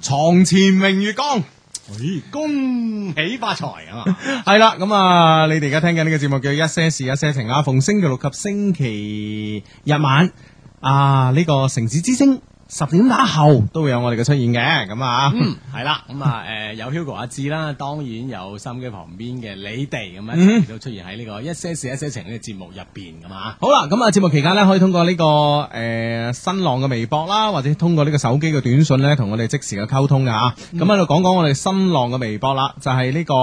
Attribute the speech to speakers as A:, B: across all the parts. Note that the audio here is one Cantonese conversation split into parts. A: 床前明月光。
B: 恭喜發財啊！
A: 系啦，咁啊，你哋而家聽緊呢個節目叫一些事一些情啦，逢星期六及星期日晚啊，呢、個城市之星十點打後都會有我哋嘅出現嘅，咁啊，
B: 嗯，係啦，咁啊，誒有 Hugo 阿志啦，當然有心機旁邊嘅你哋咁樣
A: 嗯
B: 亦都出現喺呢個一些事一些情呢個節目入邊噶嘛。
A: 好啦，咁啊，節目期間呢，可以通過呢、個诶、呃新浪嘅微博啦，或者通過呢個手機嘅短信呢，同我哋即時嘅溝通噶吓。咁喺度講講我哋新浪嘅微博啦，就係呢、個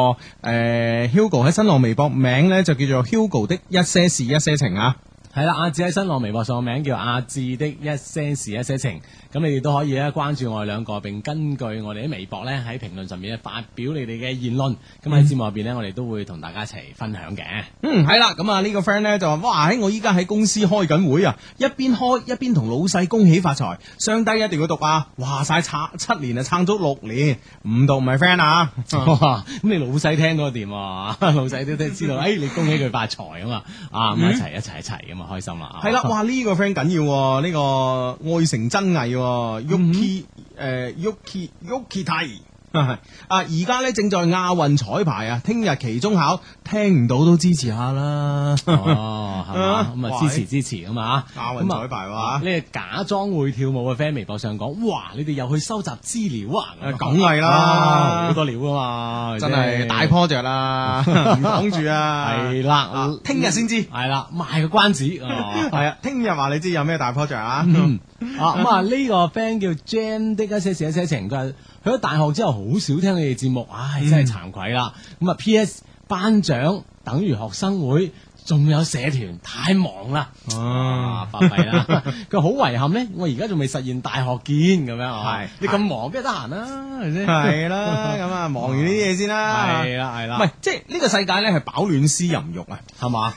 A: 诶、呃 Hugo 喺新浪微博名呢，就叫做 Hugo 的一些事一些情啊。
B: 係啦，阿志喺新浪微博上個名叫阿志的一些事一些情，咁你哋都可以咧關注我哋兩個，並根據我哋啲微博咧喺評論上面咧發表你哋嘅言論，咁喺節目入邊咧我哋都會同大家一齊分享嘅。
A: 嗯，系啦，咁啊呢個 friend 咧就話：，哇，喺我依家喺公司開緊會啊，一邊開一邊同老細恭喜發財，雙低一定要讀啊！話晒撐七年啊，撐足六年，唔讀唔係 friend 啊！
B: 哇！咁你老細聽到掂啊？ 老細都都 知道，誒你恭喜佢發財啊嘛，啊咁一齊一齊一齊咁啊開心啦！
A: 嗯係啦，哇呢、個 friend 緊要喎，呢、個愛成真偽喎，Yuki 诶 Yuki Yuki 提。 啊！而家咧正在亞運彩排啊，聽日期中考，聽唔到都支持下啦。
B: 哦，係嘛
A: 啊
B: 咁啊
A: 哇
B: 支持支持咁嘛
A: 亞運
B: 咁
A: 彩排喎
B: 啊，呢個假裝會跳舞嘅 friend 微博上講，哇！你哋又去收集資料啊？
A: 誒梗係 啦
B: 哇好多料噶嘛，
A: 真係大 project 啦，唔講住 啊，
B: 係啦
A: 啊，聽日先知。
B: 係啦，賣個關子啊
A: 系啊，聽日話你知有咩大 project 啊？
B: 啊咁啊！呢個 friend 叫 Jam 的一些事一些情，佢話去咗大學之後好少聽你哋節目，唉，
A: 嗯
B: 真係慚愧啦。咁啊，P.S. 班長等於學生會，仲有社團，太忙啦。
A: 哦，
B: 啊，巴閉啦！佢好遺憾咧，我而家仲未實現大學見咁樣啊！
A: 係
B: 你咁忙，邊有得閒啊？係咪先？
A: 係啦，咁啊，忙完呢啲嘢先啦。
B: 係啦，係
A: 唔
B: 啦，
A: 係，即係呢個世界咧係飽暖思淫欲啊！
B: 係嘛？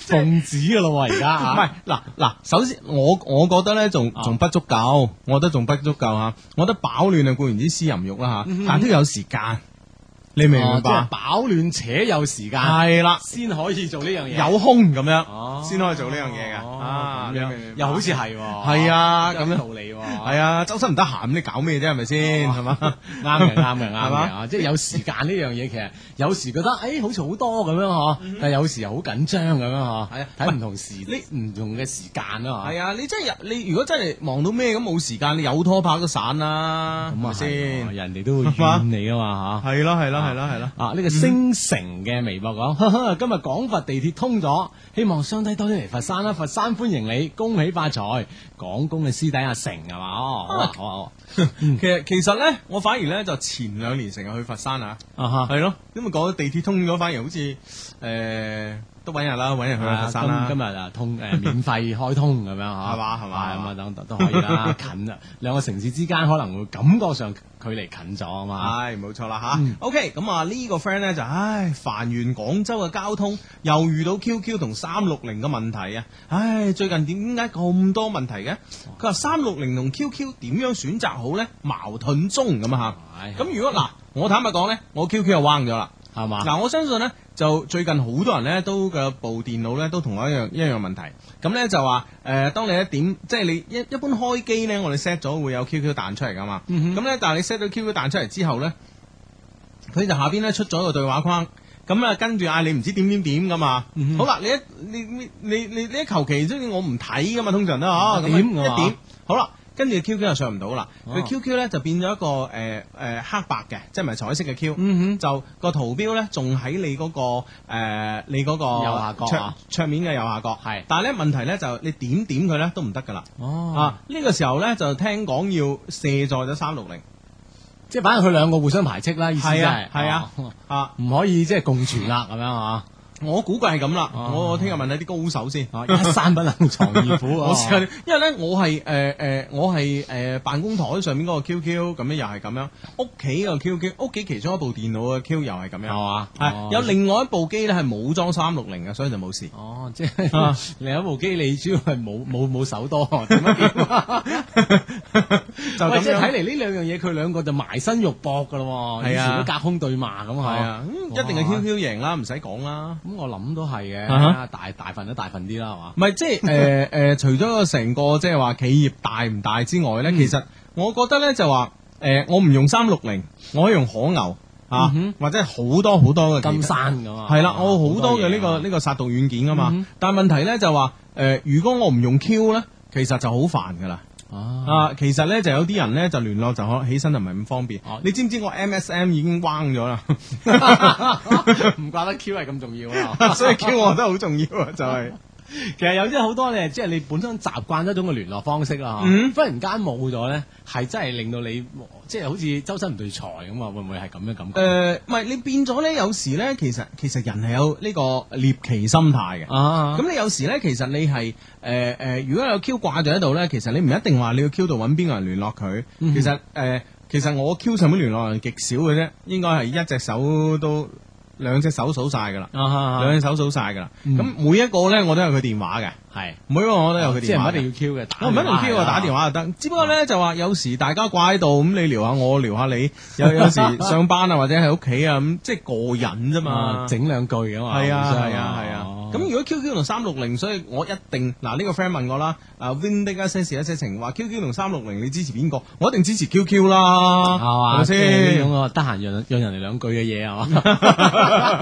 B: 奉旨噶咯喎，而家
A: 唔
B: 啊
A: 係嗱嗱，首先我我覺得咧仲
B: 啊
A: 仲不足夠，我覺得仲不足夠吓。我覺得飽暖啊固然之思淫欲啦吓，但都要有時間，你明唔
B: 哦
A: 明
B: 即係
A: 白？
B: 飽暖且有時間，
A: 係啦，
B: 先可以做呢樣嘢。
A: 有空咁
B: 哦
A: 樣先可以做呢樣嘢㗎。
B: 哦
A: 啊，
B: 咁
A: 你明唔
B: 樣
A: 明
B: 又好似係喎，
A: 係啊
B: 有
A: 咁樣
B: 道理喎，
A: 係啊，周身唔得閒，咁你搞咩啫？係咪先？係嘛？
B: 啱嘅，啱嘅，啱
A: 係
B: 嘅
A: 嘛
B: 啊！即係有時間呢樣嘢，其實有時覺得誒、哎好似好多咁樣嗬，
A: 嗯
B: 但係有時又好緊張咁樣嗬。係啊，睇唔同時呢唔同嘅時間啦嗬。
A: 系
B: 啊，
A: 啊，你真系你如果真係忙到咩咁冇時間，你有拖拍都散啦，
B: 咁啊
A: 咪先
B: 係？啊人哋都會怨你噶嘛
A: 係咯係咯係咯係咯，
B: 嚇。啊！呢個星城嘅微博講， 呵呵，今日廣佛地鐵通咗，希望雙低多啲嚟佛山啦！佛山歡迎你，恭喜發財！廣工嘅師弟阿成係嘛？哦，好啊，好啊，好啊
A: 其實其實咧，我反而咧就前兩年成日去佛山啊，
B: 啊哈！
A: 係咯，因為講地鐵通咗，反而好似诶都揾日啦，揾日去
B: 啊
A: 佛山啦
B: 今。今日啊通 誒免費開通咁樣嚇，
A: 係嘛係嘛
B: 啊咁啊等等都可以啦，近啦，兩個城市之間可能會感覺上距離近咗啊嘛。
A: 唉，冇錯啦吓。OK，咁啊呢個 friend 咧就唉煩完廣州嘅交通，又遇到 QQ 同三六零嘅問題啊！唉，最近點解咁多問題嘅？佢話三六零同 QQ 點樣選擇好咧？矛盾中咁啊
B: 唉
A: 吓。咁如果嗱，我坦白講咧，我 QQ 就彎咗啦。
B: 係嘛？
A: 嗱，我相信咧，就最近好多人咧都嘅部電腦咧都同我一樣一樣問題。咁咧就話誒、呃，當你一點即係你一一般開機咧，我哋 set 咗會有 QQ 彈出嚟噶嘛。
B: 嗯
A: 咁咧、但係你 set 咗 QQ 彈出嚟之後咧，佢就下邊咧出咗一個對話框。咁啊，跟住嗌你唔知點點點噶嘛，
B: 嗯
A: 好啦，你一你你你你你一求其，即係我唔睇噶嘛，通常都啊，咁啊
B: 點㗎嘛
A: 一點，好啦，跟住 QQ 就上唔到啦，
B: 哦
A: 佢 QQ 咧就變咗一個誒誒、呃呃黑白嘅，即係唔係彩色嘅 Q，
B: 嗯
A: 就個圖標咧，仲喺你嗰、個、呃、你嗰個
B: 右下角啊
A: 桌桌面嘅右下角。
B: 係
A: 但係咧問題咧就你點點佢咧都唔得㗎啦。
B: 哼，哦，
A: 啊，呢個時候咧就聽講要卸載咗三六零。
B: 即係反正佢兩個互相排斥啦，意思
A: 係
B: 就
A: 啊
B: 係
A: 係啊
B: 哦
A: 啊，
B: 唔可以即係共存啦咁樣啊！
A: 我估計係咁啦。
B: 哦
A: 我我聽日問下啲高手先。
B: 啊 一山不能藏二虎 啊！
A: 我試下啲，因為咧我係誒誒，我係誒、呃辦公台上面嗰個 QQ 咁樣又係咁樣，屋企個 QQ，屋企其中一部電腦嘅 Q 又係咁
B: 係
A: 樣，
B: 嘛？
A: 係、有另外一部機咧係冇裝三六零嘅，所以就冇事。
B: 哦，即
A: 啊
B: 係另一部機， 你主要係冇冇冇手多，點樣點啊？
A: 就
B: 喂，
A: 咁
B: 即係
A: 樣
B: 睇嚟呢兩樣嘢，佢兩個就埋身肉搏噶咯喎，以
A: 係啊
B: 前都隔空對罵咁
A: 系
B: 啊，
A: 啊，咁一定係 QQ 贏啦，唔使講啦。
B: 咁咁我諗都係嘅
A: 啊哈，
B: 大大份都大份啲啦，係嘛？
A: 唔係即 係誒誒，除咗個成個即係話企業大唔大之外
B: 嗯
A: 咧，其實我覺得咧就話誒、我唔用三六零，我可以用可牛啊，
B: 嗯
A: 或者好多好多嘅技
B: 金
A: 術
B: 山咁啊，
A: 係啦，我好多嘅
B: 嘢
A: 呢個
B: 啊
A: 呢個殺毒軟件啊嘛
B: 嗯哼，
A: 但係問題咧就話誒，如果我唔用 Q 咧，其實就好煩㗎啦。
B: 啊，
A: 啊，其實咧就有啲人咧就聯絡就可起身就唔係咁方便
B: 哦。
A: 你知唔知我 MSM 已經彎咗 啦？
B: 啊唔怪得 Q 係咁重要啊啦。
A: 所以 Q 我覺得好重要啊，就係、
B: 其實有啲好多咧，即係你本身習慣咗一種嘅聯絡方式啦，
A: 嗯
B: 忽然間冇咗咧，係真係令到你即係好似周身唔對財咁啊！會唔會係咁嘅感覺？
A: 誒，呃唔係你變咗咧，有時咧，其實其實人係有呢個獵奇心態嘅。
B: 啊
A: 咁你有時咧，其實你係誒誒，如果有 Q 掛咗喺度咧，其實你唔一定話你要 Q 度揾邊個人聯絡佢。
B: 嗯
A: 其實誒、呃其實我 Q 上面聯絡人極少嘅啫，應該係一隻手都兩隻手數晒㗎啦，
B: 啊
A: 兩隻手數晒㗎啦。
B: 嗯
A: 咁、每一個咧，我都有佢電話嘅，
B: 係
A: 每一個我都有佢
B: 啊即
A: 電
B: 係唔
A: 話
B: 一
A: 嘅
B: 定要 Q 啊嘅，打
A: 我唔一定
B: 電話
A: Q 我打電話就得，只不過咧就話有時大家掛喺度，咁你聊下我，聊下你， 有有時上班啊或者喺屋企啊，咁即係過癮啫嘛
B: 啊，。整兩句咁嘛，
A: 係啊
B: 互相
A: 係啊係啊
B: 哦，
A: 咁如果 QQ 同三六零，所以我一定嗱呢個 friend 問我啦，啊 Win 的一些事一些情話 QQ 同三六零你支持邊個？我一定支持 QQ 啦，
B: 係
A: 係
B: 嘛，
A: 咪
B: 即係呢
A: 先
B: 種？啊得閒讓讓人哋兩句嘅嘢係嘛。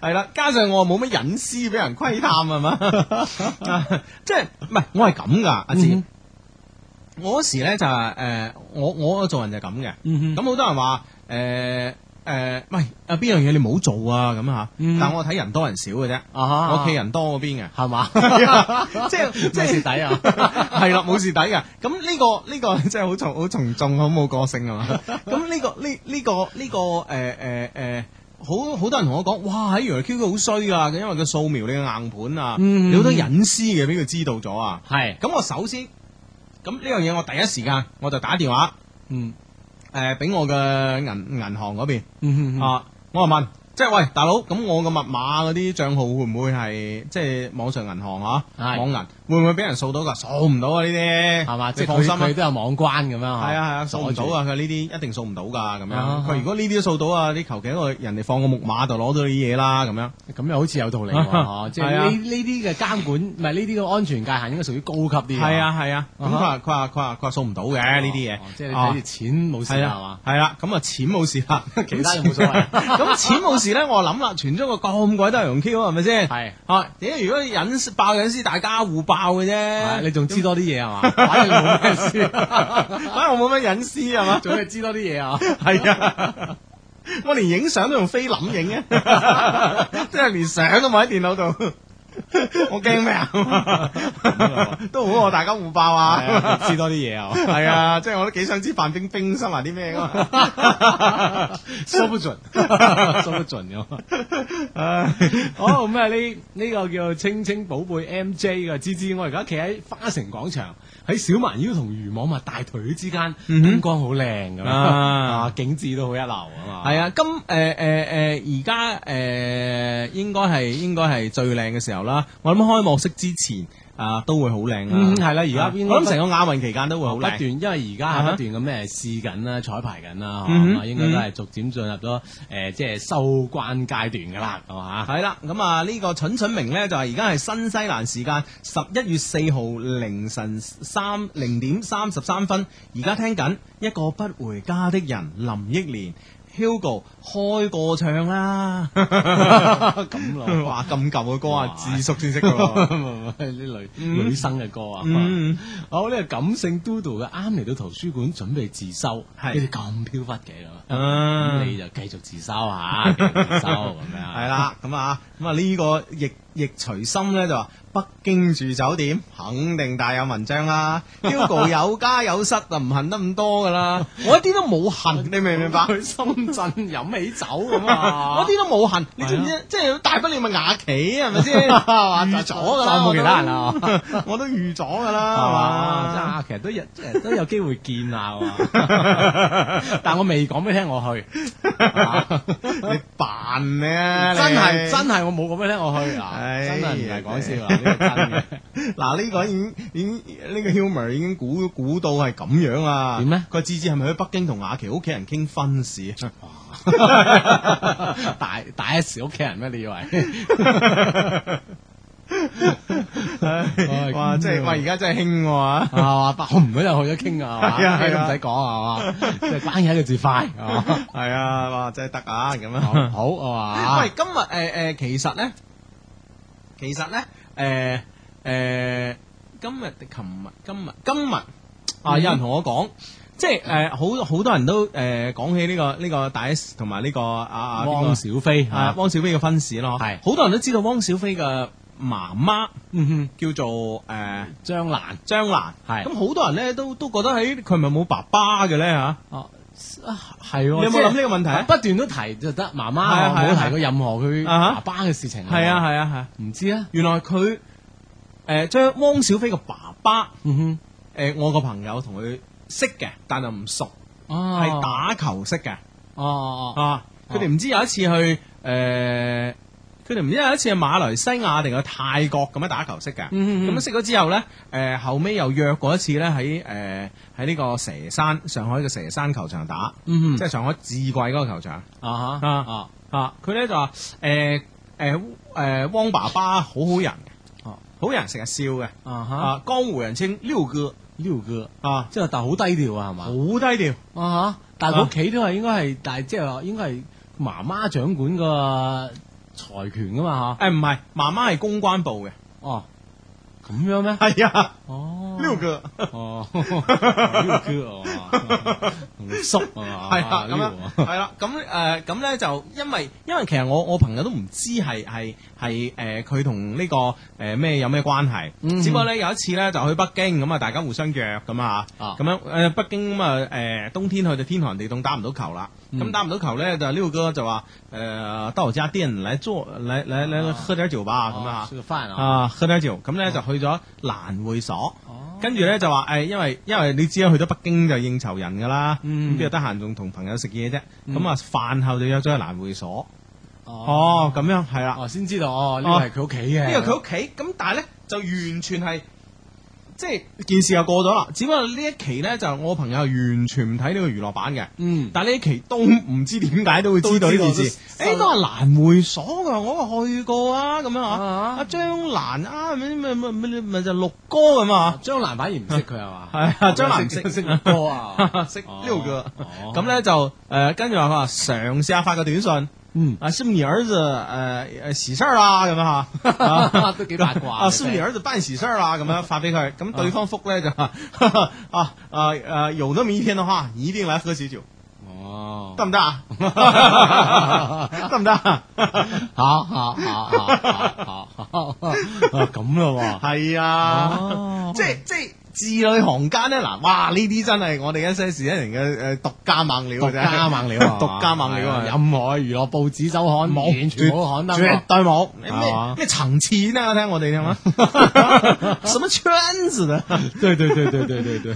A: 係啦，加上我冇乜隱私俾人窺探係嘛， 啊即係唔係我係咁噶，阿志
B: 嗯，
A: 我嗰時咧就係誒，我我做人就係咁嘅。
B: 嗯
A: 咁好多人話誒誒，喂啊邊樣嘢你唔好做啊咁吓，
B: 嗯
A: 但我睇人多人少嘅啫，
B: 啊，
A: 我企人多嗰邊嘅
B: 係嘛，
A: 即 係啊即
B: 即係
A: 係
B: 蝕底啊！
A: 係啦，冇事底嘅。咁呢個呢個真係好從好從眾，好冇個性啊嘛。 咁呢個呢呢個呢個誒誒誒。好好多人同我講，哇！喺原來 QQ 好衰啊，因為佢掃描你嘅硬盤啊，
B: 嗯
A: 你好多隱私嘅俾佢知道咗啊。
B: 係
A: 咁我首先，咁呢樣嘢我第一時間我就打電話
B: 嗯
A: 誒俾我嘅銀銀行嗰邊
B: 嗯啊
A: 啊，我就問，即係喂大佬，咁我嘅密碼嗰啲帳號會唔會係即係網上銀行啊，
B: 係
A: 網銀會唔會俾人掃到㗎？掃唔到啊呢啲，
B: 係嘛，
A: 你
B: 即係
A: 放
B: 佢
A: 心啊
B: 佢。都有網關咁樣啊
A: 係啊係啊，掃唔
B: 鎖住
A: 到啊！佢呢啲一定掃唔到㗎咁樣。
B: 啊
A: 佢如果呢啲都掃到啊，你求其一個人哋放個木馬就攞到啲嘢啦咁樣。
B: 咁又好似有道理
A: 啊
B: 喎，哦即係
A: 係啊
B: 呢呢啲嘅監管，唔係呢啲嘅安全界限應該屬於高級啲。
A: 係，啊係啊，咁佢
B: 啊
A: 話
B: 哈
A: 佢話佢話佢話掃唔到嘅呢啲嘢
B: 哦，即係你
A: 啊
B: 睇住錢冇事
A: 係
B: 啦，係
A: 啊
B: 嘛，，
A: 係啦，咁啊錢冇事啦，
B: 其他就冇所謂。
A: 咁錢冇事咧，我諗啦，全中國咁鬼多人用 Q 係咪先？
B: 係
A: 啊，屌！如果隱私爆隱私，大家互爆嘅
B: 啊
A: 啫。
B: 你 仲知多啲嘢係嘛？反正冇咩 事，
A: 反正我冇乜隱私係嘛？
B: 仲係知多啲 嘢啊！
A: 係啊，我連影相都用菲林影 啊，即係連相都冇喺電腦度。我驚咩 啊？都好喎，大家互爆
B: 係
A: 啊！
B: 啊知多啲嘢啊！
A: 係啊，即係我都幾想知范冰冰收埋啲咩噶嘛。
B: 說不準，說不準咁。好咁啊！呢呢個叫青青寶貝 M J 嘅芝芝，我而家企喺花城廣場，喺小蠻腰同魚網襪大腿之間，燈光好靚咁樣
A: 嗯啊
B: 啊，景致都好一流啊嘛。
A: 係啊，今誒誒誒而家誒呃應該係應該係最靚嘅時候啦。我諗開幕式之前啊都會好靚
B: 嗯，
A: 啦。
B: 係啦，而家
A: 啊
B: 邊
A: 我諗成個亞運期間都會好
B: 不
A: 靚
B: 斷，。因為而家
A: 啊哈
B: 係不斷咁咩試緊啦、彩排緊啦，
A: 嗯
B: 係
A: 哼
B: 嘛，應該都係逐漸進入咗誒，即係收關階段噶啦，係嘛。
A: 係啦，咁啊呢個蠢蠢明呢，就係而家係新西蘭時間十一月四號凌晨三零點三十三分，而家聽緊一個不回家的人林憶蓮 Hugo 開個唱 啦，
B: 咁咯，
A: 哇咁舊嘅歌啊，
B: 哇
A: 智叔先識嘅 喎。
B: 呢女女生嘅歌啊。
A: 嗯，
B: 好呢個感性 Doodle 嘅啱嚟到圖書館準備自修，
A: 係
B: 你哋咁飄忽嘅咁，
A: 啊
B: 咁你就繼續自修下，繼續自修咁樣。
A: 系啦，咁啊，咁啊呢個易易隨心咧就話北京住酒店肯定大有文章 啦，Hugo 有家有室就唔恨得咁多噶啦，我一啲都冇恨，你明唔明白？
B: 去深圳飲喜酒咁 啊！
A: 我一啲都冇恨，你知唔
B: 係
A: 知？即係大不了咪雅琪係咪 先？預咗㗎啦，
B: 再冇其他人啦
A: 我都，啊我都預咗㗎 啦，係
B: 係
A: 嘛？
B: 嘛？即係其實都有即係都有機會見下喎，但我未講俾你聽我去，
A: 你扮咧，
B: 真係
A: 你
B: 真係我冇講俾你聽我去啊！
A: 唉
B: 真係唔係講笑啊！呢呢個真嘅。
A: 嗱呢個已經已經呢、個 humor 已經估估到係咁樣啦。
B: 點呢
A: 佢芝芝係咪去北京同雅琪屋企人傾婚事？啊
B: 大大 S 屋企人咩？你以為？唉
A: 哇！即係喂，而家真係興喎啊！
B: 係嘛？北韓唔嗰就去咗傾啊，
A: 係啊係
B: 係
A: 啊
B: 嘛？唔使講啊，係嘛？即係關鍵一個字快，係嘛？
A: 係啊，哇！真係得啊咁
B: 好
A: 啊。
B: 好係嘛
A: 喂，？今日诶诶，其實咧，其實咧，诶、诶、今日定琴日，今日今日啊，
B: 嗯
A: 有人同我講，即係诶，好、好多人都诶讲、講起呢、個呢、個大 S 同埋呢個啊啊邊個
B: 汪小菲
A: 啊
B: 啊，
A: 汪小菲嘅婚事咯，
B: 係
A: 好多人都知道汪小菲嘅媽媽
B: 嗯哼，
A: 叫做诶
B: 張蘭
A: 張蘭，
B: 係
A: 咁好多人咧都都覺得喺佢係咪冇爸爸嘅咧吓，
B: 哦，啊係
A: 你
B: 喎，
A: 有
B: 即
A: 冇
B: 係
A: 諗呢個問題啊？
B: 不斷都提就得，媽
A: 係啊
B: 媽
A: 係啊
B: 我冇提過任何佢
A: 啊哈
B: 爸爸嘅事情。
A: 係啊，係啊係啊，
B: 唔知啊，
A: 原來佢诶將汪小菲嘅爸爸
B: 嗯
A: 诶、我個朋友同佢識嘅，但就唔熟，
B: 哼，哦，
A: 係打球識嘅
B: 哦，哦哦，
A: 啊！佢哋唔知有一次去诶，佢哋唔知有一次去馬來西亞定去泰國咁樣打球識嘅。
B: 嗯
A: 咁識咗之後呢，誒、呃後尾又約過一次呢，喺誒喺呢個蛇山上海嘅蛇山球場打，
B: 嗯
A: 即係上海智貴嗰個球場
B: 哼，啊哈，
A: 啊
B: 啊，
A: 啊！佢呢就話誒誒誒呃汪爸爸好好人嘅
B: 哦，
A: 好人成日笑嘅
B: 啊哈，
A: 啊，江湖人稱溜哥
B: 撩哥，
A: 啊，
B: 即係但係好低調啊，係嘛
A: 好？低調，
B: 啊哈！但係佢屋企都係應該係，但係即係話應該係媽媽掌管個財權噶嘛
A: 誒唔係媽媽係公關部嘅，
B: 嚇。哦，咁樣咩？
A: 係啊，
B: 哦，
A: 溜哥
B: 哦，撩哥啊，叔啊，
A: 係啦，咁樣
B: 撩啊
A: 係啦，咁誒咁咧就因為因為其實我我朋友都唔知係係係誒佢同呢個誒咩有咩關係，
B: 嗯
A: 只不過咧有一次咧就去北京咁啊，大家互相約咁啊，
B: 啊
A: 咁樣誒北京咁啊誒冬天去就天寒地凍打唔到球啦，咁
B: 嗯
A: 打唔到球咧就呢個哥就話誒到我家店嚟做嚟嚟嚟
B: 啊
A: 喝點酒吧咁啊
B: 食個飯啊，
A: 啊喝點酒，咁咧就去咗蘭會所。
B: 哦，
A: 跟住咧就話誒、因為因為你知啦，去咗北京就應酬人噶啦，咁
B: 嗯
A: 邊度得閒仲同朋友食嘢啫？
B: 嗯
A: 咁啊、飯後就約咗去蘭會所。
B: 哦，
A: 哦，咁樣係啦，
B: 哦，先知道哦，呢個係佢屋企嘅，
A: 呢個佢屋企，咁但係咧就完全係。即係件事又過咗啦，只不過呢一期咧就我朋友係完全唔睇呢個娛樂版嘅，
B: 嗯，
A: 但係呢一期都唔知點解都會知道呢件
B: 都知
A: 事
B: 道。都
A: 誒，都係蘭會所㗎，我去過啊，咁樣啊，
B: 啊
A: 阿張蘭啊，咪咪咪咪咪就六哥咁啊，
B: 張蘭反而唔識佢係嘛？
A: 係啊，張 蘭唔
B: 哦識
A: 識
B: 識 歌啊，
A: 識六個。
B: 哦
A: 咁，咧就誒，跟住話佢話嘗試下發個短信，
B: 嗯，
A: 啊，是不是你兒子誒誒喜事兒啦咁樣 嚇，
B: 都幾八卦
A: 啊，
B: 嘅
A: 是不是你兒子辦喜事兒啦咁樣發俾佢，咁對方覆咧就 啊啊誒有那麼一天的話，一定來喝喜酒，
B: 哦
A: 得唔得 啊？得唔得啊？
B: 好好好好好好，哦咁咯
A: 係
B: 喎，
A: 啊，
B: 哦
A: 即係即係。字裏行間咧，嗱，哇！呢啲真係我哋一些事一人嘅誒獨家猛料
B: 獨
A: 嘅啫，
B: 家猛料 啊，
A: 獨家猛料啊
B: 係任何娛樂報紙周刊
A: 冇
B: 完全冇刊登啊
A: 絕
B: 過，
A: 對冇
B: 係
A: 啊咩
B: 嘛
A: 咩層次呢？聽我哋聽 啦，什麼圈子呢？
B: 對對對對對對對，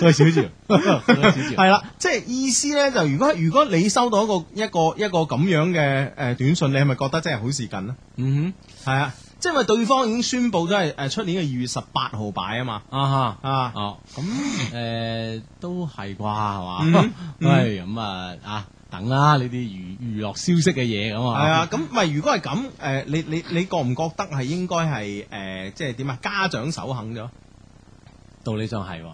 B: 喝小酒，喝小酒，
A: 係啦，即係意思咧，就如果如果你收到一個一個一個咁樣嘅誒短信，你係咪覺得真係好事近呢？
B: 嗯
A: 係啊，即係因為對方已經宣布咗係誒出年嘅二月十八號擺啊嘛，
B: 哼，啊哈。
A: 啊，
B: 哦，咁誒都係啩，係嘛
A: 嗯？
B: 喂，咁啊啊，等啦，呢啲娛娛樂消息嘅嘢咁啊，
A: 係啊，咁咪如果係咁誒，你你你覺唔覺得係應該係誒即係點啊？家長首肯咗，
B: 道理上係喎，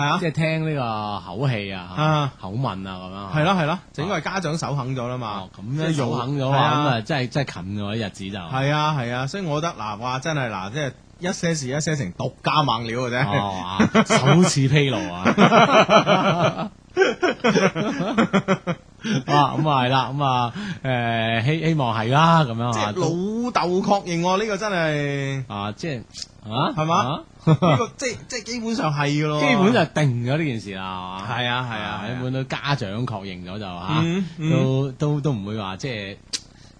A: 係啊
B: 即，係聽呢個口氣啊、
A: 啊，
B: 口吻啊咁樣。
A: 係咯係咯，就應該係家長首肯咗啦嘛
B: 哦，，咁樣
A: 即係
B: 手
A: 用
B: 肯咗
A: 係
B: 啊，
A: 啊
B: 咁啊真係真係近咗啲日子就
A: 系啊系啊，所以我覺得嗱，哇，真係嗱，即係一些事一些情，獨家猛料嘅啫。
B: 哦，哇首次披露啊！啊，咁啊係啦，咁啊，诶，希希望係啦，咁 樣
A: 即係
B: 啊，
A: 老
B: 都
A: 豆確認喎，呢個真 係
B: 啊，即係啊，
A: 係嘛
B: 啊？
A: 呢個即係即係基本上係噶咯。
B: 基本就定咗呢件事啦，係嘛
A: 哦係啊係啊係啊
B: 基本都家長確認咗就吓，
A: 嗯嗯
B: 都都都唔會話即係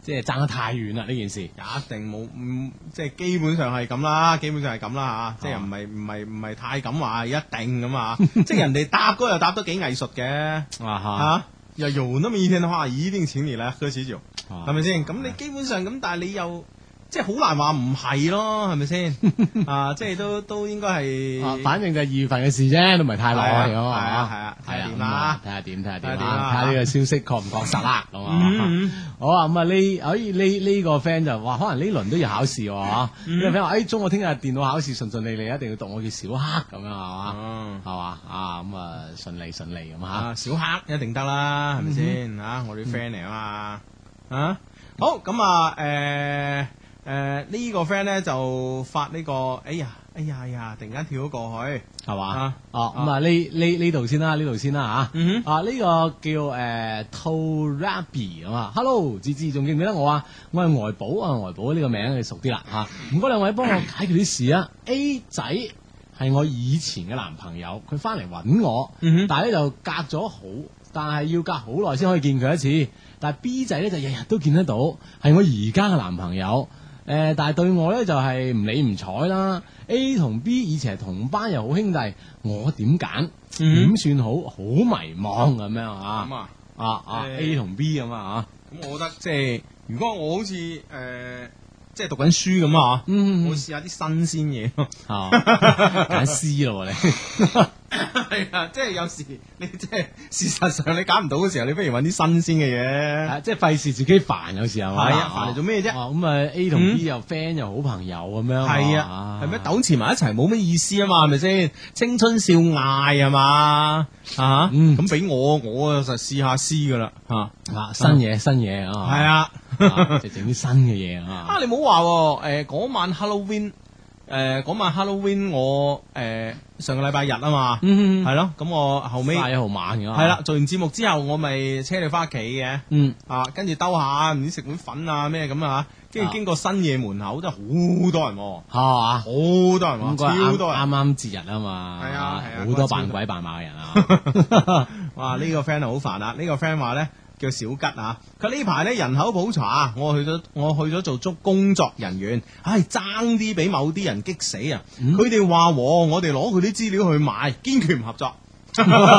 B: 即係爭得太遠啦呢件事。
A: 一定冇，嗯即係基本上係咁啦，基本上係咁啦吓，即係唔係唔係唔係太敢話一定咁 啊，即係人哋答歌又答得幾藝術嘅
B: 啊哈，
A: 吓。又有那麼一天的話，一定請你來喝喜酒，
B: 啊
A: 係咪先？咁你基本上咁，但係你又即係好難話唔係咯，係咪先？ 啊，即係都都應該
B: 啊
A: 係，
B: 反正就係二月份嘅事啫，都唔係太耐
A: 係
B: 咁
A: 啊係啊係啊
B: 嘛
A: 睇下
B: 係
A: 點
B: 咁
A: 啦
B: 啊睇下點，睇下
A: 睇下
B: 點
A: 點
B: 啊，
A: 啦
B: 睇下呢個消息確唔確實啦，咁啊。
A: 嗯
B: 好啊，咁啊呢，哎呢呢個 friend 就話，可能呢輪都要考試喎，嚇
A: 嗯
B: 呢個 friend 話，哎中我聽日電腦考試順順利利，一定要讀我叫小黑咁樣係嘛，
A: 嗯
B: 係嘛啊咁啊順利順利咁嚇。
A: 啊，小黑一定得啦，係咪先？啊，我哋 friend 嚟啊嘛，啊，好咁啊，誒誒呢個 friend 咧就發呢個，哎呀，哎呀哎呀，突然間跳咗過去，
B: 係嘛
A: 啊？
B: 哦，咁啊呢呢呢度先啦，呢度先啦吓。
A: 嗯
B: 啊呢個叫誒 Torabi 啊嘛，Hello，志志仲記唔記得我啊？我係外寶啊，外寶呢個名你熟啲啦吓。唔該兩位幫我解決啲事啊。A 仔係我以前嘅男朋友，佢翻嚟揾我，
A: 嗯
B: 但係咧就隔咗好，但係要隔好耐先可以見佢一次。但係 B 仔咧就日日都見得到，係我而家嘅男朋友。誒、但係對我咧就係唔理唔睬啦。A 同 B 以前係同班又好兄弟，我點揀？
A: 嗯
B: 點算好？好迷茫咁樣啊
A: 咁！啊，
B: 啊啊
A: 誒
B: ，A 同 B 咁啊
A: 咁我覺得即係如果我好似誒即係讀緊書咁啊，
B: 嗯
A: 我試下啲新鮮嘢咯。
B: 啊，揀 C 咯 喎
A: 系啊， 即係有時你即係事實上你揀唔到嘅時候，你不如揾啲新鮮嘅
B: 你，
A: 嘢。
B: 啊即係費事自己煩有時係嘛？
A: 係啊煩嚟做咩啫嗯
B: 哦咁啊，A 同 B 又 friend 又好朋友咁樣，
A: 係啊，係咩糾纏埋一齊冇咩意思啊嘛，係咪先？青春少艾啊嘛，啊，
B: 嗯
A: 咁俾我我就試下 C 噶啦，吓，
B: 啊，新嘢新嘢啊，
A: 係啊，
B: 啊，就整啲新嘅嘢啊
A: 啊，你唔好話喎，誒嗰晚 Halloween，誒嗰晚 Halloween 我誒上個禮拜日啊嘛，
B: 嗯，
A: 係咯，咁我後尾
B: 八
A: 係
B: 一號晚嘅，啊
A: 啦，，做完節目之後我咪車你翻屋企嘅。
B: 嗯，
A: 啊，跟住兜下唔知食碗粉啊咩咁啊，跟
B: 啊
A: 住經過新野門口真係好多人喎，
B: 係嘛。
A: 好多人喎，
B: 咁嗰日啱
A: 超多人，
B: 啱啱節日啊嘛，
A: 係啊係啊
B: 好多
A: 嗰日超
B: 扮
A: 多
B: 鬼扮馬嘅人啊，
A: 哇！呢個 friend 好煩啊，呢個 friend 話咧。叫小吉啊！佢呢排咧人口普查，啊我去咗我去咗做足工作人員，唉爭啲俾某啲人激死啊！
B: 嗯
A: 佢哋話我我哋攞佢啲資料去買，堅決唔合作。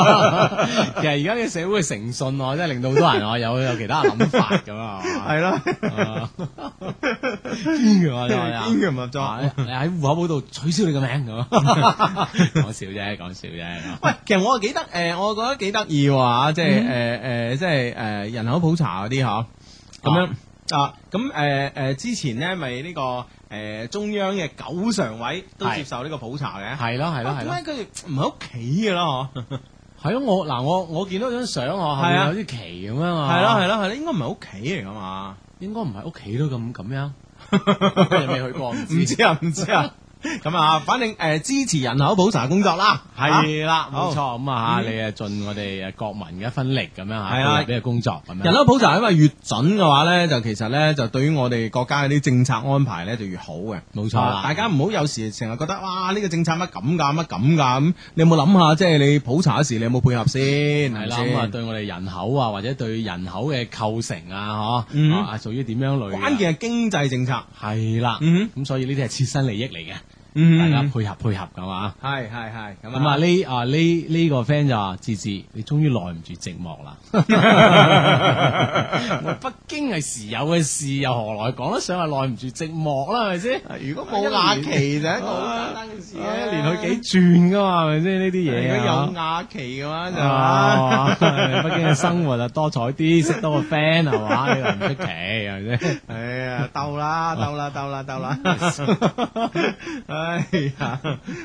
B: 其實而家呢個社會嘅誠信啊，真係令到好多人啊有有其他諗法咁啊，
A: 係咯，
B: 啊堅嘅喎真係啊
A: 堅決唔合作
B: 啊。你你喺户口簿度取消你個名咁，講笑啫，講笑啫，
A: 喂，其實我幾得誒、我覺得幾得意喎啊即係誒誒，即係誒、人口普查嗰啲嚇，咁樣嗯啊，咁誒誒，之前咧咪呢個誒、中央嘅九常委都
B: 係
A: 接受呢個普查嘅，
B: 係咯係咯
A: 啊
B: 係
A: 點
B: 咯。
A: 解佢哋唔喺屋企嘅啦？嗬，
B: 係咯，我嗱我我見到張相我後
A: 係
B: 面
A: 啊
B: 有啲旗咁樣啊，
A: 係咯係咯係咯，應該唔係屋企嚟噶嘛？
B: 應該唔係屋企都咁咁 樣，你未去過唔
A: 唔
B: 知。
A: 知啊唔知 啊，咁啊，反正誒、支持人口普查工作啦，啊
B: 係啦，冇
A: 好
B: 錯咁啊嚇，
A: 嗯
B: 你啊盡我哋誒國民嘅一分力咁樣
A: 係
B: 嚇，
A: 啊
B: 配合呢個工作咁
A: 人
B: 樣。
A: 口普查因為越準嘅話咧，就其實咧就對於我哋國家嗰啲政策安排咧就越好嘅，
B: 冇錯啦
A: 啊大家唔好有時成日覺得哇呢個政策乜咁㗎乜咁㗎咁，你有冇諗下即係你普查嗰時你有冇配合先？
B: 係
A: 係
B: 啦，咁啊對我哋人口啊，或者對人口嘅構成啊，
A: 嗯
B: 嗬，啊屬於點樣類啊？
A: 關鍵係經濟政策。
B: 係啦，
A: 嗯
B: 咁所以呢啲係切身利益嚟嘅，
A: 嗯
B: 大家配合配合咁啊。
A: 係係係
B: 咁
A: 咁
B: 啊
A: 啊，
B: 呢啊呢呢個 friend 就話：志志，你終於耐唔住寂寞 啦！我北京係時有嘅事，又何來講得上係耐唔住寂寞啦？係咪先？
A: 啊如果冇啊假期就一個好簡單嘅事啊
B: 一年去幾轉噶嘛？係咪先呢啲
A: 如
B: 嘢
A: 果有
B: 啊？
A: 假期嘅話就
B: 啊， 北京嘅生活就多彩啲，識多個 friend 係嘛？呢個唔出奇係咪先？
A: 哎呀，鬥啦， 鬥啦，鬥啦，鬥 啦！哎呀，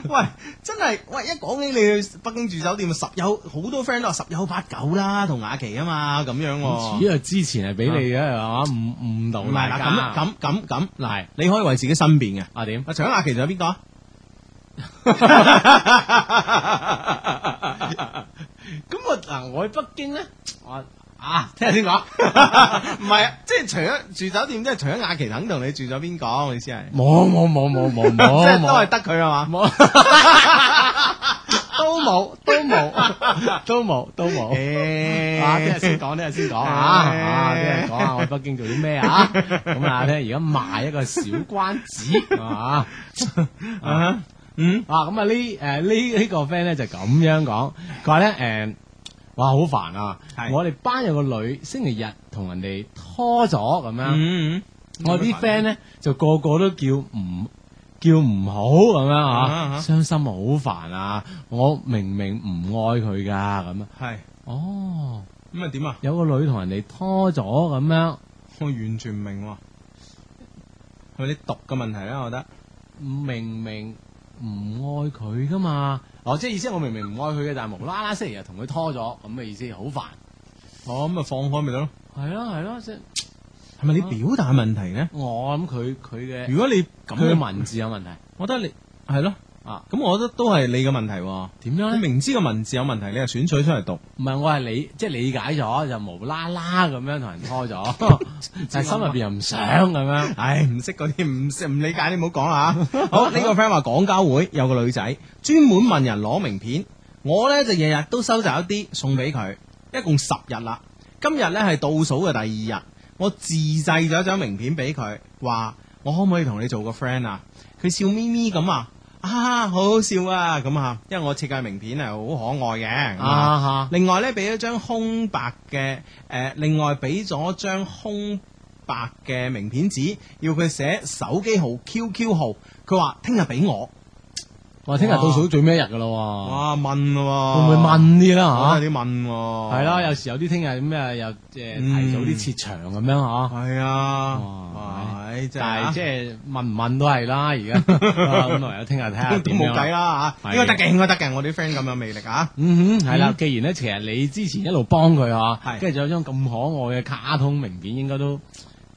A: 喂，真係喂，一講起你去北京住酒店，十有好多 friend 都話十有八九啦，同雅琪啊嘛，咁樣
B: 主
A: 喎。
B: 要係之前係俾你嘅係嘛？誤誤
A: 唔
B: 導
A: 係
B: 大
A: 啦，
B: 家
A: 咁咁咁咁，
B: 嗱
A: 你可以為自己申辯嘅。
B: 啊點？
A: 啊，除咗雅琪仲有邊個 啊？
B: 咁我嗱我喺北京咧，我 啊
A: 聽下先講。唔係啊，即係除咗住酒店，即係除咗雅琪肯同你住咗邊個？我意思係，
B: 冇冇冇冇冇冇
A: 即係都
B: 冇
A: 係得佢啊 嘛。
B: 都冇都冇都冇都冇。啊！聽日先講，聽日先講啊！啊，聽日講下我喺北京做啲咩啊？咁啊，聽日而家賣一個小關子啊！
A: 啊，嗯，
B: 啊，咁啊呢誒呢呢個 friend 咧就咁樣講，佢話咧誒，哇好煩啊！
A: 係
B: 我哋班有個女星期日同人哋拖咗咁樣，
A: 嗯，
B: 我啲 friend 咧就個個都叫唔叫唔好咁樣
A: 啊啊
B: 吓，傷心好煩啊！我明明唔愛佢噶咁啊，
A: 係
B: 哦，
A: 咁啊點啊？
B: 有個女同人哋拖咗咁樣，
A: 我完全唔明喎，係咪啲毒嘅問題咧？我覺得
B: 明明唔愛佢噶嘛，哦，即係意思我明明唔愛佢嘅，但係無啦啦星期日同佢拖咗，咁嘅意思好煩。
A: 哦咁咪放開咪得咯，
B: 係咯係咯，即係
A: 係咪你表達問題咧？
B: 我諗佢佢嘅
A: 如果你咁
B: 佢
A: 嘅
B: 嘅
A: 問，
B: 文字有問題
A: 我覺得你係咯，
B: 啊？
A: 咁我覺得都係你嘅問題喎。
B: 點樣
A: 你
B: 咧？
A: 明知個文字有問題，你係選取出嚟讀，
B: 唔係我係理即係理解咗，就無啦啦咁樣同人 拖咗，但係心入邊又唔想咁樣。
A: 唉，唔識嗰啲唔識唔理解，你唔好講啦吓。好，呢、個 friend 話廣交會有個女仔專門問人攞名片，我呢就日日都收集一啲送俾佢，一共十日啦。今日呢係倒數嘅第二日，我自製咗張名片俾佢，話我可唔可以同你做個 friend 啊？佢笑咪咪咁啊，啊好好笑啊咁啊，因為我設計名片係好可愛嘅咁啊
B: 啊
A: 另外咧，俾咗張空白嘅誒、呃另外俾咗張空白嘅名片紙，要佢寫手機號、QQ 號。佢話聽日俾我。
B: 我聽日倒數最尾一日噶咯
A: 哇，問喎、
B: 喎，哦會唔會問啲
A: 我
B: 啦
A: 有啲問喎、
B: 嚇？係啦，有時有啲聽日咩又誒呃
A: 嗯
B: 提早啲設場咁樣嚇。
A: 係啊，
B: 哇
A: 唉真
B: 但係即
A: 係啊
B: 係問唔問都係啦，而家啊咁唯有聽日睇下
A: 都
B: 點
A: 冇計啊
B: 樣。
A: 啦嚇，
B: 係
A: 應該得嘅，應該得嘅。我啲 friend 咁有魅力啊！
B: 嗯哼，係啦。既然咧，其實你之前一路幫佢嚇，
A: 係
B: 跟住仲有張咁可愛嘅卡通名片，應該都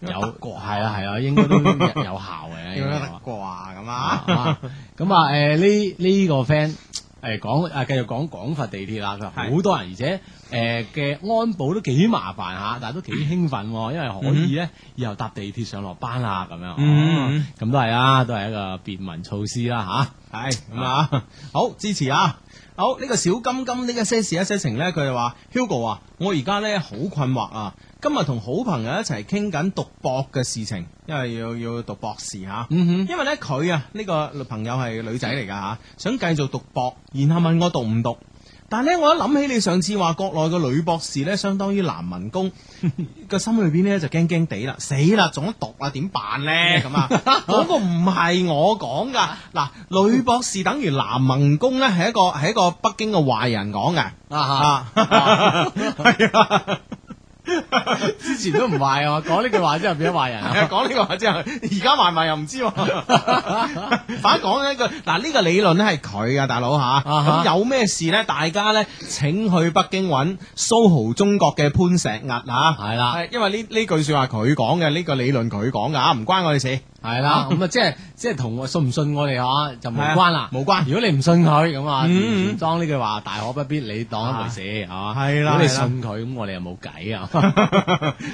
B: 有
A: 應該得啩
B: 係啦係啦，啊應該都有有效 嘅。
A: 應
B: 應
A: 該
B: 該
A: 得
B: 話
A: 啩咁啊？
B: 啊咁啊，誒呢呢個 friend 誒講啊，繼續講廣佛地鐵啦。佢話
A: 係
B: 好多人，而且誒嘅安保都幾麻煩嚇，但係都幾興奮喎，因為可以咧以後搭地鐵上落班啦咁樣。
A: 嗯
B: 哦咁都係啦，都係一個便民措施啦
A: 係咁啊， 好支持啊！好呢、個小金金呢一些事一些情呢，佢就話 Hugo 啊，我而家呢好困惑啊！今日同好朋友一齊傾緊讀博嘅事情，因為要要讀博士啊吓、
B: 嚇。嗯哼。
A: 因為呢，佢啊呢、個女朋友係女仔嚟㗎吓，想繼續讀博，然後問我讀唔讀。但係呢，我一諗起你上次話國內嘅女博士呢，相當於男民工，個心裏邊呢就驚驚地啦，死啦，仲讀啊，點辦呢？咁啊，嗰個唔係我講噶，嗱，女博士等於男民工呢，係一個係一個北京嘅壞人講嘅，
B: 啊
A: 啊，係啊。
B: 嚇！之前都唔壞啊，講呢句話之後變咗壞人啊。
A: 係啊 講呢個話之後，而家賣賣又唔知 喎。反講呢個嗱，呢個理論咧係佢啊，大佬吓。
B: 哈
A: 咁有咩事咧？大家咧請去北京揾蘇豪中國嘅潘石屹吓。
B: 係啦，
A: 係因為呢呢句說話佢講嘅，呢個理論佢講噶，唔關我哋事。
B: 係啦，咁啊，即係即係同我信唔信我哋嚇就無關啦。
A: 無關。
B: 如果你唔信佢咁
A: 嗯啊
B: 啊，完全當呢句話大可不必，你當一回事係嘛？
A: 係啦
B: 如果你
A: 係啦
B: 信佢，咁我哋又冇計 啊。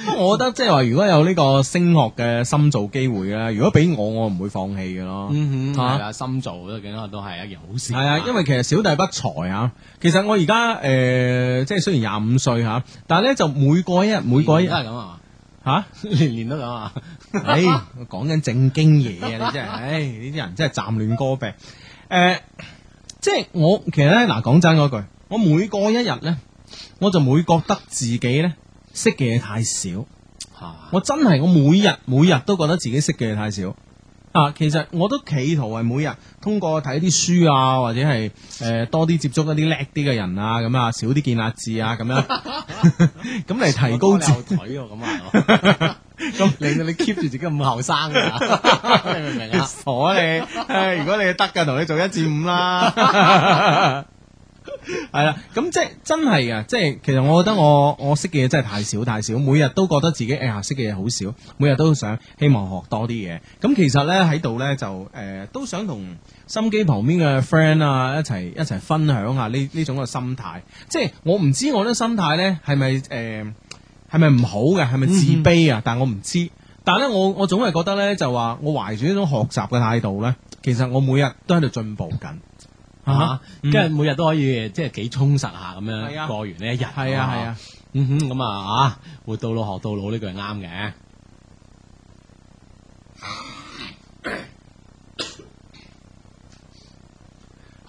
A: 不過我覺得即係話，如果有呢個升學嘅深造機會咧，如果俾我，我唔會放棄嘅咯。
B: 嗯
A: 啊
B: 係啦，心做都梗係都係一件好事。
A: 係啊，因為其實小弟不才啊，其實我而家誒，即係雖然廿五歲吓，但係咧就每過一日每過一
B: 年
A: 日
B: 年都係咁啊，
A: 吓。
B: 年年都咁 啊。
A: 唉，我講緊正經嘢啊！你真係，唉，呢啲人真係站亂歌病。誒、即係我其實咧，嗱，講真嗰句，我每過一日咧，我就會覺得自己咧識嘅嘢太少。
B: 嚇
A: 我真係我每日每日都覺得自己識嘅嘢太少。啊，其實我都企圖係每日通過睇啲書啊，或者係誒、呃多啲接觸一啲叻啲嘅人啊，咁啊少啲見阿志啊，咁樣咁嚟提高自
B: 我幫你後腿喎，咁啊， 咁 令到你 keep 住自己咁後生啊， 你明唔明啊？
A: 傻啊你！唉如果你得嘅，同你做一至五 啦。係啦，咁即係真係嘅，即係其實我覺得我我識嘅嘢真係太少太少，每日都覺得自己哎呀識嘅嘢好少，每日都想希望學多啲嘢。咁其實呢，喺度呢，就誒、呃都想同心機旁邊嘅 friend 啊一齊一齊分享下呢呢種嘅心態。即係我唔知我啲心態呢係咪誒係咪唔好嘅，係咪自卑啊？但我唔知。但係咧，我我總係覺得咧，就話我懷住呢種學習嘅態度咧，其實我每日都喺度進步緊，
B: 啊，
A: 嗯
B: 跟住每日都可以即係幾充實下咁
A: 係
B: 樣
A: 啊
B: 過完呢一日。
A: 係啊係啊，，
B: 嗯哼，咁啊啊，活到老學到老呢句係啱嘅。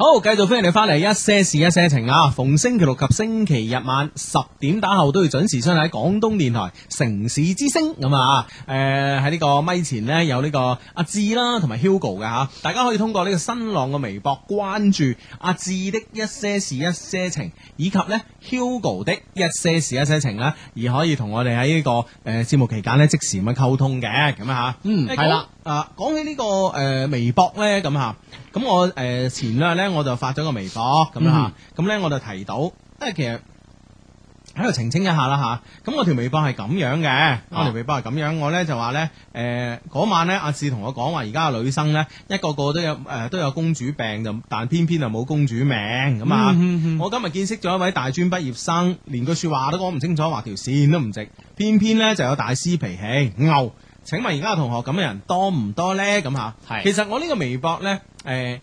A: 好，繼續歡迎你翻嚟一些事一些情啊！逢星期六及星期日晚十點打後都要準時出現喺廣東電台城市之聲咁啊！誒喺呢個咪前呢，有呢個阿志啦，同埋 Hugo 嘅嚇、大家可以通過呢個新浪嘅微博關注阿志的一些事一些情，以及呢 Hugo 的一些事一些情啦，而可以同我哋喺呢個誒、呃、節目期間呢，即時咁樣溝通嘅咁啊嚇。
B: 嗯
A: 誒
B: 係啦。
A: 講啊，講起呢、個誒、呃微博咧，咁嚇，咁我誒、呃前兩日咧我就發咗個微博咁樣嚇，咁咧、我就提到，因為其實喺度澄清一下啦嚇，咁我條微博係咁樣嘅，我條微博係咁樣，我咧就話咧誒嗰晚咧阿志同我講話，而家嘅女生咧一個個都有誒、呃都有公主病，就但偏偏就冇公主命咁
B: 嗯
A: 啊。我今日見識咗一位大專畢業生，連句説話都講唔清楚，畫條線都唔直，偏偏咧就有大師脾氣，牛。請問而家嘅同學咁嘅人多唔多呢？咁嚇，
B: 係
A: 其實我呢個微博呢，誒、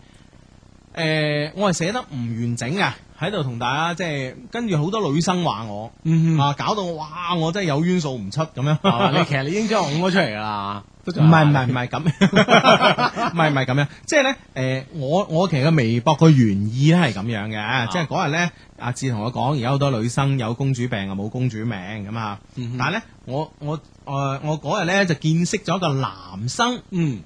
A: 誒、我係寫得唔完整嘅，喺度同大家即係跟住好多女生話我、
B: 嗯哼，
A: 啊，搞到我哇，我真係有冤數唔出咁樣。
B: 係嘛啊你其實你已經將我拱咗出嚟㗎啦，唔
A: 唔係唔係唔係咁， 唔係唔係咁樣，即係咧，誒、我我其實個微博個原意咧係咁樣嘅，即係嗰日咧，阿志同我講，而家好多女生有公主病啊，冇公主命咁啊，
B: 嗯哼
A: 但係咧，我我誒、呃我嗰日咧就見識咗一個男生。
B: 嗯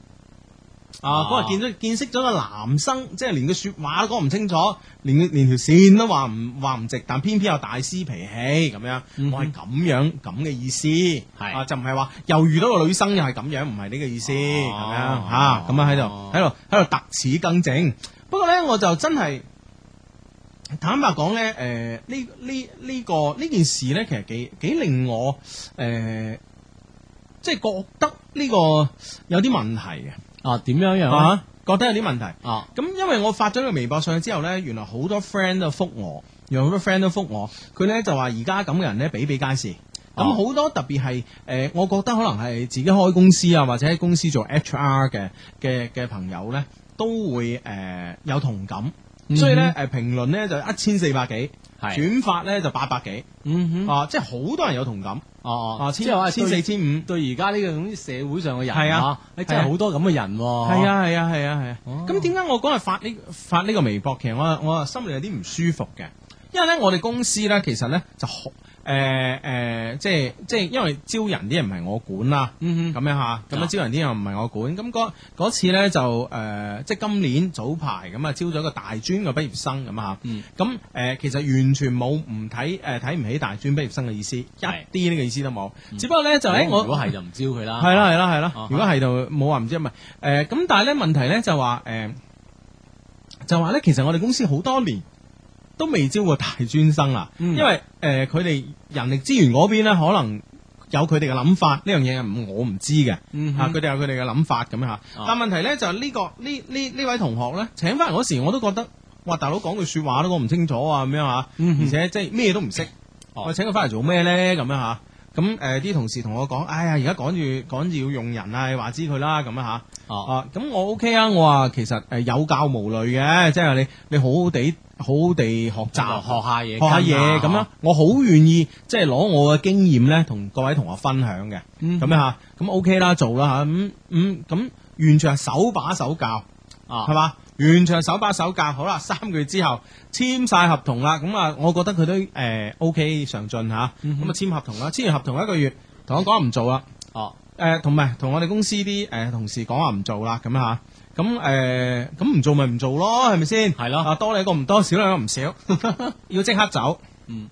A: 啊！嗰
B: 啊
A: 日見咗見識咗個男生，即係連個説話都講唔清楚，連連條線都話唔話唔直，但偏偏有大師脾氣咁樣。
B: 嗯
A: 我係咁樣咁嘅意思，係啊，就唔係話又遇到個女生又係咁樣，唔係呢個意思咁樣嚇
B: 哦。
A: 咁啊喺
B: 哦
A: 度喺度喺度特此更正。不過呢，我就真係坦白講呢，誒呢呢呢個呢件事呢，其實幾幾令我誒、呃即係覺得呢個有啲問題嘅。
B: 啊點樣樣啊？
A: 啊，覺得有啲問題。
B: 啊
A: 咁因為我發咗個微博上去之後呢，原來好多 friend 都覆我，原來好多 friend 都覆我，佢呢就話而家咁嘅人呢，比比皆是。咁
B: 哦
A: 好多特別係誒、呃我覺得可能係自己開公司啊，或者喺公司做 HR 嘅嘅嘅朋友呢，都會誒、呃有同感。
B: 嗯
A: 所以呢，誒、呃評論呢就一千四百幾，
B: 係
A: 轉發呢就八百幾，
B: 嗯哼
A: 啊，即係好多人有同感，
B: 哦
A: 啊，
B: 即
A: 千
B: 係話
A: 千
B: 對
A: 四千五，
B: 對而家呢個咁社會上嘅人
A: 係啊
B: 啊，你真
A: 係啊
B: 係好多咁嘅人喎。
A: 係，啊係啊係啊係啊！
B: 哦
A: 咁點解我嗰日發呢發呢個微博？其實我我心裏有啲唔舒服嘅，因為咧我哋公司咧其實咧就好誒誒，即係即係因為招人啲人唔係我管啦。
B: 嗯
A: 咁樣嚇，咁樣招人啲人唔係我管，咁嗰嗰次咧就誒、呃即係今年早排咁啊，招咗一個大專嘅畢業生咁啊
B: 嗯
A: 嚇，咁誒、呃其實完全冇唔睇誒睇唔起大專畢業生嘅意思，一
B: 係
A: 啲呢個意思都冇，只不過咧就喺
B: 咁
A: 我
B: 如果係就唔招佢啦。
A: 係啦係啦係啦
B: 啊，
A: 如果係就冇話唔知咪誒咁，但係咧問題咧就話誒、呃就話咧其實我哋公司好多年都未招過大專生啦，
B: 嗯
A: 因為誒佢哋人力資源嗰邊咧可能。有佢哋嘅諗法，呢樣嘢唔我唔知嘅，
B: 嗯哼啊
A: 啊佢哋有佢哋嘅諗法咁樣嚇。但問題咧就係呢、個呢呢呢位同學咧請翻嚟嗰時，我都覺得，哇大佬講句説話都講唔清楚啊咁樣嚇，
B: 嗯哼
A: 而且即係咩都唔識。
B: 哦
A: 我請佢翻嚟做咩咧？咁樣吓，咁誒啲同事同我講，哎呀，而家趕住趕住要用人啊，你話知佢啦咁樣吓。
B: 哦
A: 啊，咁我 OK 啊，我話其實誒有教無類嘅，即係你你好好地好好地學
B: 就
A: 習
B: 學下哦嘢，
A: 學下嘢咁樣。，我好願意即係攞我嘅經驗咧，同各位同學分享嘅。
B: 嗯
A: 咁樣吓，咁 OK 啦，做啦吓，咁咁咁完全係手把手教。
B: 啊
A: 係嘛？完全係手把手教，好啦，三個月之後簽晒合同啦，咁啊，我覺得佢都誒、呃 OK 上進吓，咁啊
B: 嗯哼
A: 簽合同啦，簽完合同一個月，同我講唔做啦，
B: 哦
A: 誒同埋同我哋公司啲誒、呃同事講話唔做啦，咁啊吓，咁誒咁唔做咪唔做咯，係咪先？
B: 係咯
A: 啊多你一個唔多，少你一個唔少， 要即刻走，
B: 嗯，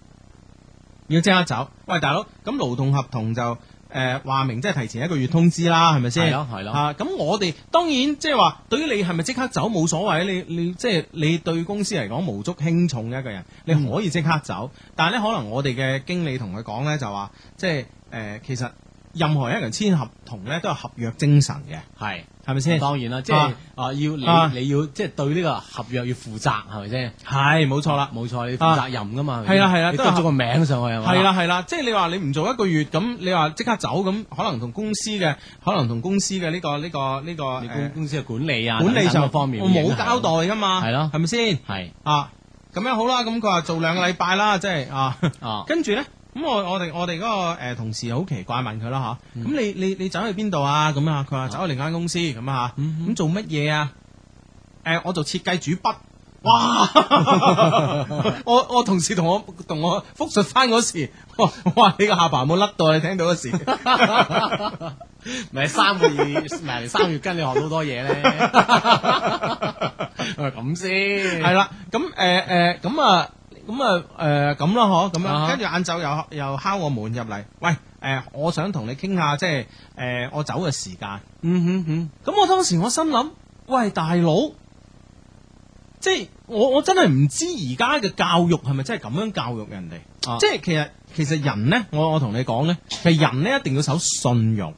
A: 要即刻走，喂大佬，咁勞動合同就誒話、明即係提前一個月通知啦，係咪先？
B: 係咯係咯，
A: 啊，咁我哋當然即係話，對於你係咪即刻走冇所謂，你你即係你對公司嚟講無足輕重嘅一個人，你
B: 嗯
A: 可以即刻走，但係咧可能我哋嘅經理同佢講咧就話，即係誒、呃其實任何一個人簽合同咧都有合約精神嘅，
B: 係
A: 係咪先？
B: 當然啦，即係啊
A: 啊
B: 要你
A: 啊
B: 你要即係對呢個合約要負責係咪先？
A: 係冇錯啦。
B: 冇錯，你負責任噶嘛？係咪
A: 係啦係啦
B: 你
A: 都
B: 得
A: 係
B: 咗個名上去係嘛？
A: 係啦係啦，即係你話你唔做一個月咁，你話即刻走咁，可能同公司嘅，可能同公司嘅呢、個呢、個呢、個呃
B: 你公公司嘅管理啊，
A: 管理
B: 等等
A: 上
B: 各方面
A: 我冇交代噶嘛，
B: 啊係咯
A: 係咪先？
B: 係
A: 啊，咁樣好啦，咁佢話做兩個禮拜 啦，即係啊，
B: 啊
A: 跟住咧，咁我我哋我哋嗰個誒同事好奇怪問佢啦吓，
B: 嗯
A: 咁你你你走去邊度啊？咁啊，佢話走去另間公司咁啊，
B: 嗯哼
A: 咁做乜嘢啊？誒，我做設計主筆，
B: 嗯
A: 哇！ 我我同事同我同我複述翻嗰時，我我話你個下巴冇甩到啊，你聽到嗰時。
B: 唔係三個月， 唔係三月跟你學到好多嘢咧，咁先
A: 系啦，咁诶诶，誒咁啊，咁啊，诶咁啦，嗬，咁
B: 啊
A: 样，
B: 哈
A: 跟住晏晝又又敲我門入嚟，喂，诶，我想同你傾下，即係诶我走嘅時間。
B: 嗯哼哼，
A: 咁我當時我心諗，喂，大佬，即係我我真係唔知而家嘅教育係咪真係咁樣教育人哋？
B: 啊
A: 即係其實其實人呢，我我同你講呢，其實人呢一定要守信用。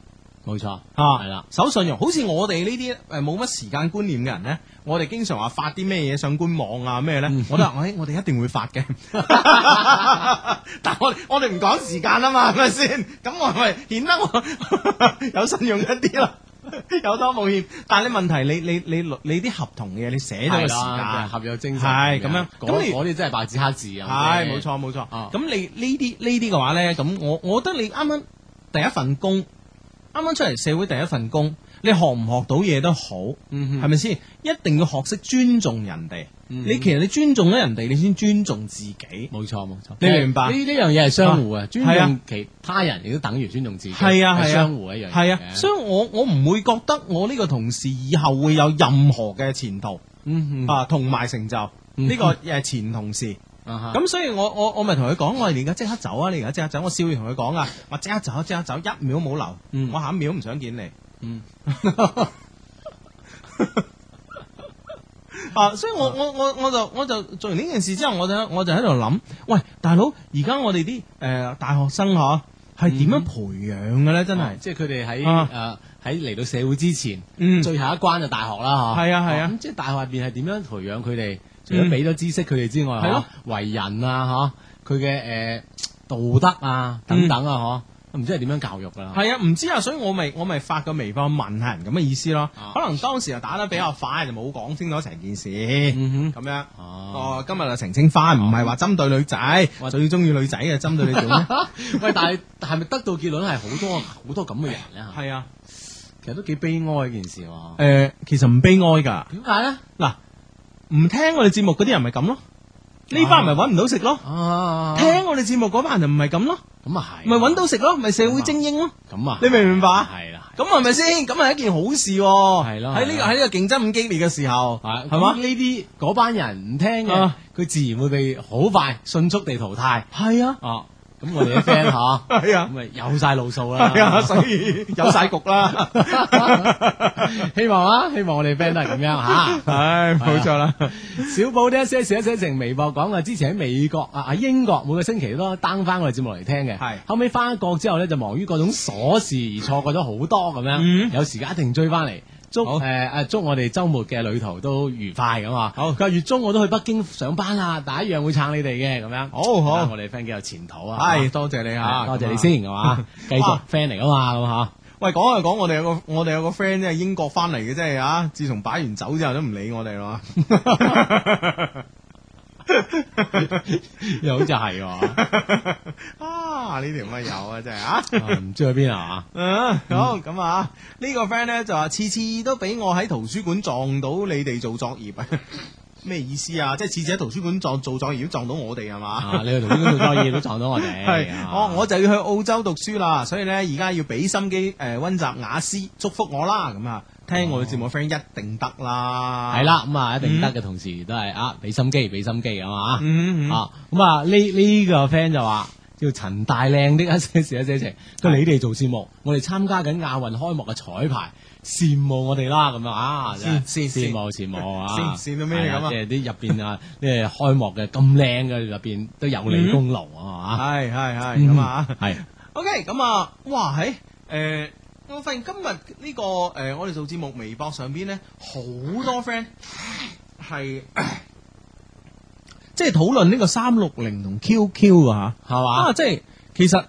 B: 冇錯，
A: 啊，
B: 係啦，
A: 守信用，好似我哋呢啲诶冇乜時間觀念嘅人咧，我哋經常話發啲咩嘢上官網啊咩咧，我都話哎我哋一定會發嘅， 但我哋我哋唔講時間啊嘛，係咪先？咁我 咪顯得我有信用一啲啦。 有多冒險，但係你問題，你你你你啲合同嘅嘢，你寫咗個時間，
B: 合約精神
A: 係咁樣
B: 嗰
A: 咁你
B: 嗰啲真係白紙黑字啊，
A: 係冇，錯冇錯。
B: 啊
A: 咁你呢啲呢啲嘅話咧，咁我我覺得你啱啱第一份工，啱啱出嚟社會第一份工，你學唔學到嘢都好，
B: 嗯
A: 係咪先？一定要學識尊重人哋。
B: 嗯
A: 你其實你尊重咗人哋，你先尊重自己。
B: 冇錯冇錯，
A: 你明白
B: 呢呢樣嘢係相互嘅，尊
A: 係啊
B: 重其他人亦都等於尊重自己，
A: 係啊係啊
B: 相互一樣嘢嘅，
A: 係啊，所以我我唔會覺得我呢個同事以後會有任何嘅前途
B: 嗯哼
A: 啊，同埋成就。
B: 嗯
A: 呢個誒前同事，
B: 啊哈
A: 咁所以我我我咪同佢講，我話你而家即刻走啊！你而家即刻走，我笑住同佢講啊，我即刻走，即刻走，一秒冇留，
B: 嗯
A: 我下一秒唔想見你。
B: 嗯
A: 啊，所以我我我我就我就做完呢件事之後，我就我就喺度諗，喂，大佬，而家我哋啲誒大學生嗬，係點樣培養嘅咧？真係，
B: 即係佢哋喺誒
A: 啊
B: 喺嚟到社會之前，
A: 嗯
B: 最後一關就大學啦，嚇。
A: 係啊係啊嗯
B: 咁即係大學入邊係點樣培養佢哋？除咗俾咗知識佢哋之外，
A: 係咯
B: 嚇，為人啊，嚇，佢嘅誒道德啊等等啊，嚇，唔知係點樣教育㗎啦。
A: 嗯係啊，唔知啊，所以我咪我咪發個微博問下人咁嘅意思咯
B: 啊。
A: 可能當時又打得比較快，就冇講清楚成件事
B: 嗯
A: 咁樣。
B: 哼，哦，
A: 哦，今日就澄清翻，唔係話針對女仔，
B: 哇
A: 最中意女仔嘅針對你做 咩？
B: 喂，但係係咪得到結論係好多好多咁嘅人咧？嚇
A: 係啊，
B: 其實都幾悲哀嘅一件事喎。
A: 誒，其實唔悲哀㗎。
B: 點解咧？
A: 嗱，唔聽我哋節目嗰啲人咪咁咯，呢班咪
B: 哦
A: 揾唔到食咯。
B: 啊，
A: 聽我哋節目嗰班人咪咁咯，
B: 咁啊係，
A: 咪揾到食咯，咪社會精英咯，
B: 咁啊係，
A: 你明唔明白啊
B: 係啦。
A: 咁係咪先？咁係一件好事喎，
B: 係咯
A: 喺呢
B: 係
A: 個
B: 咯
A: 喺呢個競爭咁激烈嘅時候，
B: 係
A: 係嘛
B: 啊咁？呢啲嗰班人唔聽嘅，佢、
A: 啊
B: 自然會被好快迅速地淘汰。
A: 係啊，
B: 哦、咁我哋啲 friend 吓，
A: 係
B: 咁
A: 啊，
B: 咪有晒路數啦。
A: 係啊，所以有晒局啦，
B: 希望啊，希望我哋 friend 都係咁樣吓。
A: 唉，
B: 啊
A: 冇錯啦，
B: 小寶呢一些事一些情微博講啊，之前喺美國啊啊英國每個星期都 down 翻我哋節目嚟聽嘅，
A: 係
B: 後尾翻國之後咧就忙於各種瑣事而錯過咗好多咁樣，
A: 嗯
B: 有時間一定追翻嚟。祝
A: 好
B: 誒誒祝我哋週末嘅旅途都愉快咁啊！
A: 好
B: 佢話月中我都去北京上班啦，但一樣會撐你哋嘅咁樣。
A: 好好
B: 啊我哋 friend 幾有前途啊！
A: 係多謝你
B: 啊
A: 嚇，
B: 多謝
A: 咁
B: 你
A: 啊
B: 先。係嘛，繼續
A: 哇
B: friend 嚟啊嘛
A: 喂，講就講，我哋有個我哋有個 friend 即係英國翻嚟嘅，即係啊，自從擺完酒之後都唔理我哋咯。
B: 咁嚇，又好似係喎，
A: 啊，呢條咪有啊，真係啊！
B: 啊唔知去邊啊
A: 嗯，好咁啊！呢個 friend 咧就話次次都俾我喺圖書館撞到你哋做作業啊， 咩意思啊？即係次次喺圖書館撞做作業都撞到我哋係嘛？
B: 啊！你去同邊個做作業都撞到我哋，
A: 係，哦
B: 啊
A: 我 我就要去澳洲讀書啦，所以咧而家要俾心機誒温習雅思，祝福我啦咁啊！聽我哋節目 friend 一定得啦，
B: 系，啦，咁啊一定得嘅，同時都係啊，俾心機，俾心機啊嘛，
A: 嗯嗯
B: 啊咁啊呢呢個 friend 就話叫陳大靚的一些事一些情，佢話你哋做節目，我哋參加緊亞運開幕嘅彩排，羨慕我哋啦咁樣啊，真係
A: 羨
B: 羨
A: 羨
B: 慕羨慕啊，
A: 羨羨到咩嚟咁啊
B: 係即係啲入邊啊，即係開幕嘅咁靚嘅入邊都有你
A: 嗯
B: 功勞啊
A: 係係
B: 嘛，
A: 係咁啊！
B: 嗯，係
A: OK，咁啊，哇，喺誒、我發現今日呢、個誒、我哋做節目微博上邊咧，好多 friend 係即係討論呢個三六零同 QQ 啊
B: 係
A: 嚇，
B: 嘛
A: 啊，，即係其實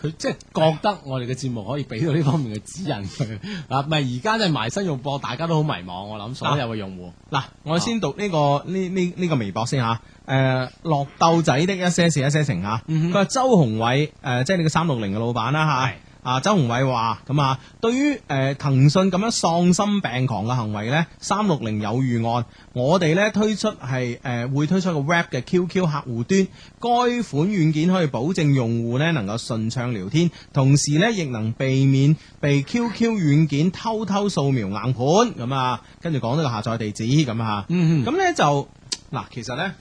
B: 佢即係覺得我哋嘅節目可以俾到呢方面嘅指引佢啊，唔係而家真係埋身肉搏，大家都好迷茫，我諗所有嘅用戶。
A: 嗱，我先讀呢、個呢呢呢個微博先嚇。誒、落豆仔的一些事一些情嚇，
B: 嗯哼
A: 呃佢話、周宏偉誒、即係呢個三六零嘅老闆啦嚇。啊，周鸿伟话咁啊，對於诶腾讯咁樣喪心病狂嘅行為呢，三六零有預案，我哋呢推出係诶、會推出個 Web 嘅 QQ 客戶端，該款軟件可以保證用戶呢能夠順暢聊天，同時呢亦能避免被 QQ 軟件偷偷掃描硬盤咁啊，跟住講呢個下載地址咁啊，
B: 嗯
A: 咁呢就嗱，其實呢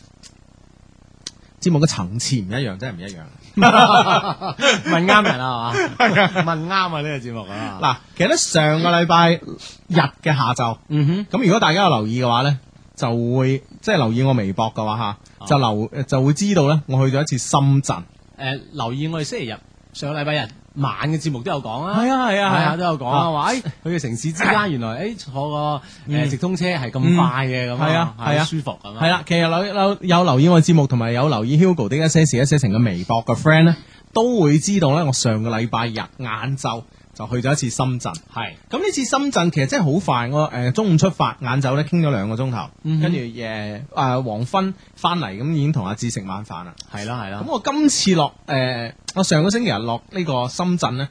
A: 節目嘅層次唔一樣，真係唔一樣。
B: 問啱人啦，係嘛？問啱啊呢個節目啊。
A: 嗱，其實咧上個禮拜日嘅下晝，
B: 嗯哼，
A: 咁如果大家有留意嘅話咧，就會即係留意我微博嘅話
B: 啊
A: 吓，就留就會知道咧，我去咗一次深圳。
B: 誒留意我哋星期日上個禮拜日晚嘅節目都有講啊。
A: 啊係
B: 係啊，都有講啊，
A: 啊
B: 話誒去嘅城市之間，原來誒坐個誒
A: 嗯
B: 直通車係咁快嘅咁
A: 係啊係啊
B: 舒服咁啊。
A: 係啦，其實有有有留意我節目同埋有留意 Hugo 的一些事一些情嘅微博嘅 friend 咧，都會知道咧，我上個禮拜日晏晝就去咗一次深圳。
B: 係，
A: 咁呢次深圳其實真係好快，我誒、呃中午出發，晏晝咧傾咗兩個鐘頭，
B: 嗯哼
A: 跟住誒誒黃昏翻嚟，咁已經同阿志食晚飯啦。
B: 係啦，係
A: 咁
B: 啦。
A: 我今次落誒、呃我上個星期日落呢個深圳咧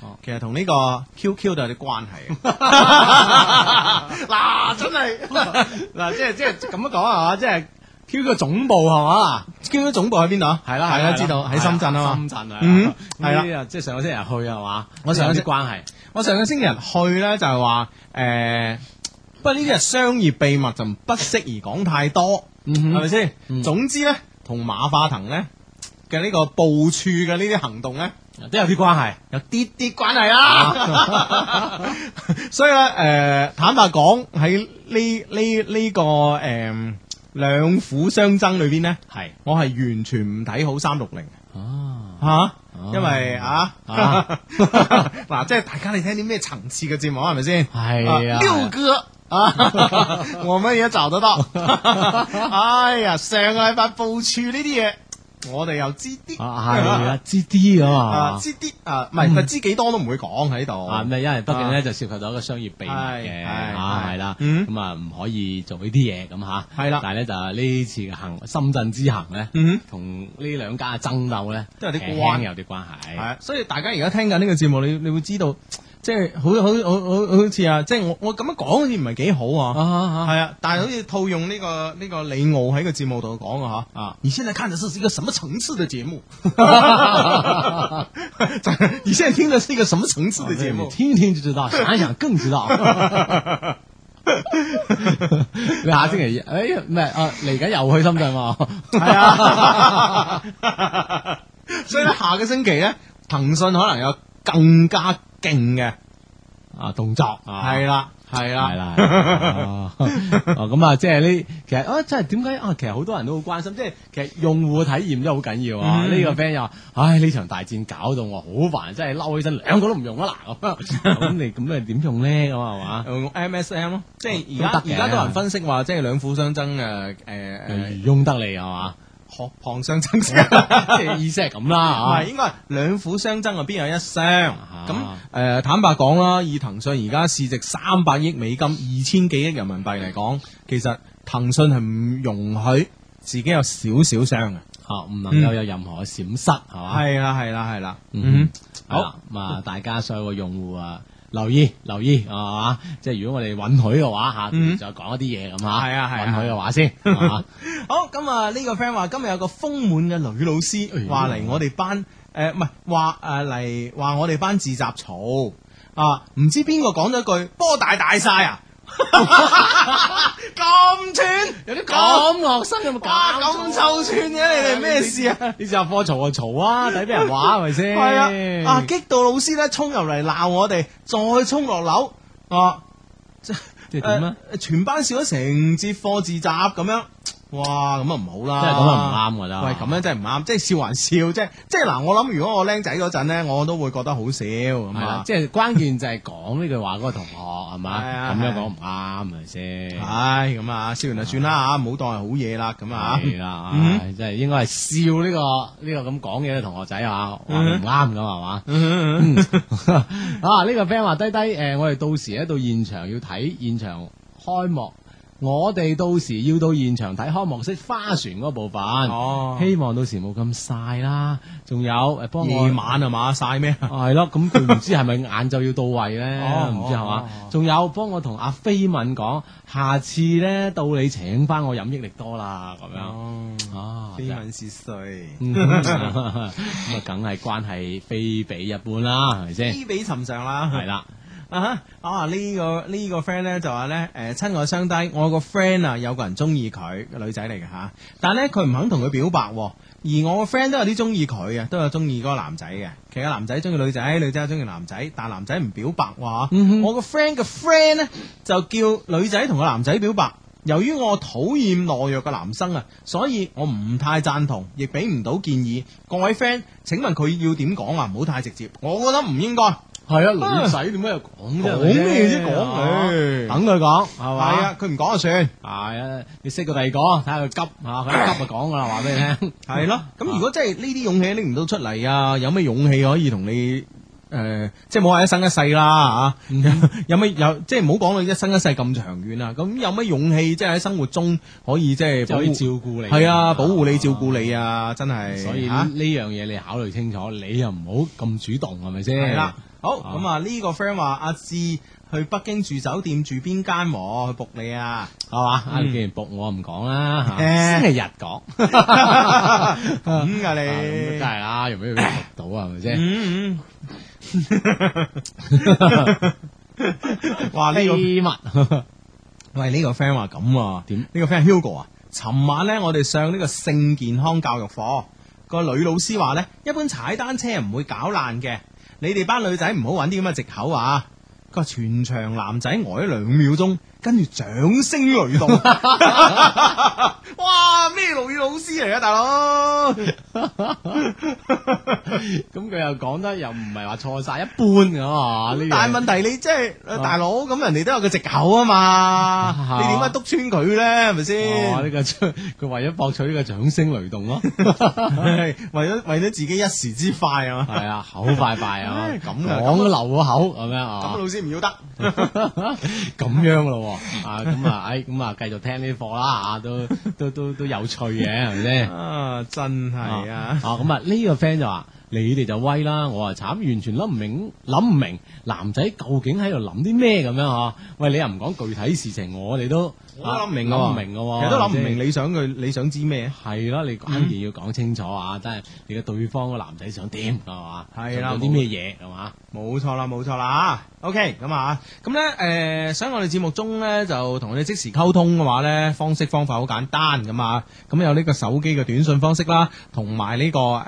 B: 哦。
A: 其實同呢個 QQ 都有啲關 係，嗱真 係嗱，即係即係咁樣講啊，即係 QQ 總部係嘛？QQ 總部喺邊度啊？係啦係啦，知道喺深圳啊嘛。
B: 深圳啊，
A: 嗯
B: 係
A: 係啦
B: 啦，即係上個星期日去啊係嘛，
A: 我上個
B: 有啲
A: 星
B: 關係，
A: 我上個星期日去咧就係話誒，不過呢啲係商業秘密，就不適宜講太多，
B: 嗯
A: 係咪
B: 哼，
A: 先？
B: 嗯
A: 總之咧，同馬化騰咧嘅呢個部署嘅呢啲行動咧。
B: 都有啲關係，
A: 有啲啲關係
B: 啊
A: 啦。啊所以咧，誒、坦白講喺呢呢呢個誒、兩虎相爭裏邊咧，
B: 係
A: 我係完全唔睇好三六零
B: 啊，
A: 嚇。
B: 哦
A: 因為啊，
B: 啊
A: 嗱，即係大家你聽啲咩層次嘅節目啊係咪先？
B: 係啊，
A: 六哥。啊！我乜嘢找 得到？哎呀，上個禮拜部署呢啲嘢，我哋又知啲，
B: 啊係啊，知啲啊
A: 啊，
B: 嘛，
A: 知啲啊，唔係唔係知幾多都唔會講喺度。
B: 啊咩？因為畢竟咧就涉及到一個商業秘密嘅
A: 係係
B: 嚇，
A: 係
B: 係啦，
A: 嗯
B: 咁啊唔可以做呢啲嘢咁嚇，
A: 係啦
B: 但係咧就係呢次嘅行深圳之行咧，
A: 嗯
B: 同呢兩家嘅爭鬥咧
A: 都有啲
B: 輕
A: 關
B: 輕有啲關
A: 哼，
B: 係，啊
A: 係，所以大家而家聽緊呢個節目，你你會知道，即係好好好好好似啊，即係我我咁樣講好似唔係幾好啊。
B: 啊
A: 係啊，但係好似套用呢、個呢、個李敖喺個節目度講啊吓，
B: 啊
A: 你現在看的是一個什麼層次的節 目？你現在聽的是一個什麼層次的節目？
B: 啊听听就知道，想一想更知道。你下星期二，诶、唔係啊，嚟緊又去深圳喎，
A: 係啊，所以咧下個星期咧，騰訊可能有更加勁嘅，
B: 啊動作啊，
A: 係啦係
B: 係
A: 啦，
B: 啦，哦哦咁啊，即係呢，其實啊，真係點解啊？其實好多人都好關心，即係其實用戶嘅體驗真係好緊要啊！
A: 嗯
B: 呢個 friend 又話：，唉，呢場大戰搞到我好煩，真係嬲起身，兩個都唔用啊嗱咁 樣，咁你咁你點用咧？咁啊係嘛？
A: 用 MSM 咯，即係而家
B: 都得嘅
A: 而家哦都有人分析話，即係兩虎相爭啊誒誒
B: 漁翁得利係嘛？
A: 殼旁相爭 先，唔
B: 即係意思係咁啦
A: 係應該係兩虎相爭啊，邊有一雙？
B: 啊
A: 咁誒、坦白講啦，以騰訊而家市值三百億美金、二千幾億人民幣嚟講，其實騰訊係唔容許自己有少少傷嘅。
B: 嚇，啊唔能夠有任何嘅閃失係嘛？
A: 係啦，係啦，係啦。
B: 嗯
A: 嗯，
B: 好啦，咁啊，大家所有嘅用戶啊，留意留意係嘛，即係如果我哋允許嘅話吓，
A: 嗯
B: 再講一啲嘢咁吓，
A: 係啊係啊
B: 允許嘅話 先係嘛，
A: 好咁啊！呢個 friend 話今日有個豐滿嘅女老
B: 哎呀
A: 師話嚟我哋班，誒唔係話誒嚟話我哋班自習嘈啊！唔知邊個講咗句波大大晒啊！ 咁串有啲
B: 咁惡心有冇搞
A: 哇咁臭串嘅你哋咩事啊？
B: 呢集課嘈就嘈啊，抵俾人話係咪先？
A: 係啊！啊激到老師咧衝入嚟鬧我哋，再衝落樓啊！
B: 即係點啊？
A: 誒全班笑咗成節課自習咁樣，哇！咁啊唔好啦，
B: 即係咁啊唔啱㗎啦。
A: 喂，咁樣真係唔啱，即係笑還笑，即係即係嗱，我諗如果我僆仔嗰陣咧，我都會覺得好笑咁
B: 係啦
A: 啊，，
B: 即係關鍵就係講呢句話嗰個同學係嘛，
A: 係啊
B: 咁樣
A: 係
B: 講唔啱係咪先？
A: 唉，咁啊，笑完就算啦嚇，唔好當係好嘢啦，咁啊，
B: 係啦，
A: 嗯
B: 唉真係應該係笑呢個呢個咁講嘢嘅同學仔啊，話佢
A: 嗯
B: 唔啱咁係嘛？
A: 嗯
B: 啊！呢、個 friend 話低低，誒、我哋到時咧到現場要睇現場開幕我哋到時要到現場睇開幕式花船嗰部分，
A: 哦
B: 希望到時冇咁曬啦。仲有誒幫我
A: 夜晚係嘛晒咩？
B: 係咯，咁佢唔知係咪晏晝要到位咧？
A: 哦
B: 唔知係嘛
A: 哦？
B: 仲有幫我同阿飛敏講，下次咧到你請翻我飲益力多啦，咁
A: 哦，
B: 樣 啊，
A: 飛
B: 真係
A: 吻是誰？
B: 嗯咁啊，梗係關係非比一般啦，係咪先？
A: 非比尋常啦，
B: 係啦，
A: 啊哈啊呢、個呢、個 friend 咧就話咧誒親愛相低，我有個 friend 啊有個人中意佢，個女仔嚟嘅嚇，但係咧佢唔肯同佢表白喎。而我個 friend 都有啲中意佢啊嘅，都有中意嗰個男仔嘅。其實男仔中意女仔，女仔中意男仔，但男仔唔表白喎、我個 friend 嘅 friend 咧就叫女仔同個男仔表白。由於我討厭懦弱嘅男生啊，所以我唔太贊同，亦俾唔到建議。各位 friend，請問佢要點講啊？唔好太直接，我覺得唔應該。
B: 係啊，女仔點解又講啫
A: 講咩啫講唉
B: 等佢講係嘛？
A: 係啊，佢唔講就算。
B: 係啊，你識個第二個，睇下佢急嚇，佢一急就講噶啦，話俾 你聽。
A: 係咯，咁如果真係呢啲勇氣拎唔到出嚟啊，有咩勇氣可以同你？誒、即係冇話一生一世啦嚇、 有咩有即係唔好講到一生一世咁長遠啦。咁有咩勇氣即係喺生活中可以即係
B: 就
A: 保
B: 可以照
A: 護
B: 顧你，
A: 係啊，保護你照顧你啊，真係
B: 所以
A: 嚇
B: 呢呢樣嘢你考慮清楚，你又唔好咁主動，係咪先？
A: 係啦，。好
B: 啊
A: 咁啊！呢個 friend 話阿志去北京住酒店住邊間喎？去僕你啊！
B: 係嘛？啊，
A: 嗯
B: 既然仆我唔講啦，嚇
A: 誒
B: 星期日講，
A: 咁噶
B: 啊咁
A: 嗯你
B: 梗，係啦，容唔容易仆到啊？係咪先？
A: 嗯嗯，哇！呢個
B: 秘密
A: 喂，呢、個 friend 話咁啊，
B: 點
A: 呢個 friend Hugo 啊，尋晚呢，我哋上呢個性健康教育課，個女老師話呢，一般踩單車唔會搞爛嘅，你哋班女仔唔好揾啲咁嘅藉口啊！佢話全場男仔呆咗兩秒鐘，跟住掌聲雷 動，哇！咩女老師嚟啊，大佬？
B: 咁佢又講得又唔係話錯晒一般㗎嘛？呢樣
A: 但係問題你即係呃大佬咁，人哋都有個藉口啊嘛，你點解督穿佢呢？係咪先？
B: 哦哇！呢個 佢為咗博取呢個掌聲雷動咯，
A: 係為咗為咗自己一時之快啊嘛。
B: 係啊，口快快啊，
A: 唉咁啊啊
B: 講漏個口咁樣
A: 咁
B: 啊
A: 老，師唔要得，
B: 咁樣咯喎，啊咁啊，唉，咁啊，繼續聽呢啲課啦，啊，都都都都有趣嘅，係咪 先？
A: 啊真係啊
B: 啊，，咁啊，呢個 friend 就話。你哋就威啦，我啊慘，完全諗唔明，諗唔明男仔究竟喺度諗啲咩咁樣嗬？喂，你又唔講具體事情，我哋都
A: 我都諗唔明㗎
B: 啊
A: 喎
B: 諗唔明嘅
A: 其
B: 喎，
A: 實都諗唔
B: 即係
A: 明你想佢你想知咩啊？
B: 係啦，你關鍵要講清楚啊！真係你嘅對方個男仔想點係嘛？
A: 係啦
B: 想做啲咩嘢係嘛？
A: 冇錯啦，冇錯啦嚇 OK，咁啊，咁咧誒，想我哋節目中咧就同我哋即時溝通嘅話咧，方式方法好簡單咁啊，咁有呢個手機嘅短信方式啦，同埋呢個誒、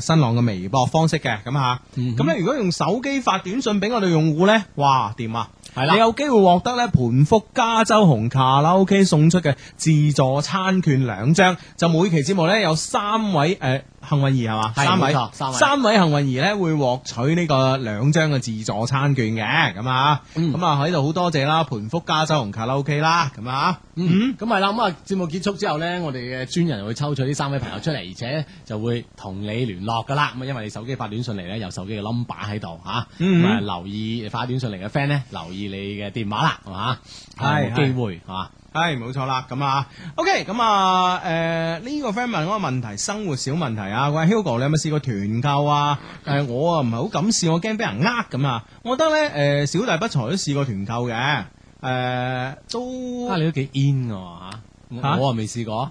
A: 新浪嘅微博方式嘅咁啊嚇。
B: 嗯
A: 咁咧、如果用手機發短信俾我哋用戶咧，哇掂啊！
B: 係啦
A: 你有機會獲得咧盤福加州紅卡拉 OK 送出嘅自助餐券兩張，就每期節目咧有三位誒、幸運兒係嘛？
B: 係
A: 三位
B: 冇錯三位
A: 三位幸運兒咧會獲取呢個兩張嘅自助餐券嘅，咁啊，
B: 嗯
A: 咁啊喺度好多謝啦，盤福加州紅卡拉 OK 啦，咁啊，
B: 嗯，咁係啦，咁啊節目結束之後咧，我哋嘅專人會抽取呢三位朋友出嚟，而且就會同你聯絡噶啦。咁啊，因為你手機發短信嚟咧，有手機嘅 number 喺度嚇，
A: 嗯
B: 咁啊留意發短信嚟嘅 friend 咧，留意你嘅電話啦，係嘛？
A: 係
B: 有機會係嘛？
A: 係冇錯啦，咁啊，OK，咁啊，誒、呢、個 friend 問我個問題，生活小問題啊，喂 Hugo，你有冇試過團購啊？誒、我啊唔係好敢試，我驚俾人呃咁啊，我覺得咧，誒、小弟不才都試過團購嘅，誒、都
B: 啊，你都幾 in 嘅喎嚇
A: 嚇
B: 我啊未試過，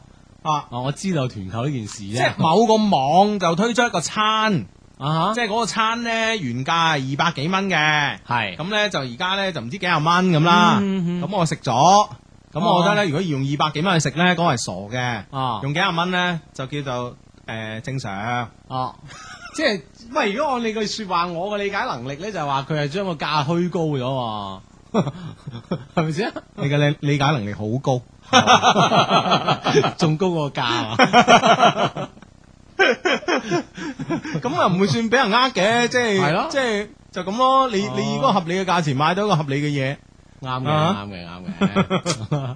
A: 啊，
B: 啊我知道團購呢件事
A: 即
B: 啫
A: 係，某個網就推出一個餐，
B: 啊
A: 即係嗰個餐咧原價係二百幾蚊嘅。
B: 嚇，係
A: 咁咧就而家咧就唔知幾廿蚊咁啦。
B: 嗯嗯
A: 咁我食咗，咁我覺
B: 哦
A: 得咧，如果要用二百幾蚊去食咧，嗰個係傻嘅。
B: 啊
A: 用幾廿蚊咧就叫做誒正常。
B: 哦， 即係喂，如果按你句说話，我嘅理解能力咧就係話佢係將個價虛高咗喎， 係咪 先？
A: 你嘅理理解能力好 高。
B: 仲高過價啊！
A: 咁啊唔會算俾人呃嘅，即係
B: 係咯
A: 即係就咁咯。你
B: 哦
A: 你以嗰個合理嘅價錢買到一個合理嘅嘢，
B: 啱嘅，
A: 啊
B: 啱嘅，啱嘅。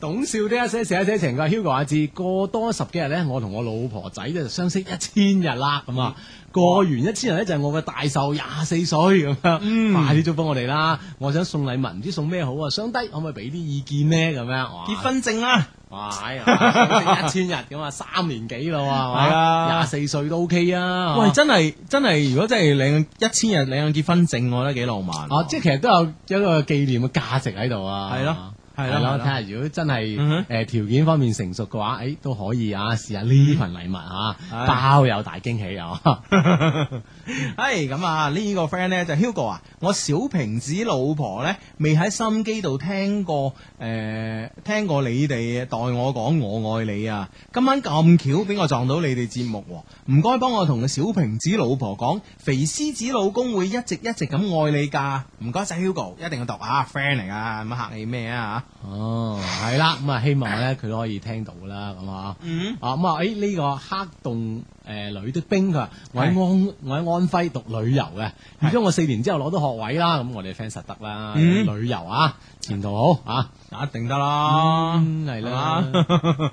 B: 董少啲一些事一些情，佢話 Hugo 阿志過多十幾日咧，我同我老婆仔咧就相識一千日啦，咁
A: 嗯
B: 啊過完一千日咧就係我嘅大壽廿四歲咁樣，啊
A: 嗯
B: 快啲祝福我哋啦！我想送禮物，唔知送咩好啊？相低可唔可以俾啲意見呢？咁樣哇
A: 嗯結婚證啦，
B: 哇，哎呀相識一千日咁啊，三年幾咯喎，係嘛
A: 係啊
B: 廿四歲都 OK 啊！
A: 喂，真係真係，如果真係領一千日領結婚證，我覺得幾浪漫喎。
B: 啊，即係其實都有一個紀念嘅價值喺度啊。
A: 係咯係咯
B: 係
A: 係
B: 咯，
A: 咯
B: 睇下如果真
A: 嗯哼
B: 係誒條件方面成熟嘅話，誒都可以啊，試下呢份禮物啊，
A: 係
B: 包有大驚喜啊！
A: 系咁啊！呢、個 friend 咧就 Hugo 啊，我小平子老婆咧未喺心機度聽過诶、呃，听过你哋代我講我愛你啊！今晚咁巧俾我撞到你哋節目喎，唔該幫我同小平子老婆講，肥獅子老公會一直一直咁愛你㗎。唔該晒 Hugo，一定要讀啊，friend 嚟噶，咁客氣咩啊？
B: 哦，係啦，咁啊，希望咧佢都可以聽到啦，咁啊。
A: 嗯，
B: 啊咁啊！誒呢個黑洞誒女的兵佢話：我喺安我喺安徽讀旅遊嘅，預咗我四年之後攞到學位啦。咁我哋 friend 實得啦，
A: 嗯
B: 旅遊啊，前途好啊，
A: 一定得啦。
B: 嗯係啦。
A: 啊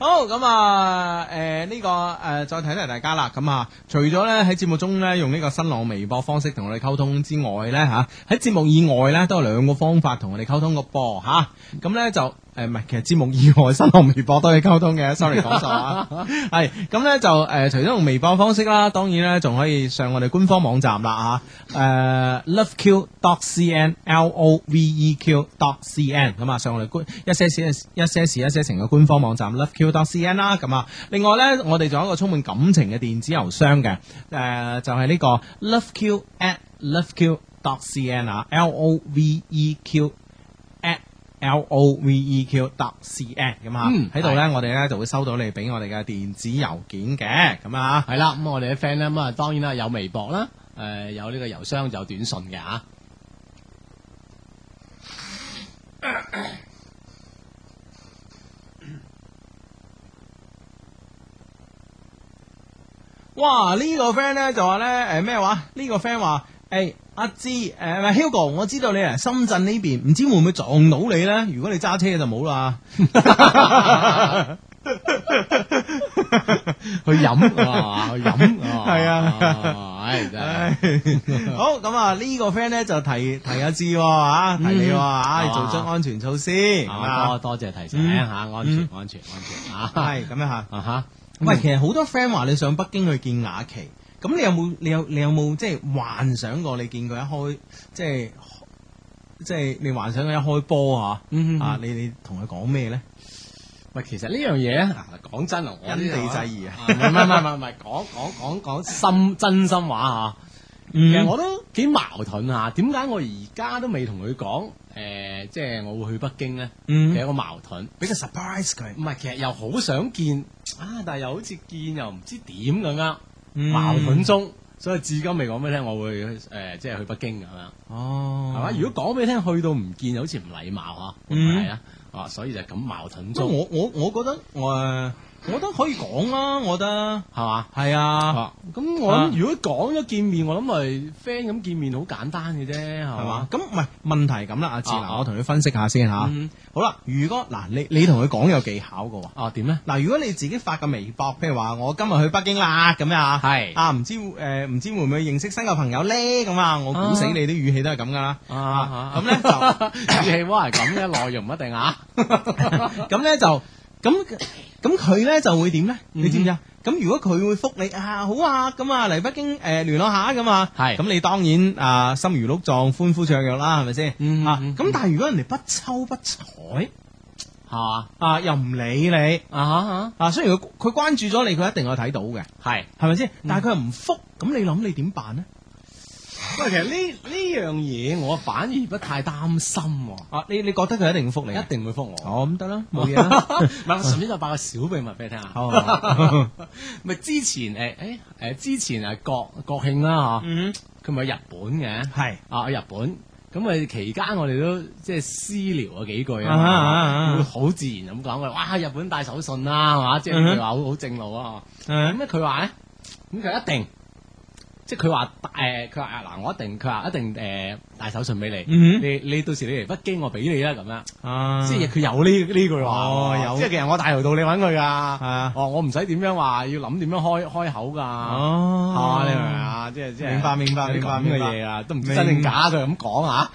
A: 好咁啊，诶、呢、個个诶、誒再提提大家啦。咁啊，除咗咧喺節目中咧用呢個新浪微博方式同我哋溝通之外咧，吓喺節目以外咧都有兩個方法同我哋溝通個噃吓。咁、咧就诶唔係，其實節目以外新浪微博都可以溝通嘅，sorry 講錯啊。係咁咧就誒、除咗用微博方式啦，當然咧仲可以上我哋官方網站啦啊嚇，誒、loveq dot cn l o v e q dot cn 咁啊，上我哋官一些事一些事一些情嘅官方網站 loveq dot cn 啦，咁啊，另外咧我哋仲有一個充滿感情嘅電子郵箱嘅，誒、就係、呢個 loveq at loveq dot cn 啊，l o v e q at L O V E Q dot C N 咁啊
B: 嗯，
A: 喺度咧，我哋咧就會收到你俾我哋嘅電子郵件嘅，咁啊，
B: 系啦，咁我哋啲 friend 咧，咁啊當然啦，有微博啦，诶、有呢個郵箱，有短信嘅啊吓。
A: 哇，呢個 friend 咧就話咧，誒咩話？呢個 friend 話，誒阿芝，誒唔係 Hugo，我知道你嚟深圳呢邊，唔知會唔會撞到你咧？如果你揸車就冇 啦。
B: 去飲 啊，去飲啊，
A: 係啊
B: 啊，唉真係。
A: 好咁啊！呢個 friend 咧就提提阿志喎啊，提你喎啊，
B: 嗯
A: 要做足安全措施，係
B: 啊
A: 嘛
B: 多多謝提醒吓，安全
A: 嗯
B: 安全安全啊！
A: 係咁樣嚇。
B: 啊哈，
A: 喂，其實好多 friend 話你上北京去見雅琪，咁你有冇你有你有冇即係幻想過你見佢一開即係即係你幻想佢一開波啊？
B: 嗯
A: 啊，你你同佢講咩咧？
B: 喂，其實呢樣嘢啊，講真啊，我呢
A: 因地制宜啊
B: 啊，唔係唔係唔係唔係，講講講講心真心話啊。
A: 嗯
B: 其實我都幾矛盾啊，點解我而家都未同佢講诶，誒即係我會去北京咧？
A: 嗯
B: 有一個矛盾。
A: 俾個 surprise 佢
B: 唔係，其實又好想見啊，但係又好似見又唔知點咁樣，
A: 嗯
B: 矛盾中，所以至今未講俾你聽，我會誒、呃即係去北京咁樣，
A: 哦，
B: 係嘛、如果講俾你聽，去到唔見又好似唔禮貌啊，係、
A: 嗯
B: 啊，啊，所以就咁矛盾
A: 咁
B: 中，
A: 我我我覺得我誒我覺得可以講啦，我覺得
B: 係嘛？
A: 係啊，
B: 啊，咁我諗如果講咗見面，我諗咪 friend 咁見面好簡單嘅啫，係
A: 係嘛
B: 嘛？？
A: 咁唔係問題咁啦，阿志
B: 啊
A: 嗱，
B: 啊
A: 我同你分析下先嚇。
B: 嗯，
A: 好啦，如果嗱你你同佢講有技巧嘅喎。
B: 哦點咧？
A: 嗱，如果你自己發個微博，譬如話我今日去北京啦咁樣啊，
B: 係
A: 啊，唔知誒唔、知會唔會認識新嘅朋友咧咁啊，我估死你啲語氣都係咁噶啦，
B: 啊
A: 咁咧 就
B: 語氣喎係咁嘅，內容唔一定啊，
A: 咁咧就咁咁佢咧就會點咧？
B: 嗯
A: 你知唔知啊？咁如果佢會覆你啊，好啊，咁啊嚟北京誒聯絡下咁啊，
B: 係
A: 咁你當然啊心如鹿撞，歡呼雀躍啦，係咪先？
B: 嗯
A: 啊，
B: 嗯
A: 咁但係如果人哋不瞅不睬
B: 係嘛？
A: 啊，又唔理你
B: 啊哈啊
A: 啊，雖然佢佢關注咗你，佢一定有睇到嘅。
B: 哈，係。
A: 系咪先？但系佢又唔复，咁你谂你点办呢？
B: 喂，其實呢呢樣嘢我反而不太擔心喎、
A: 啊，你你觉得佢一定會复你？
B: 一定嗯會覆我。
A: 哦，咁得啦，冇嘢 啦。
B: 唔係，我順便就爆個小秘密俾你聽啊！
A: 好好，
B: 咪之前誒誒誒，之前啊國國慶啦
A: 嗯，
B: 嚇，佢咪去日本嘅
A: 系，
B: 啊，去日本。咁咪期間我哋都即係私聊咗幾句
A: 啊啊啊
B: 啊，會好自然咁講嘅。哇！日本帶手信啦，係嘛？即係
A: 嗯哼
B: 佢話好好正路啊。咁
A: 嗯
B: 咧佢話咧，咁佢一定即係佢話誒，佢話嗱，我一定佢話一定誒帶手信俾你，
A: 嗯
B: 你你到時你嚟北京，我俾你啦咁樣。
A: 啊
B: 即係佢有呢呢句話，
A: 哦有
B: 即係其實我大條道理揾佢噶。
A: 啊，
B: 哦，我唔使點樣話，要諗點樣開開口噶。哦，你
A: 哦，
B: 明唔明？啊？即係即係
A: 明白明白明白
B: 咁嘅嘢啊，都唔知
A: 明
B: 真定假，佢咁講啊。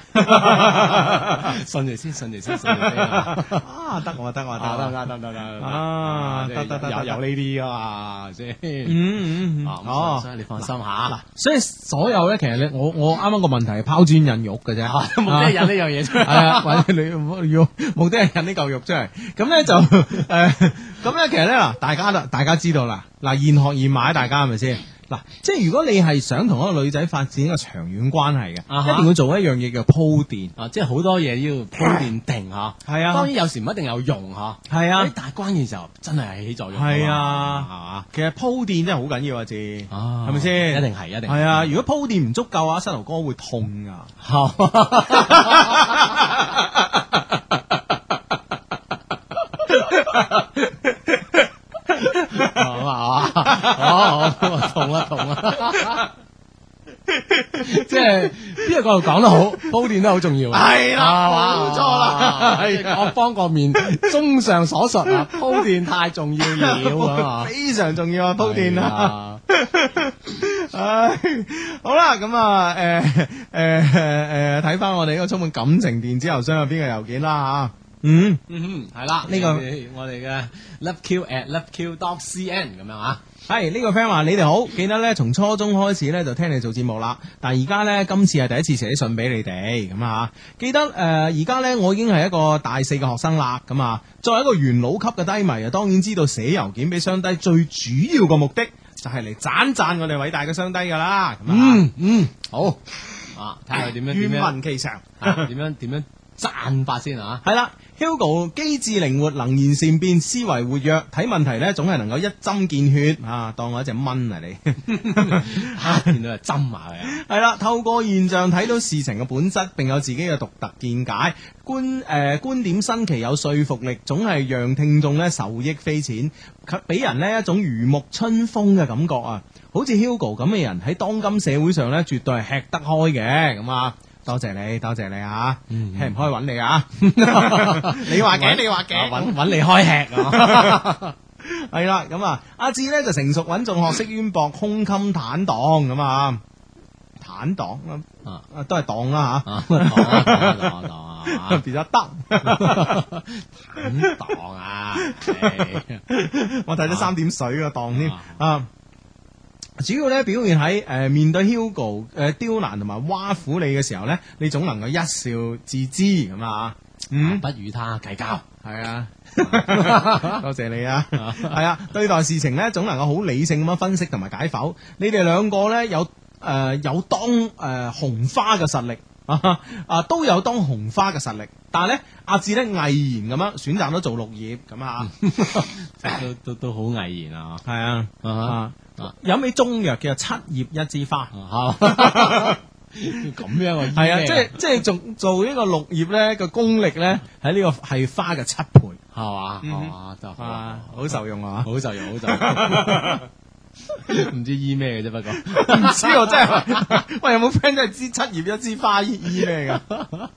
B: 信住先，信住先，信住先啊。
A: 啊，得我得我
B: 啊
A: 得，
B: 得得得得得
A: 啊得得得
B: 有
A: 得
B: 有呢啲噶啊嘛，係咪先。
A: 嗯嗯嗯，
B: 啊，
A: 哦
B: 咁所以你放心下，
A: 所以所有咧，其實咧，我我啱啱個問題係拋磚引玉嘅啫，
B: 啊冇得引呢樣 嘢出嚟
A: 係啊，或者你要目的係引呢嚿肉出嚟，咁咧就誒，咁咧其實咧嗱，大家啦，大家知道啦，嗱現學現買，大家係咪先？嗱，即係如果你係想同一個女仔發展一個長遠關係嘅，
B: 啊哈
A: 一定要做一樣嘢叫鋪墊。
B: 啊，即係好多嘢要鋪墊定吓。
A: 係
B: 當然有時唔一定有用吓，
A: 係啊
B: 誒，但係關鍵時候真係係起作用㗎嘛。
A: 係啊，係嘛？其實鋪墊真係好緊要啊，字
B: 啊
A: 係咪先？
B: 一定係一定係
A: 係啊！如果鋪墊唔足夠啊，膝頭哥會痛啊！
B: 咁啊，哦，我痛啦痛啦，即係邊個角度講得好，鋪墊都好重要。
A: 係啦
B: 啊
A: 冇錯啦
B: 哇即係我方個面，綜上所述啊，鋪墊太重要了啊，
A: 非常重要啊，鋪墊啊！
B: 啊，
A: 唉，好啦，咁啊，诶诶诶，誒睇翻我哋呢個充滿感情電子郵箱入邊嘅郵件啦吓，嗯，
B: 嗯哼，係啦，
A: 呢個
B: 我哋嘅 loveq at loveq dot cn 咁樣啊。
A: 係呢、個 friend 話你哋好，記得咧從初中開始咧就聽你做節目啦，但係而家咧今次係第一次寫信俾你哋咁啊，記得诶而家咧我已經係一個大四嘅學生啦，咁啊，作為一個元老級嘅低迷啊，當然知道寫郵件俾雙低最主要嘅目的就係嚟讚讚我哋偉大嘅雙低噶啦，咁啊，
B: 嗯嗯，好啊，睇下佢點樣點
A: 願
B: 樣
A: 聞其詳。
B: 啊點樣點樣讚法先啊！
A: 系啦，Hugo 機智靈活，能言善辯，思維活躍，睇問題咧總係能夠一針見血啊！當我一隻蚊啊你！
B: 啊見到就針埋佢啊！
A: 係啦，透過現象睇到事情嘅本質，並有自己嘅獨特見解，觀誒、呃、觀點新奇有說服力，總係讓聽眾咧受益匪淺，及俾人呢一種如沐春風嘅感覺啊！好似 Hugo 咁嘅人喺當今社會上咧，絕對係吃得開嘅咁啊！多謝你，多謝你啊！
B: 嗯
A: 吃唔開揾你 啊！ 你話嘅，你話嘅，
B: 啊揾揾 你開吃啊！
A: 系啦，咁啊，阿志咧就成熟穩重，學識淵博，胸襟坦蕩咁啊，坦蕩
B: 啊
A: 啊，都係蕩啦
B: 啊，擋啊擋啊擋
A: 吓，
B: 啊！
A: 變咗得，
B: 肯擋啊！唉
A: 我睇咗三點水個蕩添
B: 啊
A: 啊。主要咧表現喺誒、呃面對 Hugo 誒、呃刁難同埋挖苦你嘅時候咧，你總能夠一笑置之咁啊，嗯。
B: 不與他計較。
A: 系啊，多謝你啊， 係啊，對待事情呢，總能夠好理性咁樣分析同埋解剖。你哋兩個呢，有诶、呃有當诶、呃、紅花嘅實力。啊啊都有當紅花嘅實力，但係呢，阿志呢毅然咁樣選擇咗做綠葉咁啊，
B: 都都都好毅然啊！
A: 係啊
B: 啊
A: 啊，飲起中藥叫做七葉一枝花，
B: 啊咁樣啊，
A: 係啊，
B: 醫咩
A: 即係即係做做呢個綠葉呢個功力呢，喺呢個係花嘅七倍
B: 係嘛
A: 嗯
B: 係嘛，就
A: 啊，好受用啊！
B: 好受用，好受用。唔知醫咩嘅啫，不過。
A: 唔知我真係， 喂有冇 friend 真係知七葉一枝花醫醫咩 噶？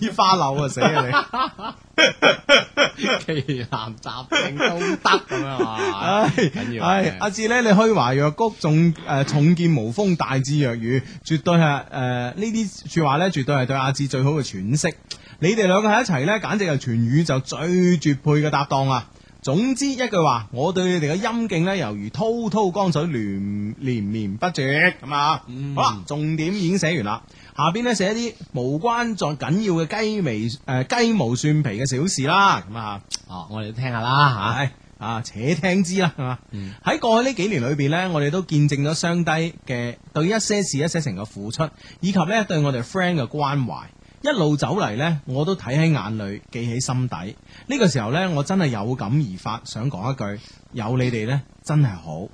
A: 醫花柳啊死啊你！
B: 奇男雜症都得咁樣啊！
A: 唉，
B: 緊要啊
A: 唉阿志咧，你虛懷若谷，重誒重劍無鋒，大智若愚，絕對係誒呃呢啲説話咧，絕對係對阿志最好嘅詮釋。你哋兩個喺一齊咧，簡直係全宇宙最絕配嘅搭檔啊！總之一句話，我對你哋嘅陰勁咧，猶如滔滔江水連連綿不絕咁啊！
B: 嗯
A: 好啦，重點已經寫完啦。下邊咧寫一啲無關作緊要嘅雞眉誒、呃雞毛蒜皮嘅小事啦，咁啊
B: 哦，我哋都聽下啦
A: 唉啊，且聽之啦，係嘛？
B: 嗯
A: 喺過去呢幾年裏邊呢，我哋都見證咗雙低嘅對一些事、一些情嘅付出，以及呢對我哋 friend 嘅關懷。一路走嚟呢，我都睇喺眼裏，記喺心底。呢、個時候呢，我真係有感而發，想講一句：有你哋呢，真係好。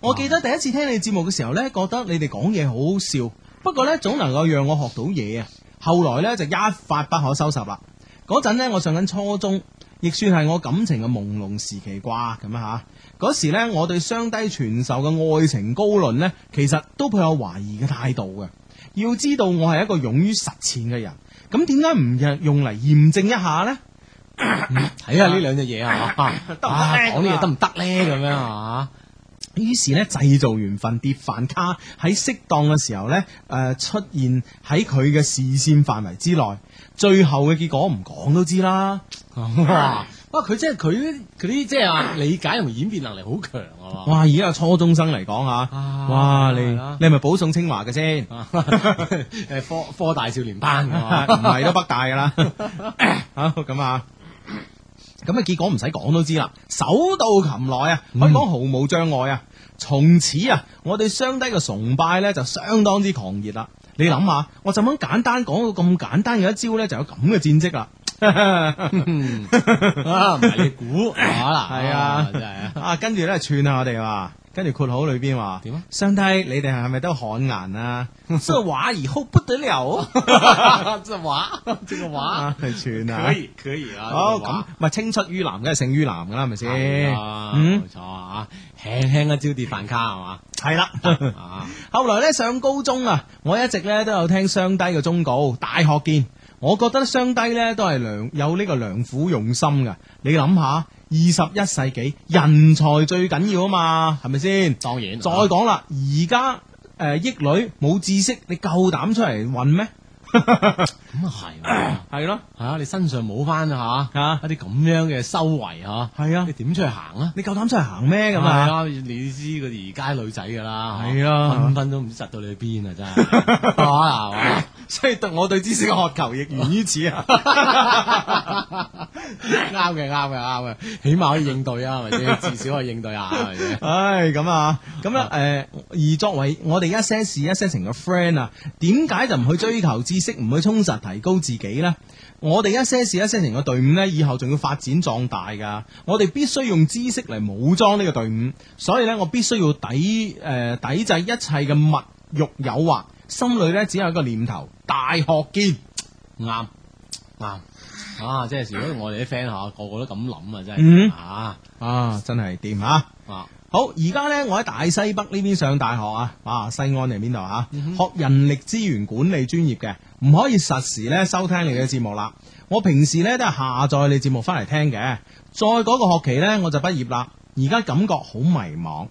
A: 我記得第一次聽你節目嘅時候呢，覺得你哋講嘢好好笑，不過呢，總能夠讓我學到嘢啊。後來呢，就一發不可收拾啦。嗰陣呢，我上緊初中，亦算係我感情嘅朦朧時期啩咁啊吓。嗰時呢，我對雙低傳授嘅愛情高論呢，其實都抱有懷疑嘅態度嘅。要知道我係一個勇於實踐嘅人，咁點解唔用嚟驗證一下呢？
B: 睇下呢兩隻嘢啊，啊
A: 得
B: 講啲嘢得唔得咧？咁樣啊，
A: 於是咧製造緣分碟飯卡喺適當嘅時候咧，誒、呃出現喺佢嘅視線範圍之內，最後嘅結果唔講都知啦。
B: 哇！哇！佢即係佢佢啲即係話理解同演變能力好強啊！
A: 哇！以家初中生嚟講嚇，
B: 啊
A: 哇！你
B: 係啦
A: 你係咪保送清華嘅先？
B: 哇！啊 誒科科大少年班啊！
A: 唔係都北大噶啦， 好咁啊！咁啊，結果唔使講都知啦，手到擒來啊，
B: 嗯
A: 可以講毫無障礙啊！從此啊，我對雙低嘅崇拜呢就相當之狂熱啦！你諗下，我就咁簡單講到咁簡單嘅一招呢，就有咁嘅戰績 啦！
B: 嗯啊，唔係你估啊啦，
A: 係啊
B: 真 係啊！
A: 啊，跟住呢，串下我哋話，跟住括號裏邊話
B: 點啊？
A: 雙低，你哋係咪都汗顏啊？ 這娃兒好不得
B: 啊
A: 了，
B: 這娃，這個娃
A: 啊，去串啊！
B: 可以可以啊！
A: 好
B: 這個
A: 咁
B: 娃，
A: 咪青出於藍，梗係勝於藍噶啦，係咪
B: 係
A: 先？
B: 啊
A: 嗯
B: 冇錯啊！輕輕一招跌飯卡係 嘛
A: 係啦。
B: 啊！
A: 後來咧上高中啊，我一直咧都有聽雙低嘅忠告，大學見。我覺得雙低咧都係良有呢個良苦用心嘅。你諗下，二十一世紀人才最緊要啊嘛，係咪先？
B: 當然啊
A: 再講啦，而家誒益女冇知識，你夠膽出嚟混咩？
B: 咁啊係啊！
A: 係咯，
B: 係 啊！你身上冇翻嚇
A: 啊
B: 一啲咁樣嘅修為嚇，
A: 係啊
B: 你，點出去行啊？
A: 你夠膽出嚟行咩咁
B: 係
A: 啊？
B: 啊，你知嗰啲而家女仔噶啦，
A: 係啊
B: 分分都唔知窒到你去邊啊，真係，係嘛？
A: 所以對我對知識嘅渴求亦源於此啊！
B: 啱嘅，啱嘅，啱嘅，起碼可以應對啊，係咪先？至少可以應對下，係咪先？
A: 唉，咁啊，咁咧，誒、而作為我哋一些事一些情嘅 friend 啊，點解就唔去追求知識，唔去充實提高自己呢？我哋一些事一些情嘅隊伍呢，以後仲要發展壯大噶，我哋必須用知識嚟武裝呢個隊伍，所以呢，我必須要抵誒、呃抵制一切嘅物欲誘惑，心裏呢，只有一個念頭：大學見。
B: 啱啱啊！即係如果我哋啲 friend 嚇個個都咁諗啊，真
A: 嗯
B: 係啊
A: 啊，真係掂啊！
B: 啊！
A: 好，而家呢，我喺大西北呢邊上大學啊，啊，西安定邊度啊？學人力資源管理專業嘅，唔可以實時呢收聽你嘅節目啦。我平時呢都係下載你節目翻嚟聽嘅。再嗰個學期呢，我就畢業啦，而家感覺好迷茫。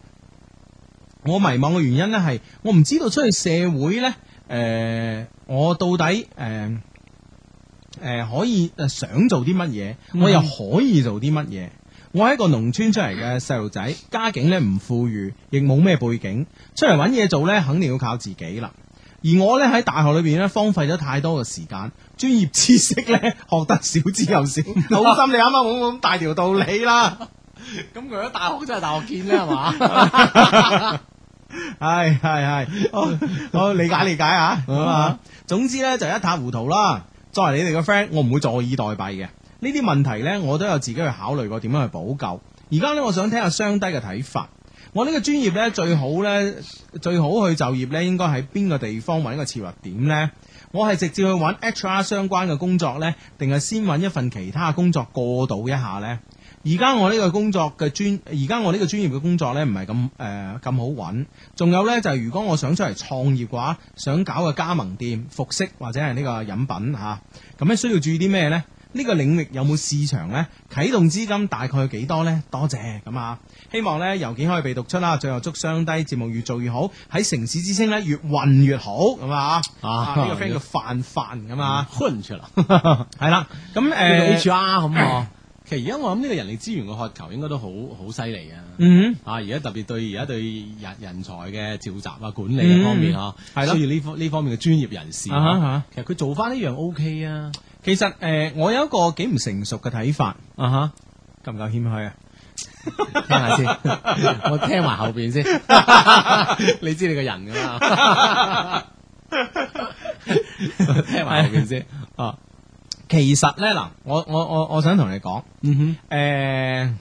A: 我迷茫嘅原因呢，係我唔知道出去社會呢，誒、我到底誒。誒可以誒想做啲乜嘢，我又可以做啲乜嘢。我係一個農村出嚟嘅細路仔，家境咧唔富裕，亦冇咩背景，出嚟揾嘢做咧，肯定要靠自己啦。而我咧喺大學裏邊咧，荒廢咗太多嘅時間，專業知識咧 學得少之又少。好心你啱啱冇咁大條道理啦，
B: 咁佢喺大學真係大學見啦，係嘛？ 啊
A: 係係係，好好理解理解啊。咁啊，總之咧就一塌糊塗啦。作為你哋嘅 friend，我唔會坐以待斃嘅。呢啲問題呢，我都有自己去考慮過點樣去補救。而家呢，我想聽下雙低嘅睇法。我呢個專業呢，最好呢，最好去就業呢，應該喺邊個地方揾一個切入點呢？我係直接去揾 HR 相關嘅工作呢，定係先揾一份其他工作過渡一下呢？而家我呢個工作嘅專，而家我呢個專業嘅工作呢，唔係咁誒咁好揾。仲有呢，就係、如果我想出嚟創業嘅話，想搞個加盟店、服飾或者係呢個飲品嚇。咁咧需要注意啲咩呢？呢個領域有冇市場呢？啟動資金大概有幾多呢？多謝咁啊！希望呢郵件可以被讀出啦。最後祝雙低節目越做越好，喺城市之星呢越混越好咁啊！啊呢個 friend 叫范范咁啊，
B: 混出啦！
A: 係啦。咁呃誒，
B: 嗯 H R 咁啊。其實而家我諗呢個人力資源嘅渴求應該都好好犀利啊！
A: 嗯
B: 啊，而家特別對而家對人人才嘅召集啊、管理嘅方面啊，
A: 係咯
B: 需要呢方呢方面嘅專業人士
A: 啊哈啊
B: 啊。其實佢做翻呢樣 O K 啊，
A: 其實誒、呃我有一個幾唔成熟嘅睇法，
B: 啊哈，
A: 夠唔夠謙虛啊？
B: 聽下先， 我聽埋後邊 先，你知你個人噶 啦，聽埋後邊先，啊，
A: 其實呢，嗱，我我我我想同你講。呃
B: 嗯
A: 诶，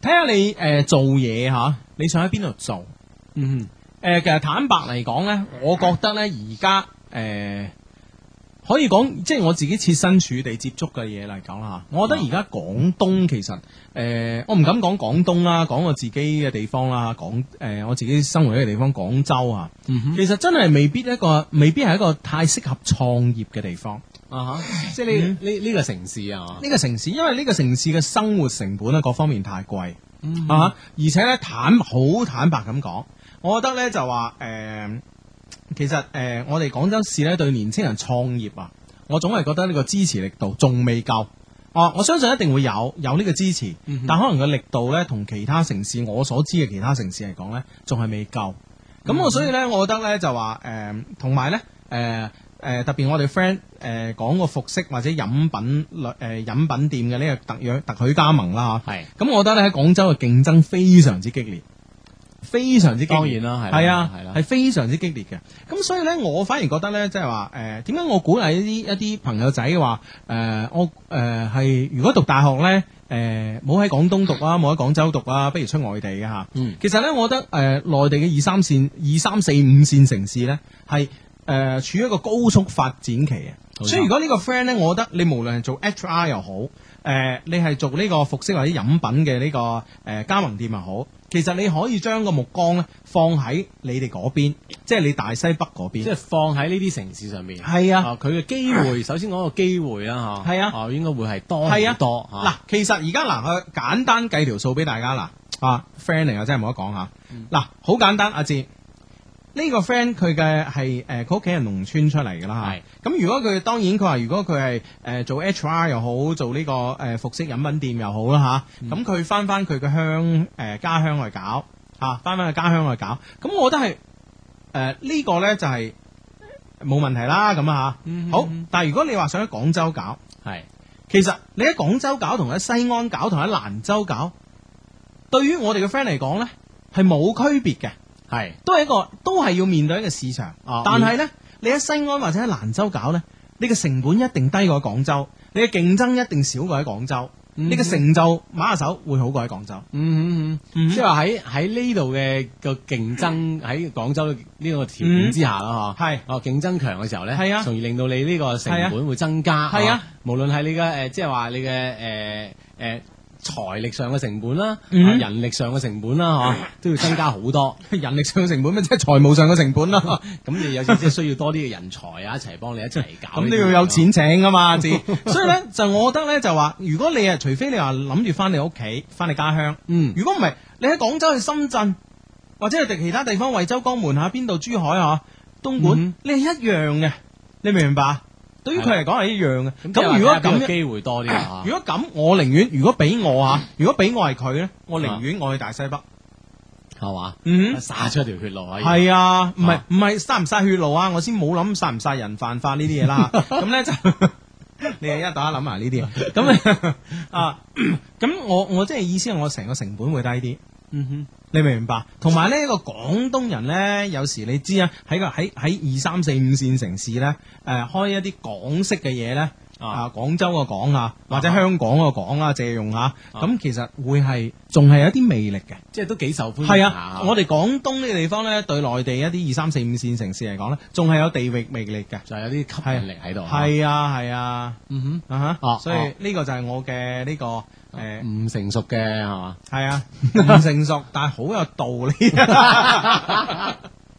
A: 睇下、你诶、誒做嘢吓，你想喺邊度做？
B: 哼，嗯
A: 呃诶、其實坦白嚟講咧，我覺得咧而家诶呃可以講，即係我自己設身處地接觸嘅嘢嚟講啦嚇。我覺得而家廣東其實誒、呃我唔敢講廣東啦，講我自己嘅地方啦，講誒、呃我自己生活嘅地方廣州啊，
B: 嗯
A: 其實真係未必一個，未必係一個太適合創業嘅地方。
B: 啊哈，即係呢呢呢個城市啊，
A: 呢個城市，因為呢個城市嘅生活成本啊，各方面太貴、
B: 嗯
A: 啊，而且咧坦好坦白咁講，我覺得咧就話誒、呃其實誒、呃我哋廣州市咧對年青人創業啊，我總係覺得呢個支持力度仲未夠。哦，我相信一定會有有呢個支持，但可能個力度咧同其他城市我所知嘅其他城市嚟講咧，仲係未夠。咁我所以咧，我覺得咧就話誒，同埋咧誒誒，特別我哋 friend 誒講個服飾或者飲品類誒、呃、飲品店嘅呢個特約特許加盟啦嚇。
B: 係
A: 咁我覺得咧喺廣州嘅競爭非常之激烈，非常之激烈。
B: 當然啦係啦
A: 係啊，
B: 係
A: 係啦，
B: 啦
A: 係非常之激烈嘅。咁所以咧，我反而覺得咧，即係話誒，點、解我鼓勵一啲一啲朋友仔話誒、我誒係、如果讀大學咧誒，冇、喺廣東讀啊，冇喺廣州讀啊，不如出外地嘅嚇。
B: 嗯
A: 其實咧，我覺得誒、呃、內地嘅二三線、二三四五線城市咧，係誒、呃、處於一個高速發展期嘅。
B: 冇錯
A: 所以如果呢個 friend 咧，我覺得你無論係做 HR 又好，誒、你係做呢個服飾或者飲品嘅呢、個誒、呃加盟店又好，其實你可以將個目光咧放喺你哋嗰邊，即係你大西北嗰
B: 即
A: 邊。
B: 係放喺呢啲城市上面。
A: 係啊，
B: 啊，佢嘅機 會，首先講個機會啦嚇，
A: 係啊
B: 啊應該會係多
A: 係
B: 好
A: 啊
B: 多
A: 嗱
B: 嚇，，
A: 其實而家嗱，我簡單計條數俾大家嗱，啊 friend 嚟啊，真係冇得講嚇。
B: 嗯
A: 嗱，好簡單，阿志呢個 friend 佢嘅係誒佢屋企係農村出嚟㗎啦
B: 係
A: 嚇。咁如果佢當然佢話如果佢係誒做 HR 又好，做呢、個誒、呃服飾飲品店又好啦
B: 嗯
A: 嚇，咁佢翻翻佢嘅鄉誒家鄉去搞嚇，翻翻去家鄉去搞，咁我覺得係誒呢個咧就係、冇問題啦，咁啊
B: 嗯
A: 嚇，好。但係如果你話想喺廣州搞，
B: 係
A: 其實你喺廣州搞同喺西安搞同喺蘭州搞，對於我哋嘅 friend 嚟講呢，係冇區別嘅，
B: 係
A: 都係一個都係要面對一個市場。
B: 啊
A: 但係呢，你喺西安或者喺蘭州搞呢，你嘅成本一定低過喺廣州，你嘅競爭一定少過喺廣州，
B: 嗯
A: 你嘅成就馬下手會好過喺廣州。
B: 嗯嗯嗯，
A: 嗯
B: 即係話喺喺呢度嘅個競爭喺廣州呢個條件之下啦，嚇，
A: 係
B: 哦競爭強嘅時候咧，
A: 係啊
B: 從而令到你呢個成
A: 係
B: 本會增加，
A: 係啊
B: 嚇，無論係你嘅誒，即係話你嘅誒誒財力上嘅成本啦，
A: 嗯
B: 啊人力上嘅成 本啦，嚇，都要增加好多。
A: 人力上嘅成本咪即係財務上嘅成本咯。
B: 咁你有時即係需要多啲嘅人才啊，一齊幫你一齊搞呢
A: 咁
B: 啲
A: 都
B: 嘢啊。
A: 要有錢請噶嘛， 知？所以咧，就我覺得咧，就話如果你啊，除非你話諗住翻你屋企，翻你家鄉，
B: 嗯
A: 如果唔係，你喺廣州、去深圳，或者去其他地方，惠州、江門下邊度、珠海啊、東莞，
B: 嗯
A: 你係一樣嘅，你明唔明白？啊對於佢嚟講係一樣嘅。
B: 即係話
A: 咁如果
B: 睇下
A: 咁
B: 邊
A: 樣，嗯
B: 個機會嗯多啲啊，
A: 如果咁，我寧願如果俾我啊，如果俾我係佢咧，我寧願我去大西北。
B: 嚇係嘛？
A: 嗯。
B: 殺出條血路可以。
A: 系啊，唔係
B: 啊
A: 唔係殺唔殺血路啊，我先冇諗殺唔殺人犯法呢啲嘢 啦。咁咧就 你係一打諗埋呢啲，咁 呢啊，咁我我即係意思係我成個成本會低啲。
B: 嗯哼。
A: 你明唔明白？同埋呢個廣東人呢，有時你知啊，喺個喺喺二三四五線城市呢，誒、開一啲港式嘅嘢呢，
B: 啊
A: 啊廣州個港啊，或者香港個港啊，借用啊，
B: 啊
A: 咁、其實會係仲係有啲魅力嘅。
B: 即係都幾受歡迎
A: 係
B: 下哦
A: 啊，我哋廣東呢個地方呢，對內地一啲二三四五線城市嚟講呢，仲係有地域魅力嘅。
B: 就有啲吸引力喺度。哦
A: 係啊，係啊，
B: 嗯
A: 啊
B: 哦
A: 哈，所以呢個就係我嘅呢個誒
B: 哼，唔成熟嘅係嘛？
A: 系啊，唔成熟，但系好有道理，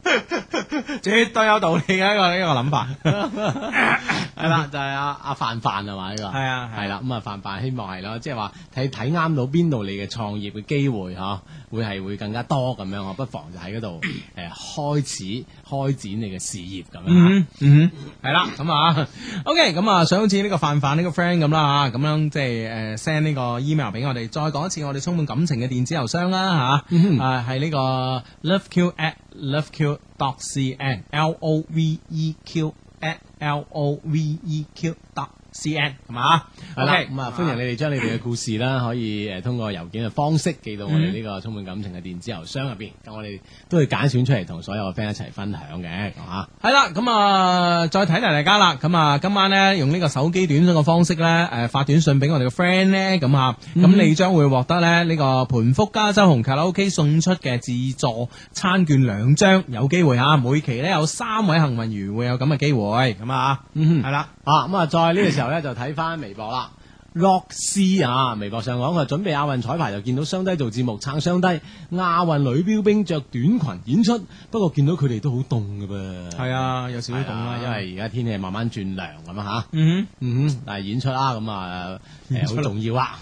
A: 絕對有道理嘅一個呢個諗 法。啊
B: 係啦，就係阿阿范范係嘛呢個？
A: 係啊係啊
B: 係啦，咁啊范范希望係咯，即係話睇睇啱到邊度你嘅創業嘅機會嚇，會係會更加多咁樣，我不妨就喺 嗰度誒開始開展你嘅事業咁樣。
A: 嗯嗯，係啦，咁啊，OK，咁 啊，想好似呢個范范呢個 friend 咁啦嚇，咁樣即係誒呃 send 呢個 email 俾我哋，再講一次我哋充滿感情嘅電子郵箱啦
B: 嗯
A: 嚇，啊係呢個 loveq at loveq dot cn，l o v e q at l o v e q dot
B: C N
A: 系嘛？
B: 系啦，
A: OK，
B: 咁啊，歡迎你哋將你哋嘅故事啦，可以诶通過郵件嘅啊方式寄到我
A: 嗯
B: 哋呢個充滿感情嘅電子郵箱入边，咁我哋都會揀選出嚟同所有嘅 friend 一齊分享嘅，吓。
A: 系啦，咁啊，再提提大家啦，咁啊，今晚咧用呢個手機短信嘅方式咧，诶、發短信俾我哋嘅 friend 咧，咁啊，咁你將會獲得咧呢個盤福加州紅卡拉 OK 送出嘅自助餐券兩張，有機會啊，每期咧有三位幸運員會有咁嘅機會，咁啊，
B: 嗯
A: 係啦，
B: 啊，咁啊，再呢個時候咧就睇翻微博啦。洛斯啊，微博上講佢話準備亞運彩排就見到雙低做節目撐雙低，亞運女標兵着短裙演出，不過見到佢哋都好凍嘅噃。
A: 係啊，有少少
B: 係
A: 凍啦
B: 啦，，因為而家天氣慢慢轉涼咁啊吓。
A: 嗯
B: 嗯哼，但係演出啦，咁啊誒好重要啊。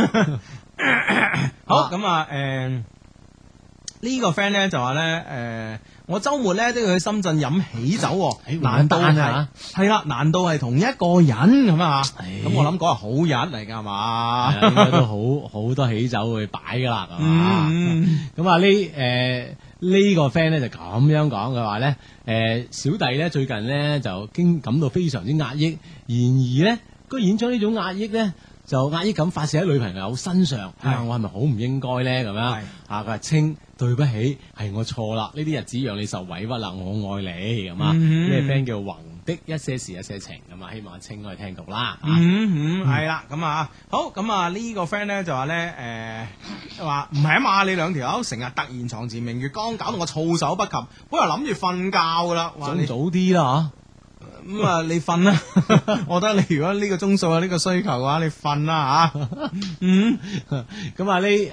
A: 哼，好，咁啊，诶、呢個 friend 咧就話咧，诶、我周末咧都要去深圳飲喜酒喎、
B: 哎
A: 難道
B: 換單
A: 係
B: 啊
A: 係啦？難道係同一個人咁啊？
B: 哎
A: 咁我諗嗰日好日嚟㗎係嘛？
B: 係啊應該都好好多喜酒會擺噶啦，係啊嘛
A: 嗯
B: 咁啊呢誒呢個 friend 咧就咁樣講嘅話咧，誒、小弟咧最近咧就經感到非常之壓抑，然而咧居然將呢種壓抑咧就壓抑咁發泄喺女朋友身上，
A: 係
B: 啊我係咪好唔應該咧咁樣？
A: 係
B: 啊佢話清。對不起，係我錯啦！呢啲日子讓你受委屈啦，我愛你咁啊！
A: 嗯
B: 呢個 friend 叫宏的一些事一些情咁啊，希望阿清可以聽到啦。啊
A: 嗯嗯，係啦，咁啊，好，咁啊呢個 friend 咧就話咧，诶，話唔係啊嘛，你兩條友成日突然床前明月光，搞到我措手不及，本來諗住瞓覺㗎啦，話
B: 早
A: 你
B: 早啲啦啊
A: 咁啊，你瞓啦！ 我覺得你如果呢個鐘數有啊呢個需求嘅話，你瞓啦啊吓。嗯，
B: 咁啊呢誒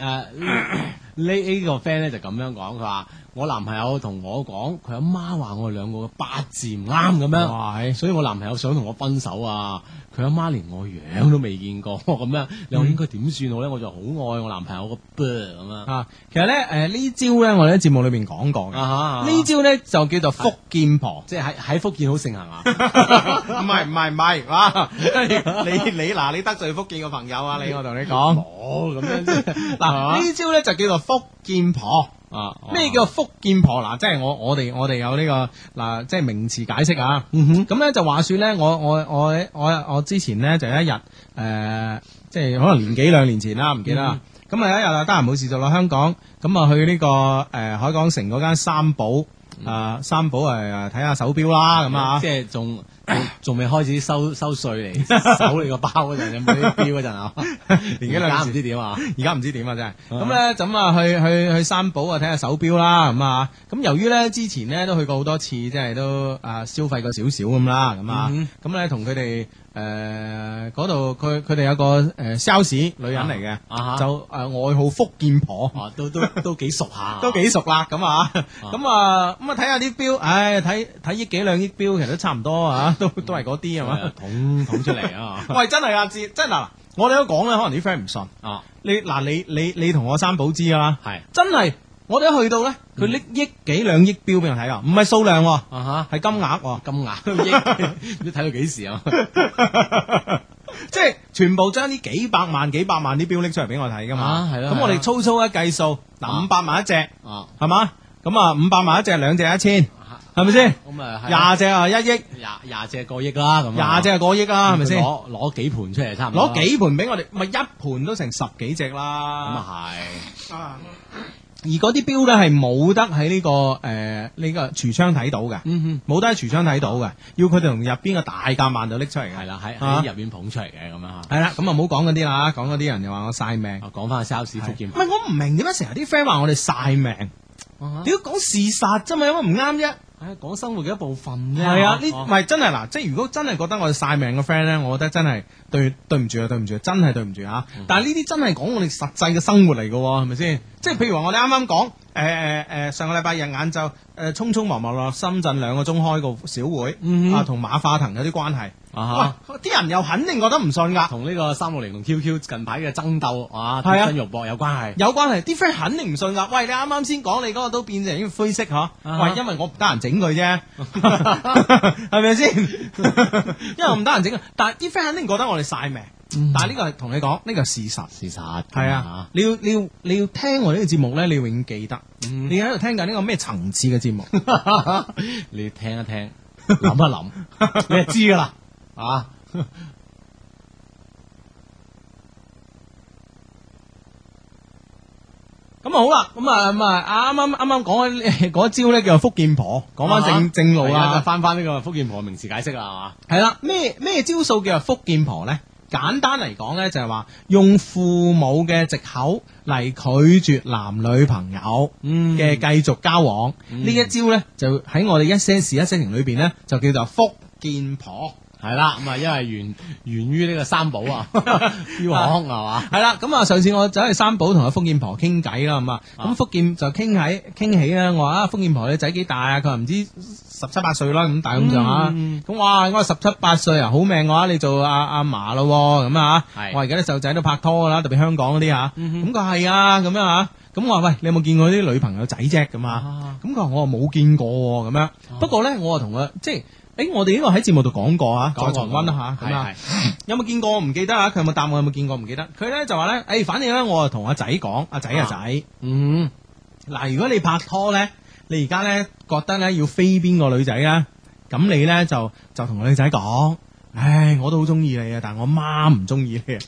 B: 呢呢個 friend 咧就咁樣講，佢話我男朋友同我講，佢阿媽話我哋兩個嘅八字唔啱咁樣，
A: 係
B: 所以我男朋友想同我分手啊！佢阿媽連我樣都未見過咁樣，你話我應該點算好咧？我就好愛我男朋友個噃咁樣
A: 嗯啊，其實咧，诶呢招咧，我哋喺節目裏边講過嘅。
B: 啊，
A: 呢招咧就叫做福建婆
B: 即係喺喺福建好盛行 啊！
A: 唔係唔係唔係，哇！ 你你嗱，你得罪福建嘅朋友啊，你我同你講，
B: 哦，咁 樣啫
A: 嗱呢招咧就叫做福建婆。
B: 啊
A: 咩叫福建婆嗱？即係我我哋我哋有呢、個嗱，即係名詞解釋啊。咁咧、就話說咧，我我我我我之前咧就有一日誒、呃即係可能年幾兩年前啦，唔記得啦。咁啊、有一日啊，得閒冇事就落香港，咁啊去呢、個誒、呃海港城嗰間三寶啊、三寶誒睇下手錶啦，咁啊
B: 即。係仲仲仲未開始收收税嚟 搜你個包嗰陣，有冇啲標嗰陣啊？
A: 年
B: 年
A: 紀
B: 紀
A: 兩
B: 大
A: 字
B: 唔知點啊？
A: 而家唔知點啊，真係咁咧，咁啊去去去三寶啊睇下手錶啦，咁啊咁由於咧之前咧都去過好多次，即係都啊消費過少少咁啦，咁啊
B: 嗯
A: 咁咧同佢哋誒嗰度佢佢哋有個誒 sales 女人嚟嘅，
B: 啊哈
A: 就誒、呃外號福建婆。
B: 哦，都都 都幾熟下，
A: 都幾熟啦，咁啊，咁啊，咁啊睇下啲錶，唉，睇睇億幾兩億錶，其實都差唔多啊，都都係嗰啲係
B: 嗯係啊
A: 嘛
B: 嘛？？捅捅出嚟啊！
A: 喂，真係啊，志，真係嗱，我哋都講咧，可能啲 friend 唔信，
B: 啊，
A: 你嗱你你你同我三寶知㗎啦。
B: 係
A: 真係，我哋一去到咧，佢
B: 嗯
A: 拎億幾兩億標俾我睇啊，唔係數量喎，
B: 啊
A: 係金額 喎，
B: 嚇，金額都億，唔知睇到幾時啊？
A: 即係全部將啲幾百萬、幾百萬啲標拎出嚟俾我睇噶嘛
B: 啊，係咯
A: 咁我
B: 係
A: 哋
B: 咯
A: 粗粗一計數，嗱
B: 啊
A: 五百萬一隻，
B: 啊，
A: 係嘛？咁啊五百萬一隻，兩隻一千，係咪先？
B: 咁啊，係啊
A: 廿隻啊一億，
B: 廿廿隻過億啦，咁啊
A: 廿隻啊過億啦，係咪先？
B: 攞攞幾盤出嚟差唔多，
A: 攞幾盤俾我哋，咪一盤都成十幾隻
B: 咁
A: 啦。
B: 啊
A: 啊而嗰啲標咧係冇得喺呢個誒呢個櫥窗睇到嘅。
B: 係，
A: 冇得喺橱窗睇到嘅，要佢哋同入邊個大夾萬度拎出嚟嘅。
B: 係啦，喺
A: 啊
B: 喺入邊捧出嚟嘅咁樣嚇。
A: 係啦，咁啊唔好講嗰啲啦，講嗰啲人又話我晒命。
B: 啊，講翻 sales 福建
A: 唔係我唔明點解成日啲 friend 話我哋晒命，
B: 啊
A: 屌講事實啫嘛，有乜唔啱啫？
B: 唉，講生活嘅一部分啫。
A: 係啊，呢
B: 哦
A: 唔係真係嗱，即係如果真係覺得我哋晒命嘅 friend 咧，我覺得真係對對唔住啊，對唔住啊，真係對唔住啊！但係呢啲真係講我哋實際嘅生活嚟嘅喎，係咪先？即係譬如話我哋啱啱講誒誒誒上個禮拜日晏晝誒匆匆忙忙落深圳兩個鐘開個小會、
B: 嗯哼
A: 啊，同馬化騰有啲關係。
B: 啊
A: 哇！啲人又肯定覺得唔信
B: 嚇
A: 噶，
B: 同呢個三六零同 QQ 近排嘅爭鬥啊，
A: 係啊
B: 貼身肉搏有關係。
A: 有關係，啲 friend 肯定唔信噶。喂，你啱啱先講你嗰個都變成灰色嚇，
B: 哈
A: 喂，因為我唔得閒整佢 啫，係咪先？因為我唔得閒整佢，但係啲 friend 肯定覺得我哋晒命。
B: 嗯
A: 但係呢個係同你講，呢個係事實。
B: 事實
A: 係啊，，你要你要你要聽我呢個節目咧，你要永遠記得。
B: 嗯
A: 你喺度聽緊呢個咩層次嘅 節目？
B: 你聽一聽，諗一諗，你就知噶啦，啊！
A: 咁啊好啦，咁啊咁啊，啱啱啱啱講 嗰招咧叫福建婆，講翻
B: 啊
A: 正正路
B: 係啊就
A: 啦。
B: 翻翻呢個福建婆名詞解釋啦，
A: 係啦，咩咩招數叫做福建婆咧？簡單嚟講咧，就係話用父母嘅藉口嚟拒絕男女朋友
B: 嗯
A: 嘅繼續交往。呢、
B: 嗯
A: 一招咧，就喺我哋一些事一些情裏邊咧，就叫做福建婆。
B: 係嘛？係啦，咁啊，因為源源於呢個三寶 啊，標行係嘛？
A: 系啦，咁啊，上次我走去三寶同阿福建婆傾偈啦，咁啊，
B: 啊
A: 咁福建就傾喺傾起啦。我話啊，福建婆你仔幾大啊？佢話唔知十七八歲啦，咁大咁上下。
B: 嗯
A: 咁哇，我十七八歲啊，好命我啊，你做阿阿嫲咯喎，咁啊，
B: 係嗯
A: 我話而家啲細路仔都拍拖噶啦，特別香港嗰啲嚇。咁佢話係啊，咁樣啊，咁我話喂，你有冇見過啲女朋友仔啫咁啊？
B: 啊，哦
A: 咁佢話我話冇見過喎，咁樣。不過咧，我啊同佢即係，誒，我哋呢個喺節目度講過啊，再重溫啦嚇，咁啊
B: 係。
A: 有冇見過？我唔記得啊！佢有冇答我？有冇見過？唔記得。佢咧就話咧，誒、反正咧，我啊同阿仔講，阿仔啊
B: 啊
A: 仔，
B: 嗯，
A: 嗱，如果你拍拖咧，你而家咧覺得咧要飛邊個女仔咧，咁你咧就就同個女仔講，唉，我都好中意你啊，但我媽唔中意你啊。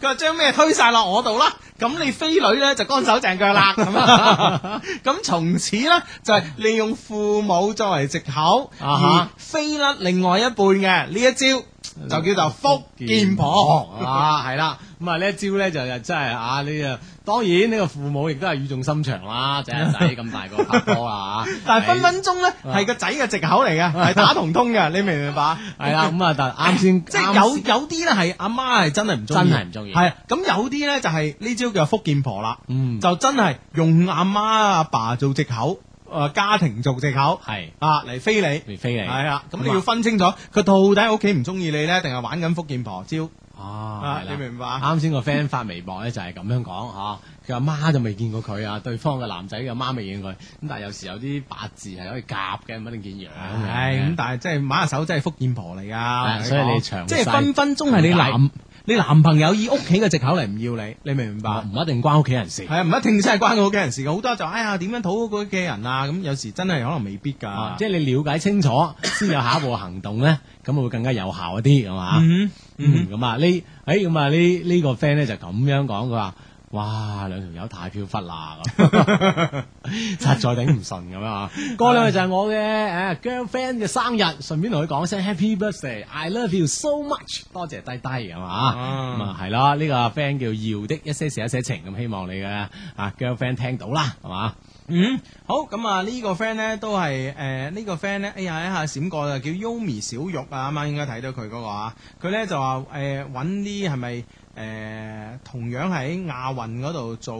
A: 佢話將咩推晒落我度啦，咁你飛女咧就乾手淨腳 啦，咁啊，咁從此咧就係利用父母作為藉口，
B: 啊
A: 而
B: 哈
A: 飛甩另外一半嘅呢一招。就叫做福建婆
B: 啊，係啦，咁啊呢一招咧就就真係啊呢個當然呢個父母亦都係語重心長啦，仔啊仔咁大個拍拖啦，啊
A: 但係分分鐘咧
B: 係
A: 係個仔嘅藉口嚟嘅，
B: 啊
A: 係打同通嘅，你明唔 明白？
B: 係 啦，咁啊但係啱先
A: 即係有有啲咧係阿媽係真係唔中意，
B: 真係唔中意
A: 係咁有啲咧就係呢招叫福建婆啦，
B: 嗯
A: 就真係用阿媽阿爸做藉口，誒家庭做藉口
B: 係
A: 啊嚟飛你。
B: 未飛你
A: 係啊，咁你
B: 咁啊
A: 要分清楚，佢到底喺屋企唔中意你咧，定係玩緊福建婆招
B: 啊
A: 啊？
B: 係
A: 你
B: 啦。
A: 明唔明白？
B: 啱先個 friend 發微博咧就係咁樣講啊嚇，佢阿媽就未見過佢啊，對方嘅男仔嘅媽未見過佢，咁但係有時有啲八字係可以夾嘅，唔一定見樣嗯嘅。
A: 唉，咁但係即係馬下手真係福建婆嚟噶，
B: 係啊所以你詳細
A: 即係分分鐘係你男你男朋友以屋企嘅藉口嚟唔要你，你明唔明白？
B: 唔一定關屋企人事
A: 係。啊，唔一定真係關佢屋企人事嘅，好多就哎呀點樣討好佢屋企人啊，咁有時真係可能未必
B: 啊
A: 㗎，
B: 即係你了解清楚，先有下一步行動咧，咁啊會更加有效一啲，係嘛？
A: 嗯
B: 嗯，咁啊呢，誒咁啊呢呢個 friend 咧就咁樣講，佢話：哇兩條友太飄忽啦， 咁實在頂唔順咁樣啊！嗰兩位就係我嘅誒 girlfriend 嘅生日，順便同佢講聲 Happy Birthday，I love you so much，多謝低低咁啊！
A: 啊
B: 咁啊係啦，呢個 friend 叫姚的一些事一些情，咁希望你嘅啊 girlfriend 聽到啦，係嘛？
A: 嗯，好咁啊！呢個 friend 咧都係誒呢個 friend 咧，哎呀一下閃過啊，叫 Yumi 小玉啊，啱啱應該睇到佢嗰個啊，佢咧就話誒揾啲係咪誒同樣喺亞運嗰度做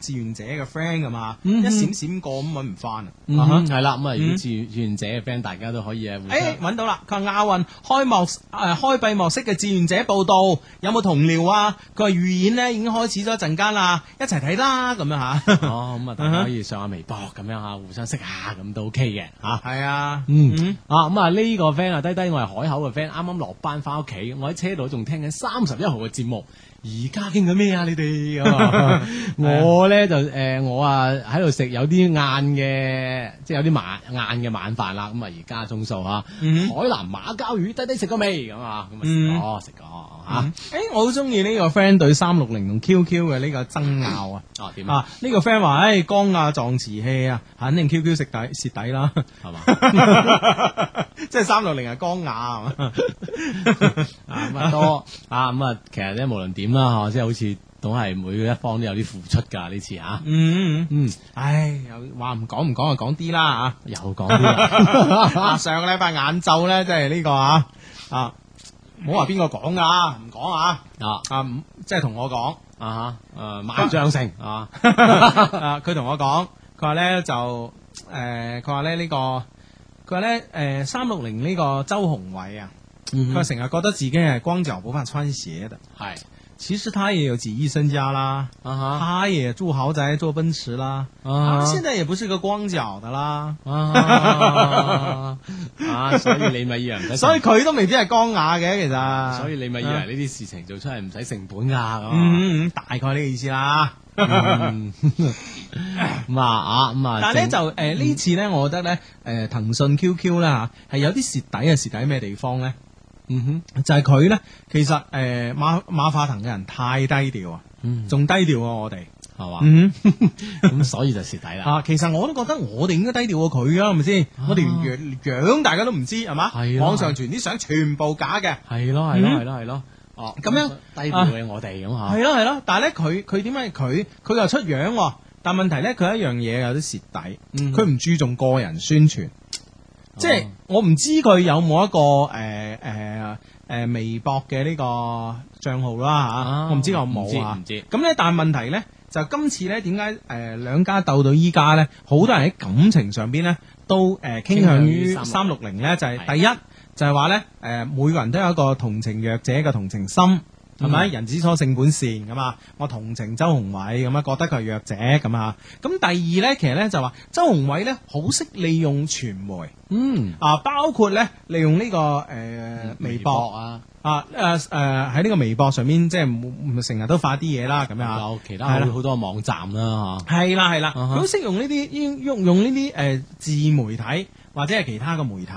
A: 志願者嘅 friend 咁啊，
B: 嗯
A: 一閃閃過咁揾唔翻啊！
B: 嗯
A: 啊哈
B: 哼，係啦，咁啊，如果
A: 嗯
B: 志願志願者嘅 friend，大家都可以啊，互相
A: 誒揾到啦！佢話亞運開幕誒、呃、開閉幕式嘅志願者報道，有冇同僚啊？佢話預演咧已經開始咗一陣間啦，一齊睇啦咁樣吓。
B: 哦，咁啊，大家可以上下微博咁樣吓，互相識下咁都 OK 嘅吓。
A: 係啊，
B: 嗯啊，咁啊呢個 friend 啊，低低我係海口嘅 friend，啱啱落班翻屋企，我喺車度仲聽緊三十一號嘅節目，而家傾緊咩啊？你哋咁啊我咧就誒我啊喺度食有啲晏嘅，即係有啲晚晏嘅晚飯啦。咁啊而家鐘數啊，
A: 嗯
B: 海南馬鮫魚低低食過未咁啊？咁啊食
A: 嗯
B: 過食過
A: 啊！
B: 吓，
A: 誒、我好中意呢個 friend 對三六零同 QQ 嘅呢個爭拗啊！
B: 哦點啊？
A: 啊，呢、個 friend 話：，誒、光亞撞瓷器啊，肯定 QQ 食底蝕底啦，
B: 係嘛？
A: 即係三六零係光亞啊嘛。
B: 啊咁啊多啊咁啊，其實咧無論點啦，嗬，即係好似總係每一方都有啲付出㗎呢次嚇。
A: 嗯，
B: 嗯，
A: 唉，又話唔講唔講就講啲啦啊！
B: 又講啲啦，
A: 啊，上個禮拜晏晝咧，即係呢個啊啊，唔好話邊個講噶啊，唔講啊，
B: 啊
A: 啊唔即係同我講，
B: 啊嚇，誒萬象城啊，
A: 啊佢同我講，佢話咧就誒，佢話咧呢個，佢話咧誒三六零呢個周鴻偉啊，
B: 嗯
A: 佢話成日覺得自己係光腳冇法穿鞋的，
B: 係
A: 其實他也有幾億身家啦，
B: 啊
A: 他也住豪宅坐奔馳啦，
B: 嚇
A: 他
B: 啊
A: 現在也不是個光腳的啦，
B: 啊啊，所以你咪以為唔使，
A: 所以佢都未必係光雅嘅其實，
B: 所以你咪以為呢啲事情做出嚟唔使成本㗎咁啊。
A: 嗯，嗯嗯大概呢個意思啦。
B: 嗯咁啊啊咁啊，
A: 但係咧就
B: 正
A: 誒呢次咧，我覺得咧誒騰訊 QQ 啦嚇係有啲蝕底啊！蝕底咩地方咧？
B: 嗯哼，
A: 就係佢咧，其實诶、呃、馬馬化騰嘅人太低調啊，
B: 嗯，啊
A: 仲低調過我哋。
B: 系嘛，
A: 嗯
B: 咁所以就蝕底啦。
A: 啊，其實我都覺得我哋應該低調過佢啊，係咪先？我哋連樣樣大家都唔知係嘛？
B: 係啊
A: 網上傳啲相全部假嘅。
B: 係咯，係咯，係咯，係咯。哦，
A: 嗯咁樣
B: 低調嘅我哋咁吓。
A: 係咯係咯，但係咧佢佢點解佢佢又出樣喎？但問題咧佢有一樣嘢有啲蝕底，
B: 嗯哦
A: 佢唔、注重個人宣傳，即係我唔知佢有冇一個呃誒誒誒呃微博嘅呢個帳號啦嚇，
B: 啊
A: 我唔知有冇啊
B: 唔。知唔知
A: 咁咧，但係問題咧就今次咧點解誒兩家鬥到依家咧，好多人喺感情上邊咧都誒傾向於
B: 傾
A: 三
B: 向於
A: 六零咧，就係、啊
B: 係
A: 第一就係話咧誒每個人都有一個同情弱者嘅同情心。係咪？人之初性本善咁啊！我同情周鴻偉咁啊，覺得佢係弱者咁啊。咁第二咧，其實咧就話周鴻偉咧好識利用傳媒
B: 嗯，
A: 啊，包括咧利用呢、個誒、呃微博
B: 啊，
A: 啊誒誒喺呢個微博上面，即係唔唔成日都發啲嘢啦咁樣啊。
B: 有其
A: 係
B: 他
A: 啦
B: 好好多網站啦吓。
A: 係啦係啦，
B: 啊哈
A: 佢好識用呢啲用用用呢啲誒自媒體或者係其他嘅媒體，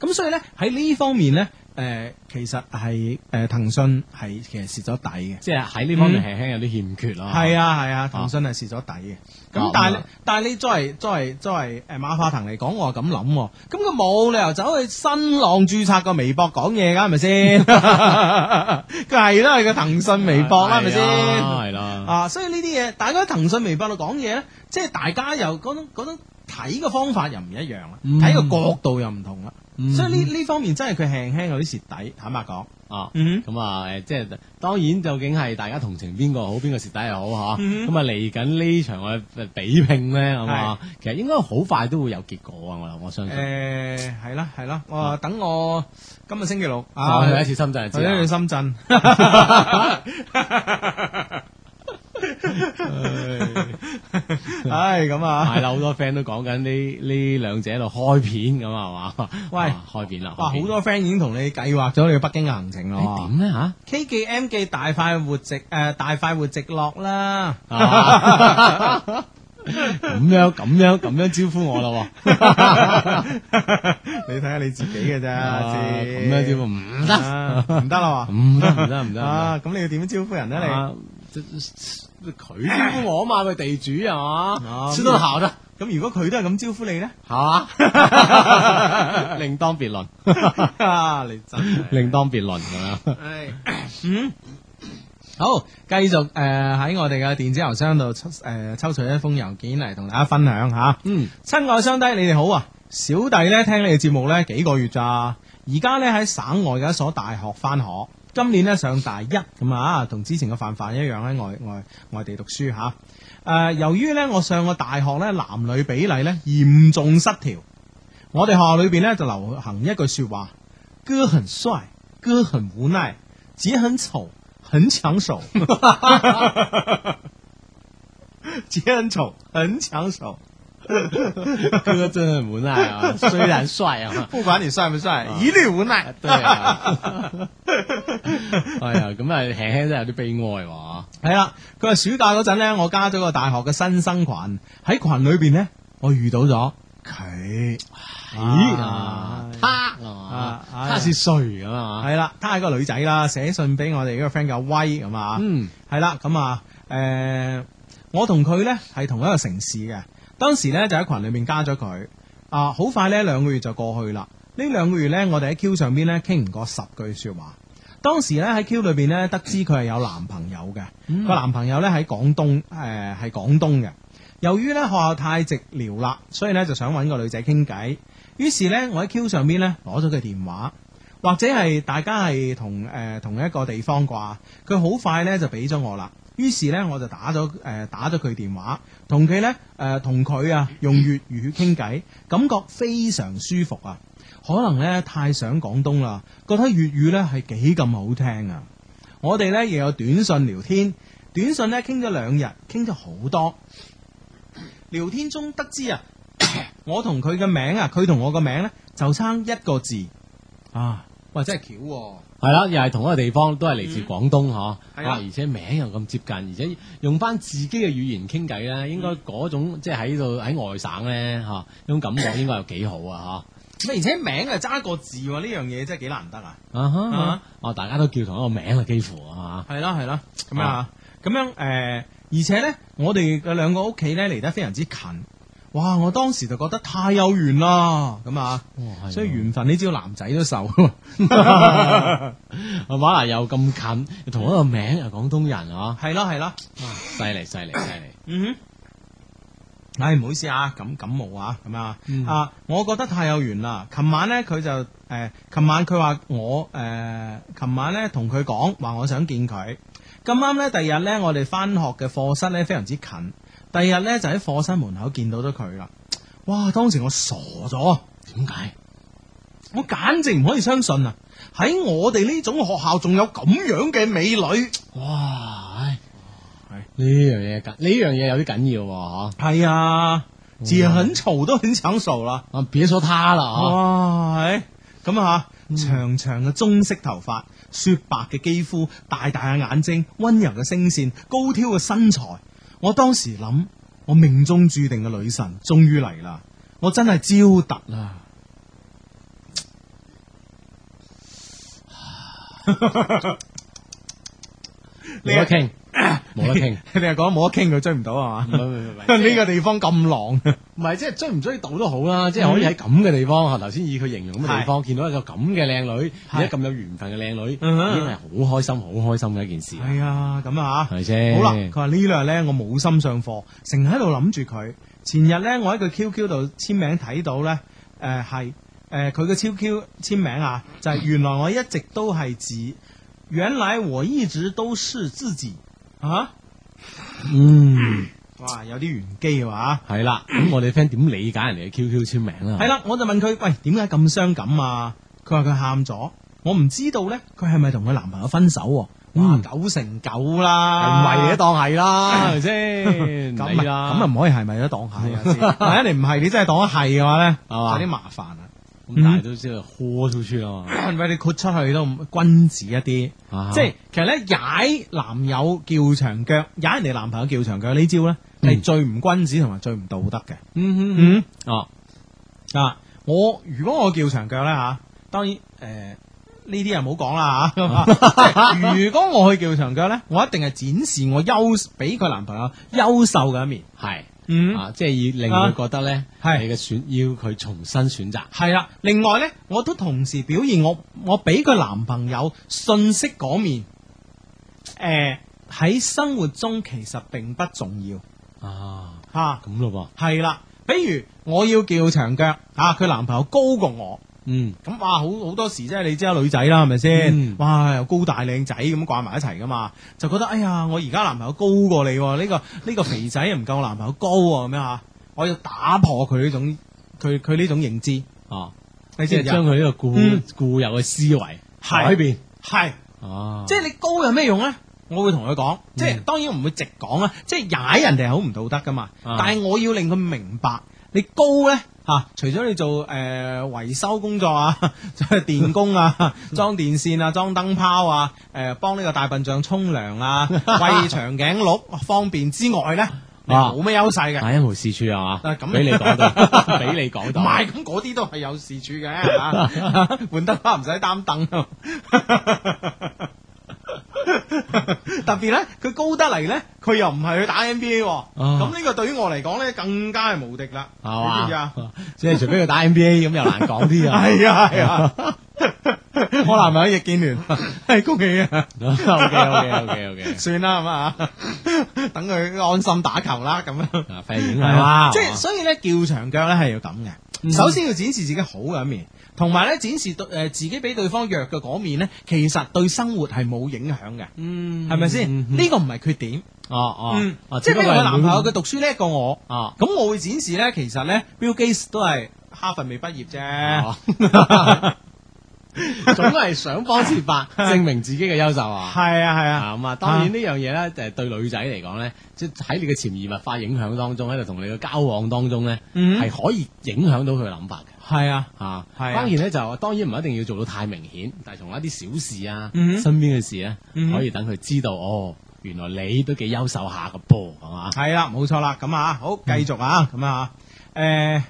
A: 咁所以咧喺呢方面咧誒、呃其實係誒騰訊係其實蝕咗底嘅。
B: 即係喺呢方面輕輕有啲欠缺咯。
A: 嗯係啊係啊，騰訊係蝕咗底嘅。咁但
B: 啊咁
A: 係
B: 啊
A: 但係你作為作為作為誒馬化騰嚟講，我係咁諗喎。咁佢冇理由走去新浪註冊個微博講嘢㗎，係咪 先？佢係啦，係個騰訊微博啦，係咪先？
B: 係啦，
A: 啊，所以呢啲嘢，大家喺騰訊微博度講嘢咧，即係大家又嗰種嗰種睇嘅方法又唔一樣啦，
B: 嗯
A: 睇嘅角度又唔同啦，
B: 嗯
A: 所以呢呢方面真係佢輕輕有啲蝕底，坦白講。
B: 啊。
A: 嗯，
B: 咁啊，誒，即係當然，究竟係大家同情邊個好，邊個蝕底又好嚇。
A: 嗯
B: 咁啊，嚟緊呢場嘅比拼咧，咁啊，其實應該好快都會有結果啊！我諗我相信。
A: 誒係啦係啦，
B: 嗯
A: 我話等我今日星期六啊
B: 啊，，去一次深圳
A: 去
B: 就
A: 一
B: 知啦
A: 去。深 圳。啊 唉，咁啊
B: 系，啦，好多 friend 都講緊呢呢兩者喺度開片咁啊係嘛？
A: 喂
B: 啊開片啦！
A: 哇，
B: 開
A: 好
B: 片哦
A: 多 friend 已經同你計劃咗你去北京嘅行程
B: 誒
A: 咯。
B: 點咧吓？
A: K 記 M 記大快活直誒、大快活直落啦。
B: 啊 咁樣咁樣咁樣招呼我啦喎！
A: 你睇下你自己嘅咋，
B: 啊
A: 先
B: 咁樣招呼唔得
A: 啊唔得啦嘛，
B: 唔得唔得唔得唔得！
A: 啊咁你要點招呼人咧？
B: 啊即佢招呼我啊嘛，佢地主係嘛
A: 啊，
B: 吃頓好的
A: 你咁如果佢都係咁招呼你咧，
B: 係嘛，另當別論，
A: 啊你真係
B: 另當別論咁樣。
A: 唉，嗯。好，繼續誒喺、我哋嘅電子郵箱度抽誒、抽取一封郵件嚟同大家分享吓。
B: 嗯，
A: 親愛相低，你哋好啊！小弟咧聽你哋節目咧幾個月咋，而家咧喺省外嘅一所大學翻學，今年咧上大一咁啊，同之前嘅范范一樣喺外外外地讀書吓。誒、由於咧我上個大學咧男女比例咧嚴重失調，我哋學校裏邊咧就流行一句説話：哥很帥，哥很無奈，姐很醜，很搶手。 姐很醜，很搶手。
B: 哥真係無奈啊，雖然帥啊。
A: 不管你帥不帥，一律無奈。
B: 對啊，哎呀，咁啊，輕輕真係有啲悲哀喎。
A: 系啦，佢話暑假嗰陣咧，我加咗個大學嘅新生群，喺群裏边咧，我遇到咗佢。
B: 咦啊，他
A: 啊
B: 啊，
A: 哎呀
B: 他是誰咁啊？
A: 係啦，她係一個女仔啦，寫信俾我哋呢個 friend 叫威咁啊。
B: 嗯，
A: 係啦，咁啊，诶、我同佢呢係同一個城市嘅，當時呢就喺群裏面加咗佢，啊，好快呢兩個月就過去啦。呢兩個月呢，我哋喺 Q 上邊呢傾唔過十句说話。當時呢喺 Q 裏邊呢，得知佢係有男朋友嘅，個、男朋友呢喺廣東，诶係廣東嘅。由於呢學校太寂寥啦，所以呢就想揾個女仔傾偈。於是呢，我喺 Q 上邊呢攞咗佢電話，或者係大家係同诶同一個地方啩。佢好快咧就俾咗我啦。於是咧我就打咗誒、呃打咗佢電話，同佢咧誒同佢啊用粵語傾偈，感覺非常舒服啊！可能咧太想廣東啦，覺得粵語咧係幾咁好聽啊！我哋咧亦有短信聊天，短信咧傾咗兩日，傾咗好多。聊天中得知啊，我同佢嘅名啊，佢同我嘅名咧就差一個字啊！哇，真係巧喎！
B: 係啦，又係同一個地方，都係嚟自廣東嗬。啊，
A: 嗯係啊
B: 而且名又咁接近，而且用翻自己嘅語言傾偈
A: 嗯
B: 咧，應該嗰種即係喺度喺外省咧嚇，嗰種感覺應該有幾好啊
A: 而且名係揸個字喎，呢樣嘢真係幾難得啊！
B: 啊
A: 啊
B: 哈，哦，大家都叫同一個名啦，幾乎啊
A: 係啦係啦，咁啊咁樣誒、呃而且咧，我哋嘅兩個屋企咧離得非常之近，哇！我當時就覺得太有緣啦，咁啊，
B: 嘛，
A: 所以
B: 原
A: 緣分呢招男仔都受。
B: 係嘛嗱，又咁近，同一個名又廣東人啊，
A: 係啦係啦，
B: 犀利犀利犀利，
A: 嗯哼，唉，唔好意思啊，感感冒啊，咁啊，
B: 嗯
A: 啊，我覺得太有緣啦。琴晚咧，佢就誒，呃琴、晚佢話我誒，呃琴、晚咧同佢講話，我想見佢。咁啱咧，第二日咧，我哋翻學嘅課室咧非常之近，第二日咧就喺課室門口見到咗佢啦。哇！當時我傻咗，
B: 點解？
A: 我簡直唔可以相信啊！喺我哋呢種學校仲有咁樣嘅美女。
B: 哇，唉
A: 係
B: 呢樣嘢緊，呢樣嘢有啲緊要喎，嚇，
A: 係啊，姐很醜都很搶手啦。
B: 啊，嗯別咗他啦，嚇。
A: 哇，係咁啊吓，長長嘅棕色頭髮，雪白嘅肌膚，大大嘅眼睛，溫柔嘅聲線，高挑嘅身材。我當時諗，我命中注定嘅女神終於嚟啦！我真係招突啦！
B: 冇得傾，冇得傾，
A: 你係講冇得傾，佢追唔到啊
B: 唔
A: 嘛？呢個地方咁狼，
B: 唔嗯係即啊係追唔追到都好啦，即係可以喺咁嘅地方，頭先以佢形容咁嘅地方，見到一個咁嘅靚女，而家咁有緣分嘅靚女，已經
A: 嗯哼
B: 係好開心、好開心嘅一件事，係
A: 係啊，咁啊吓。
B: 咪先？
A: 好啦，佢話呢兩日咧，我冇心上課，成日喺度諗住佢。前日咧，我喺佢 QQ 度簽名睇到咧，誒係誒佢嘅 QQ 簽名啊，就係、原來我一直都係自，原來我一直都是自己啊！
B: 嗯，
A: 哇，有啲玄機啊！
B: 係啦，咁我哋 friend 點理解人哋嘅 QQ 簽名啦？
A: 係啦，我就問佢：喂，點解咁傷感啊？佢話佢喊咗，我唔知道咧，佢係咪同佢男朋友分手喎、哇，
B: 嗯
A: 九成九
B: 係
A: 啦，
B: 唔係嘢啊當係啦，係咪先？
A: 咁
B: 你
A: 啊，咁啊
B: 啦，
A: 唔可以係咪都當係啊先？ 萬一你唔係，你真係當咗係嘅話咧，
B: 係嘛
A: 有啲麻煩啊！
B: 咁但係都知道豁出去啊嘛，
A: 喂，你豁出去都唔君子一啲，
B: 啊
A: 嗯即係其實咧踩男友叫長腳，踩人哋男朋友叫長腳呢招咧
B: 嗯
A: 係最唔君子同埋最唔道德嘅。
B: 嗯
A: 嗯
B: 哼，哦，
A: 啊，我如果我叫長腳咧吓，當然誒。呢啲人唔好講啦嚇，即 係如果我去叫長腳咧，我一定係展示我優比佢男朋友優秀嘅一面。
B: 係
A: 嗯
B: 啊，即係要令
A: 啊
B: 佢覺得咧，
A: 係
B: 你嘅選要佢重新選擇。
A: 系啦，啊另外呢，我都同時表現我我俾佢男朋友信息嗰面，诶、喺生活中其實並不重要
B: 啊，
A: 吓，
B: 咁咯
A: 係啦，比如我要叫長腳啊，佢男朋友高過我，
B: 噃，嗯，
A: 咁哇好好多時即係你知啦，女仔啦係咪先？
B: 嗯
A: 哇又高大靚仔咁掛埋一齊噶嘛，就覺得哎呀我而家男朋友高過你喎，呢、個呢、個肥仔唔夠我男朋友高喎咁樣吓，我要打破佢呢種佢佢呢種認知，
B: 哦，
A: 你
B: 即
A: 知唔
B: 係
A: 知
B: 將
A: 啊？
B: 佢呢個固
A: 嗯
B: 固有嘅思維
A: 係
B: 改變，
A: 係。
B: 哦，
A: 即係你高有咩用咧？我會同佢講，即係當然我唔會直講啦，即係踩人哋係好唔道德噶嘛。
B: 啊
A: 但係我要令佢明白，你高咧吓、啊除咗你做诶维、維修工作啊， 即係電工啊，裝電線啊，裝燈泡啊，诶、幫呢個大笨象沖涼啊，喂長頸鹿方便之外咧，你
B: 啊
A: 冇咩優勢嘅。
B: 係一無是處啊嘛，
A: 啊咁
B: 俾你 講到，俾你講
A: 唔
B: 到，
A: 係咁嗰啲都係有事處 嘅，係嘛換得翻唔使擔凳。啊 特別咧，佢高得嚟咧，佢又唔係去打 NBA，喎咁呢、個對於我嚟講咧，更加啊係無敵啦，你知唔知
B: 係
A: 啊？
B: 嘛？即係除非佢打 NBA 咁又難講啲啊。
A: 係啊係啊，我男朋友易建 聯，係恭喜啊！
B: OK OK OK OK，
A: 算啦咁啊，等佢安心打球啦咁樣。
B: 啊，費影響啦，
A: 即係所以咧，叫長腳咧係要咁嘅。
B: 嗯
A: 首先要展示自己好嘅一面，同埋咧展示對誒、呃自己比對方弱嘅嗰面咧，其實對生活係冇影響嘅，
B: 嗯
A: 係咪先？
B: 嗯嗯
A: 呢個唔係缺點。
B: 哦
A: 嗯
B: 哦，
A: 即係譬如我男朋友佢
B: 嘅，
A: 讀書叻過我，
B: 哦，
A: 咁我會展示咧，其實咧，Bill Gates 都係哈佛未畢業啫。
B: 哦總係想方設 法證明自己嘅優秀啊。
A: 係啊係啊，
B: 啊咁啊，當然呢樣嘢咧，誒對女仔嚟講咧，即係喺你嘅潛移默化影響當中，喺度同你嘅交往當中咧，
A: 嗯
B: 係可以影響到佢嘅諗法嘅。
A: 係啊。
B: 啊，
A: 係啊
B: 關鍵咧就當然唔一定要做到太明顯，但係從一啲小事啊、
A: 嗯
B: 身邊嘅事咧，
A: 嗯
B: 可以等佢知道哦，原來你都幾優秀下嘅噃，係嘛？
A: 系啦，冇錯啦，咁啊，好，繼續啊，咁啊，诶、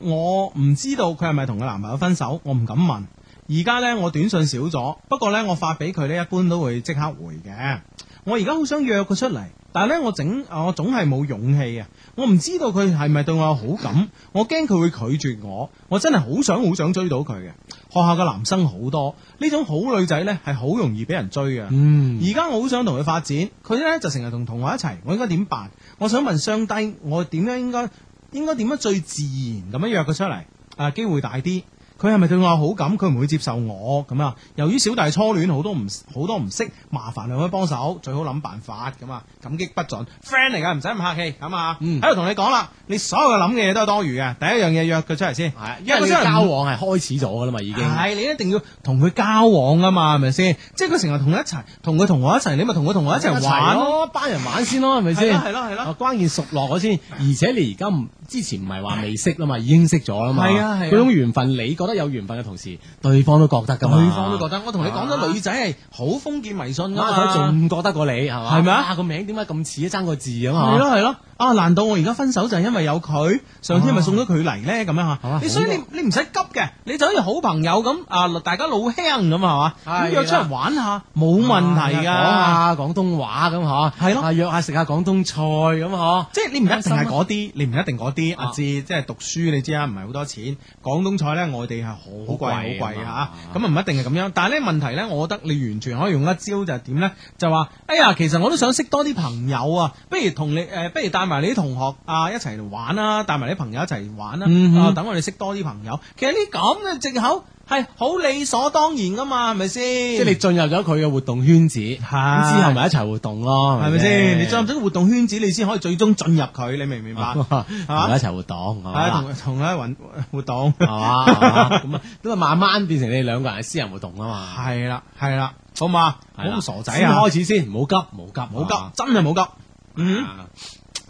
A: 我唔知道佢係咪同佢男朋友分手，我唔敢問。而家呢，我短信少咗，不過呢，我發俾佢呢，一般都會即刻回嘅。我而家好想約佢出嚟，但係呢，我整我總係冇勇氣啊！我唔知道佢係咪對我有好感，我驚佢會拒絕我。我真係好想好想追到佢嘅。學校嘅男生好多，呢種好女仔呢，係好容易俾人追嘅。
B: 嗯，
A: 而家我好想同佢發展，佢咧就成日同同學一齊，我應該點辦？我想問雙低，我點樣應該應該點樣最自然咁樣約佢出嚟？啊，機會大啲，佢係咪對我有好感？佢唔會接受我咁啊？由於小弟初戀好多唔好多唔識，麻煩兩位幫手，最好諗辦法咁啊！感激不盡，friend 嚟噶，唔使咁客氣咁啊！
B: 嗯
A: 喺度同你講啦，你所有嘅諗嘅嘢都係多餘嘅，第一樣嘢約佢出嚟先，
B: 係啊因為你交往係開始咗噶啦嘛，已經
A: 係你一定要同佢交往啊嘛，係咪先？即係佢成日同你一齊，同佢同學一齊，你咪同佢同學一齊玩咯，
B: 咯，班人玩先咯，係咪
A: 係哦
B: 先？
A: 咯係咯係
B: 啊
A: 咯。
B: 關鍵熟落咗先，而且你而家唔之前唔係話未識啦嘛，已經識咗啦嘛。
A: 係啊係啊
B: 嗰種緣分，你覺得有緣分嘅同時，對方都覺得噶嘛。
A: 對方都覺得，我同你講咗，女仔係好封建迷信噶
B: 啊，而且
A: 嘛。
B: 仲覺得過你係嘛？
A: 係咪啊
B: 啊？個名點解咁似？爭個字啊嘛。
A: 係咯係咯，啊難道我而家分手就係因為有佢？上天咪送咗佢嚟咧咁樣
B: 啊
A: 吓，你所以你你唔使急嘅，你就好似好朋友咁啊，大家老兄咁係啊嘛，
B: 係
A: 咁約出嚟
B: 啦
A: 玩下冇問題噶，
B: 啊講下廣東話咁嗬，
A: 係咯嗯
B: 啊約下食下廣東菜咁嗬，
A: 即係你唔一定
B: 開心啊
A: 係嗰啲，你唔一定嗰啲。
B: 啊
A: 阿志即係讀書，你知啊，唔係好多錢。廣東菜咧，外地係好貴好
B: 好貴
A: 貴
B: 啊嘛
A: 嚇，咁啊唔一定係咁樣。但係咧問題咧，我覺得你完全可以用一招就係點咧，就話哎呀，其實我都想識多啲朋友啊，不如同你
B: 嗯
A: 誒，不如帶埋你啲同學啊一齊玩啦，帶埋你啲朋友一齊玩啦
B: 嗯，哼
A: 啊等我哋識多啲朋友。其實呢咁嘅藉口係好理所當然噶嘛，係咪先？
B: 即係你進入咗佢嘅活動圈子，咁之後咪一齊活動咯，
A: 啊係咪先？你進入咗個活動圈子，你先可以最終進入佢，你明唔明白？
B: 係
A: 嘛
B: 一齊活動係
A: 係啊
B: 嘛？
A: 同同咧運活動。
B: 係嘛係嘛咁啊，咁啊慢慢變成你哋兩個人嘅私人活動啊嘛。
A: 系啦，系啦，好嘛，唔
B: 係啦
A: 好咁傻仔
B: 先
A: 啊，
B: 開始先，唔好急，唔好急，
A: 唔好急，真係冇急。嗯，
B: 啊。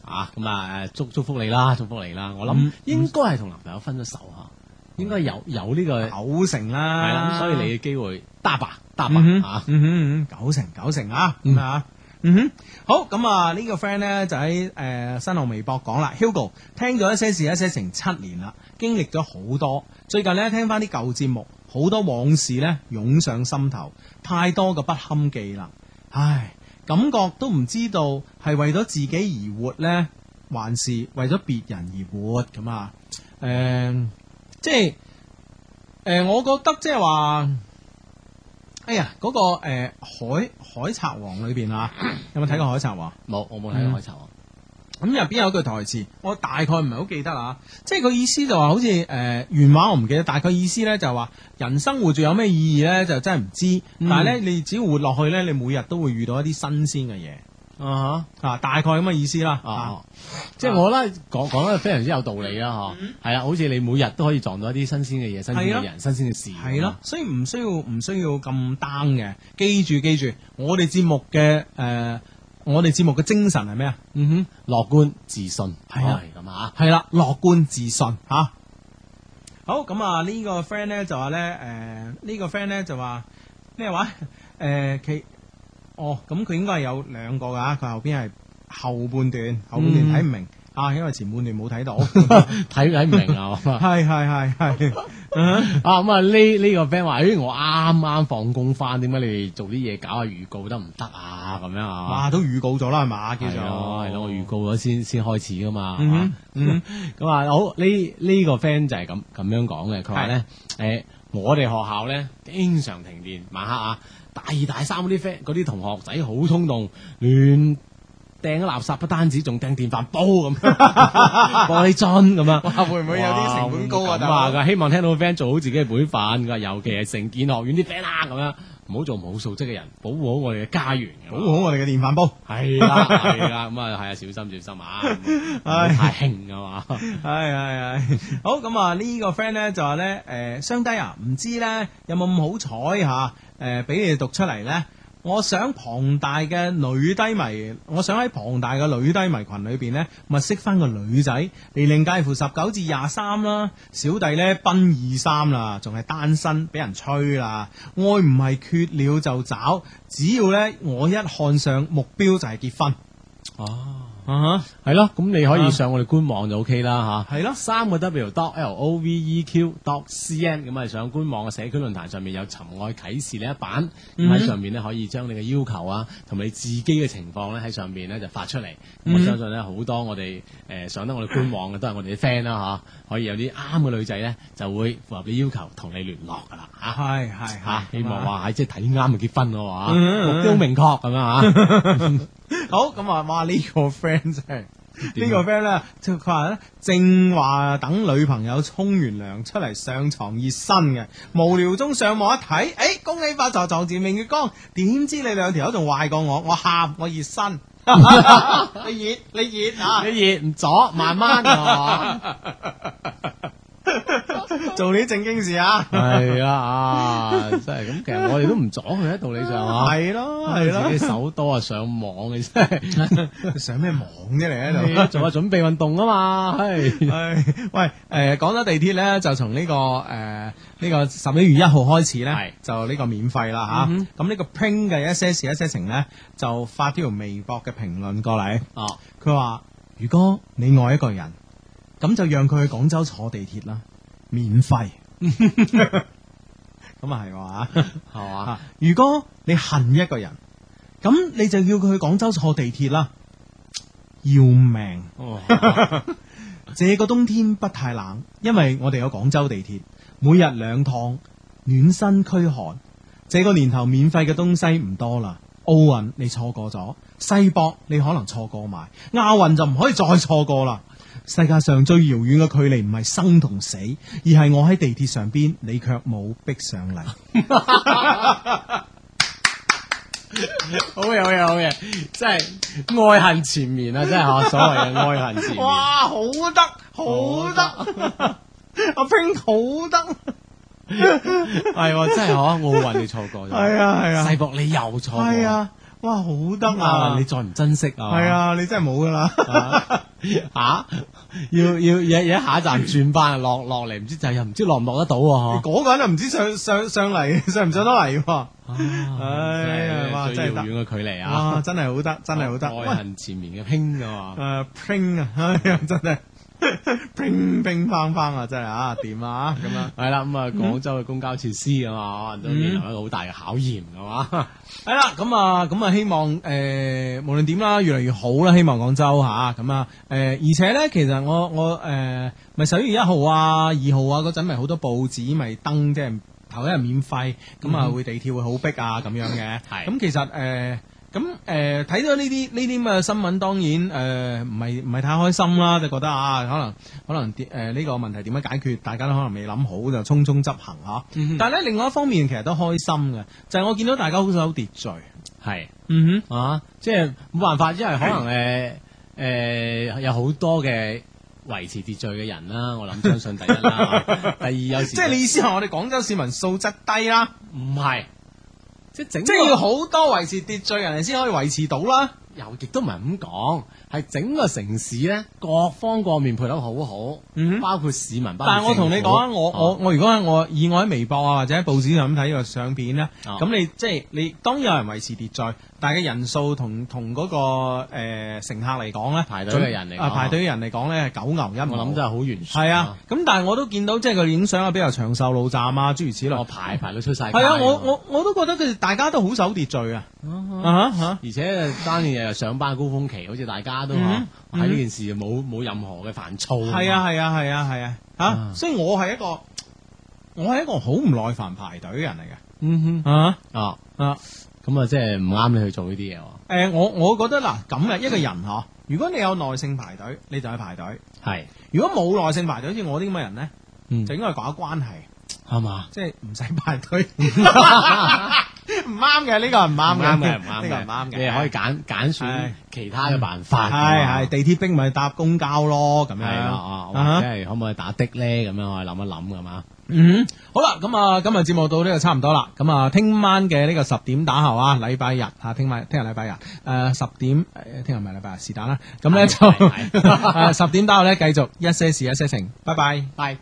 B: 啊，咁啊，誒祝祝福你啦，祝福你啦！我諗
A: 嗯
B: 應該係同男朋友分咗手吓，應該有有呢個啊
A: 九成啦，
B: 係啦，咁所以你嘅機會大把大把
A: 嗯
B: 嚇
A: 哼，。嗯哼嗯哼，九成九成啊，
B: 嗯
A: 咁啊。嗯哼，好咁啊！呢、個 friend 呢，就喺誒、呃新浪微博講啦，Hugo 聽咗一些事一些情七年啦，經歷咗好多，最近呢，聽翻啲舊節目，好多往事呢湧上心頭，太多嘅不堪記啦，唉，感覺都唔知道係為咗自己而活呢，還是為咗別人而活咁啊？誒、即係誒、呃我覺得即係話。哎呀，嗰、個誒、呃海海賊王裏邊 啊，有冇睇過海賊王？
B: 冇，我冇
A: 嗯
B: 睇啊過海賊王。
A: 咁入邊有一句台詞，我大概唔係好記得啦，即係佢意思就話好似誒、呃原話我唔記得，大概意思咧就話人生活住有咩意義咧就真係唔知，
B: 嗯
A: 但係咧你只要活落去咧，你每日都會遇到一啲新鮮嘅嘢
B: 啊
A: 啊，大概咁嘅意思啦。
B: 哈啊！即係我覺得講講得非常之有道理啦，嗬，
A: 嗯
B: 係啊啦，好似你每日都可以撞到一啲新鮮嘅嘢、新鮮嘅人、新鮮嘅事，啊
A: 係咯，，所以唔需要唔需要咁 down 嘅，記住記住，我哋節目嘅誒、呃我哋節目嘅精神係咩啊？
B: 嗯哼，樂觀自信，
A: 係啊
B: 哦係咁啊，
A: 系啦，樂觀自信吓、嚇好咁啊，呢、個 friend 咧就話咧，诶、呢、個 friend 咧就話咩話？ 诶、其哦，咁佢應該係有兩個噶，佢後邊係後半
B: 嗯
A: 段，後半段睇唔明、啊，因為前半段冇睇 到。係
B: 睇睇唔明啊，我
A: 係係係， 嗯
B: 啊咁啊呢呢個 friend 話，誒我啱啱放工翻，點解你哋做啲嘢搞下預告得唔得啊？咁樣啊，
A: 哇，都預告咗啦，係嘛？叫
B: 係
A: 做
B: 咯係咯，我預告咗先先開始噶嘛，係嘛
A: 嗯哼嗯
B: 咁啊，好呢呢、個 friend 就係咁咁樣講嘅，佢話咧，誒、我哋學校咧經常停電，晚黑啊，大二大三嗰啲 friend 嗰啲同學仔好衝動，亂掟垃圾不單止，仲掟電飯煲咁， 玻璃樽咁啊！
A: 哼，會唔會有啲成本高啊？
B: 咁
A: 大佬
B: 佢希望聽到 friend 做好自己嘅本分，佢話尤其係城建學院啲 friend 啦，咁樣唔好做冇素質嘅人，保護好我哋嘅家園。
A: 好好我哋嘅電飯煲。
B: 係啦， 係啦，咁啊，係啊，小心小心啊，唔好太興啊嘛。
A: 系系系，好咁啊！呢個 friend 咧就話咧，诶、雙低啊，唔知咧有冇咁好彩吓，诶、俾你哋讀出嚟咧。我想龐大嘅女低迷，我想喺龐大嘅女低迷群裏邊呢，物色翻個女仔，年齡介乎十九至廿三啦，小弟呢，奔二三啦，仲係單身，俾人吹啦，愛唔係缺了就找，只要呢，我一看上目標就係結婚。
B: 哦，
A: 啊
B: 系咯，咁你可
A: 啊
B: 以上我哋官網就 OK 啦吓。
A: 係咯
B: 三個 W dot L O V E Q dot C N 咁啊，上官網嘅社區論壇上面有尋愛啟示呢一版，咁
A: 嗯
B: 喺上面咧可以將你嘅要求啊，同埋你自己嘅情況咧喺上面咧就發出嚟。咁
A: 嗯
B: 我相信咧好多我哋誒上得我哋官網嘅都係我哋啲 friend 啦吓，可以有啲啱嘅女仔咧就會符合你要求同你聯絡噶啦啊吓。
A: 係係
B: 吓，
A: 係，
B: 希望啊話即係睇啱就結婚咯吓，
A: 嗯嗯
B: 目標明確咁樣吓。
A: 好咁啊！哇，呢、個 friend 真係呢個 friend 咧，就佢話咧正話等女朋友沖完涼出嚟上床熱身嘅，無聊中上網一睇，誒、恭喜發財，撞前明月光，點知你兩條友仲壞過我，我喊我熱身，你熱你熱啊！
B: 你熱唔咗，慢慢啊。
A: 做啲正經事啊！
B: 系啊，啊 真係咁。其實我哋都唔阻佢喺道理上啊。
A: 係咯
B: 係
A: 係
B: 咯，自己
A: 咯，
B: 手多啊，上網嘅真係
A: 上咩網啫你喺度？
B: 你做下準備運動啊嘛， 係
A: 唉，喂，诶，讲咗地鐵咧，就從呢、個个呢、個十一月一號開始咧
B: 係，
A: 就呢個免費啦
B: 嗯
A: 吓。咁呢、個 Ping 嘅一些事一些情咧，就發咗條微博嘅評論過嚟，
B: 哦，
A: 佢話：如果你愛一個人，咁就讓佢去廣州坐地鐵啦，免 費。咁啊係喎嚇
B: 係嘛
A: 啊！如果你恨一個人，咁你就叫佢去廣州坐地鐵啦，要命。
B: 哦
A: 這個冬天不太冷，因為我哋有廣州地鐵，每日兩趟，暖身驅寒。這個年頭免費嘅東西唔多啦，奧運你錯過咗，世博你可能錯過埋，亞運就唔可以再錯過啦。世界上最遙遠嘅距離唔係生同死，而係我喺地鐵上邊，你卻冇逼上嚟。
B: 好嘢，好嘢，好嘢！真係愛恨纏綿啊，真係嗬，所謂嘅愛恨纏綿。
A: 哇，好得，好得，阿 Pink 好得，
B: 係喎，真係嗬，奧運你錯過咗，
A: 係啊係啊
B: 世博你又錯過，
A: 係，啊，哇，好得啊！
B: 你再唔珍惜啊，
A: 系。啊，你真系冇噶啦，
B: 吓，啊要要要要喺下一站轉班落落嚟，唔知就又唔知落唔落得到喎，嗬
A: 嗰個人都唔知上上上嚟 上唔上得嚟喎，唉
B: 唉
A: 哇
B: 啊最
A: 真係得
B: 遙遠嘅距離啊！
A: 啊，真係好得，真係好得，
B: 哦愛恨纏綿嘅拼噶嘛，
A: 诶，ping 啊， 哎呀，真係 ping ping 乓乓啊，真係啊，點啊咁啊，
B: 係啦咁啊，廣州嘅公交設施啊嘛，可能都
A: 嗯
B: 面臨一個好大嘅考驗噶嘛，
A: 系啦，咁啊，咁啊，希望诶、無論點啦，越嚟越好啦，希望廣州吓，咁啊，诶、而且咧，其實我我诶，咪十一月一號啊、二號啊嗰陣，咪好多報紙咪登即係頭一日免費，咁
B: 嗯
A: 啊會地鐵會好逼啊咁樣嘅，
B: 係
A: 咁其實诶。咁誒睇到呢啲呢啲咁嘅新聞，當然誒呃唔係唔係太開心啦，就覺得啊，可能可能呃誒呢、個問題點樣解決，大家都可能未諗好，就匆匆執行嚇。
B: 嗯
A: 但係咧，另外一方面其實都開心嘅，就係、我見到大家好守秩序。
B: 係
A: 嗯
B: 啊，即係冇辦法，因為可能誒誒有好多嘅維持秩序嘅人啦，我諗相信第一 啦，第二有時
A: 即係你意思係我哋廣州市民素質低啦，
B: 唔係即係整
A: 即係
B: 個
A: 要好多維持秩序人哋先可以維持到啦。
B: 又亦都唔係咁講，係整個城市咧，各方各面配得好好，
A: 嗯
B: 包括市民，包括
A: 但係我同你講啊，
B: 政府哦
A: 我我我如果係我以我喺微博啊或者喺報紙上咁睇個相片咧，
B: 啊
A: 咁、你即係你當然有人維持秩序，但係嘅人數同同嗰個、呃、乘客嚟講咧，
B: 排隊嘅人嚟講
A: 啊排隊嘅人嚟講咧，係九牛一
B: 我諗
A: 毛
B: 真。係好懸殊，
A: 係啊，，咁但係我都見到即係佢影相啊，比如長壽路站啊，諸如此類。
B: 我排哦排到嗯出晒街。
A: 係啊，我我我都覺得佢哋大家都好守秩序啊。啊哈啊
B: 而且當然又上班高峰期，好似大家都
A: 嗯
B: 嚇喺呢件事冇冇任何嘅煩躁。
A: 係啊，係啊，係啊，係啊，吓！
B: 啊
A: 所以我係一個，我係一個好唔耐煩排隊嘅人嚟嘅。
B: 嗯
A: 啊
B: 哼，啊
A: 啊！
B: 咁啊，即係唔啱你去做呢啲嘢喎。
A: 诶，呃我我覺得嗱咁嘅一個人嗬，如果你有耐性排隊，你就去排隊；
B: 係，
A: 如果冇耐性排隊，好似我啲咁嘅人咧，
B: 嗯
A: 就，應該係搞關係，
B: 係嘛？
A: 即係唔使排隊。 唔啱嘅，呢個係唔啱嘅，
B: 啱嘅，唔啱
A: 呢個
B: 嘅，
A: 唔啱嘅。
B: 你係可以揀揀
A: 係
B: 選其他嘅辦法㗎嘛。
A: 係係地鐵逼咪搭公交咯，咁樣
B: 系啊，
A: 啊
B: 或者系可唔可以打的咧？咁樣我哋諗一諗噶嘛。
A: 嗯，好啦，咁啊，今日節目到呢度差唔多啦。咁啊，聽晚嘅呢個十點打後啊，禮拜日啊，聽晚聽日禮拜日，誒十點誒，聽日唔係禮拜日，是但啦。咁咧
B: 啊
A: 啊
B: 係係
A: 就誒十點打後咧，繼續一些事一些情，拜拜。
B: 拜。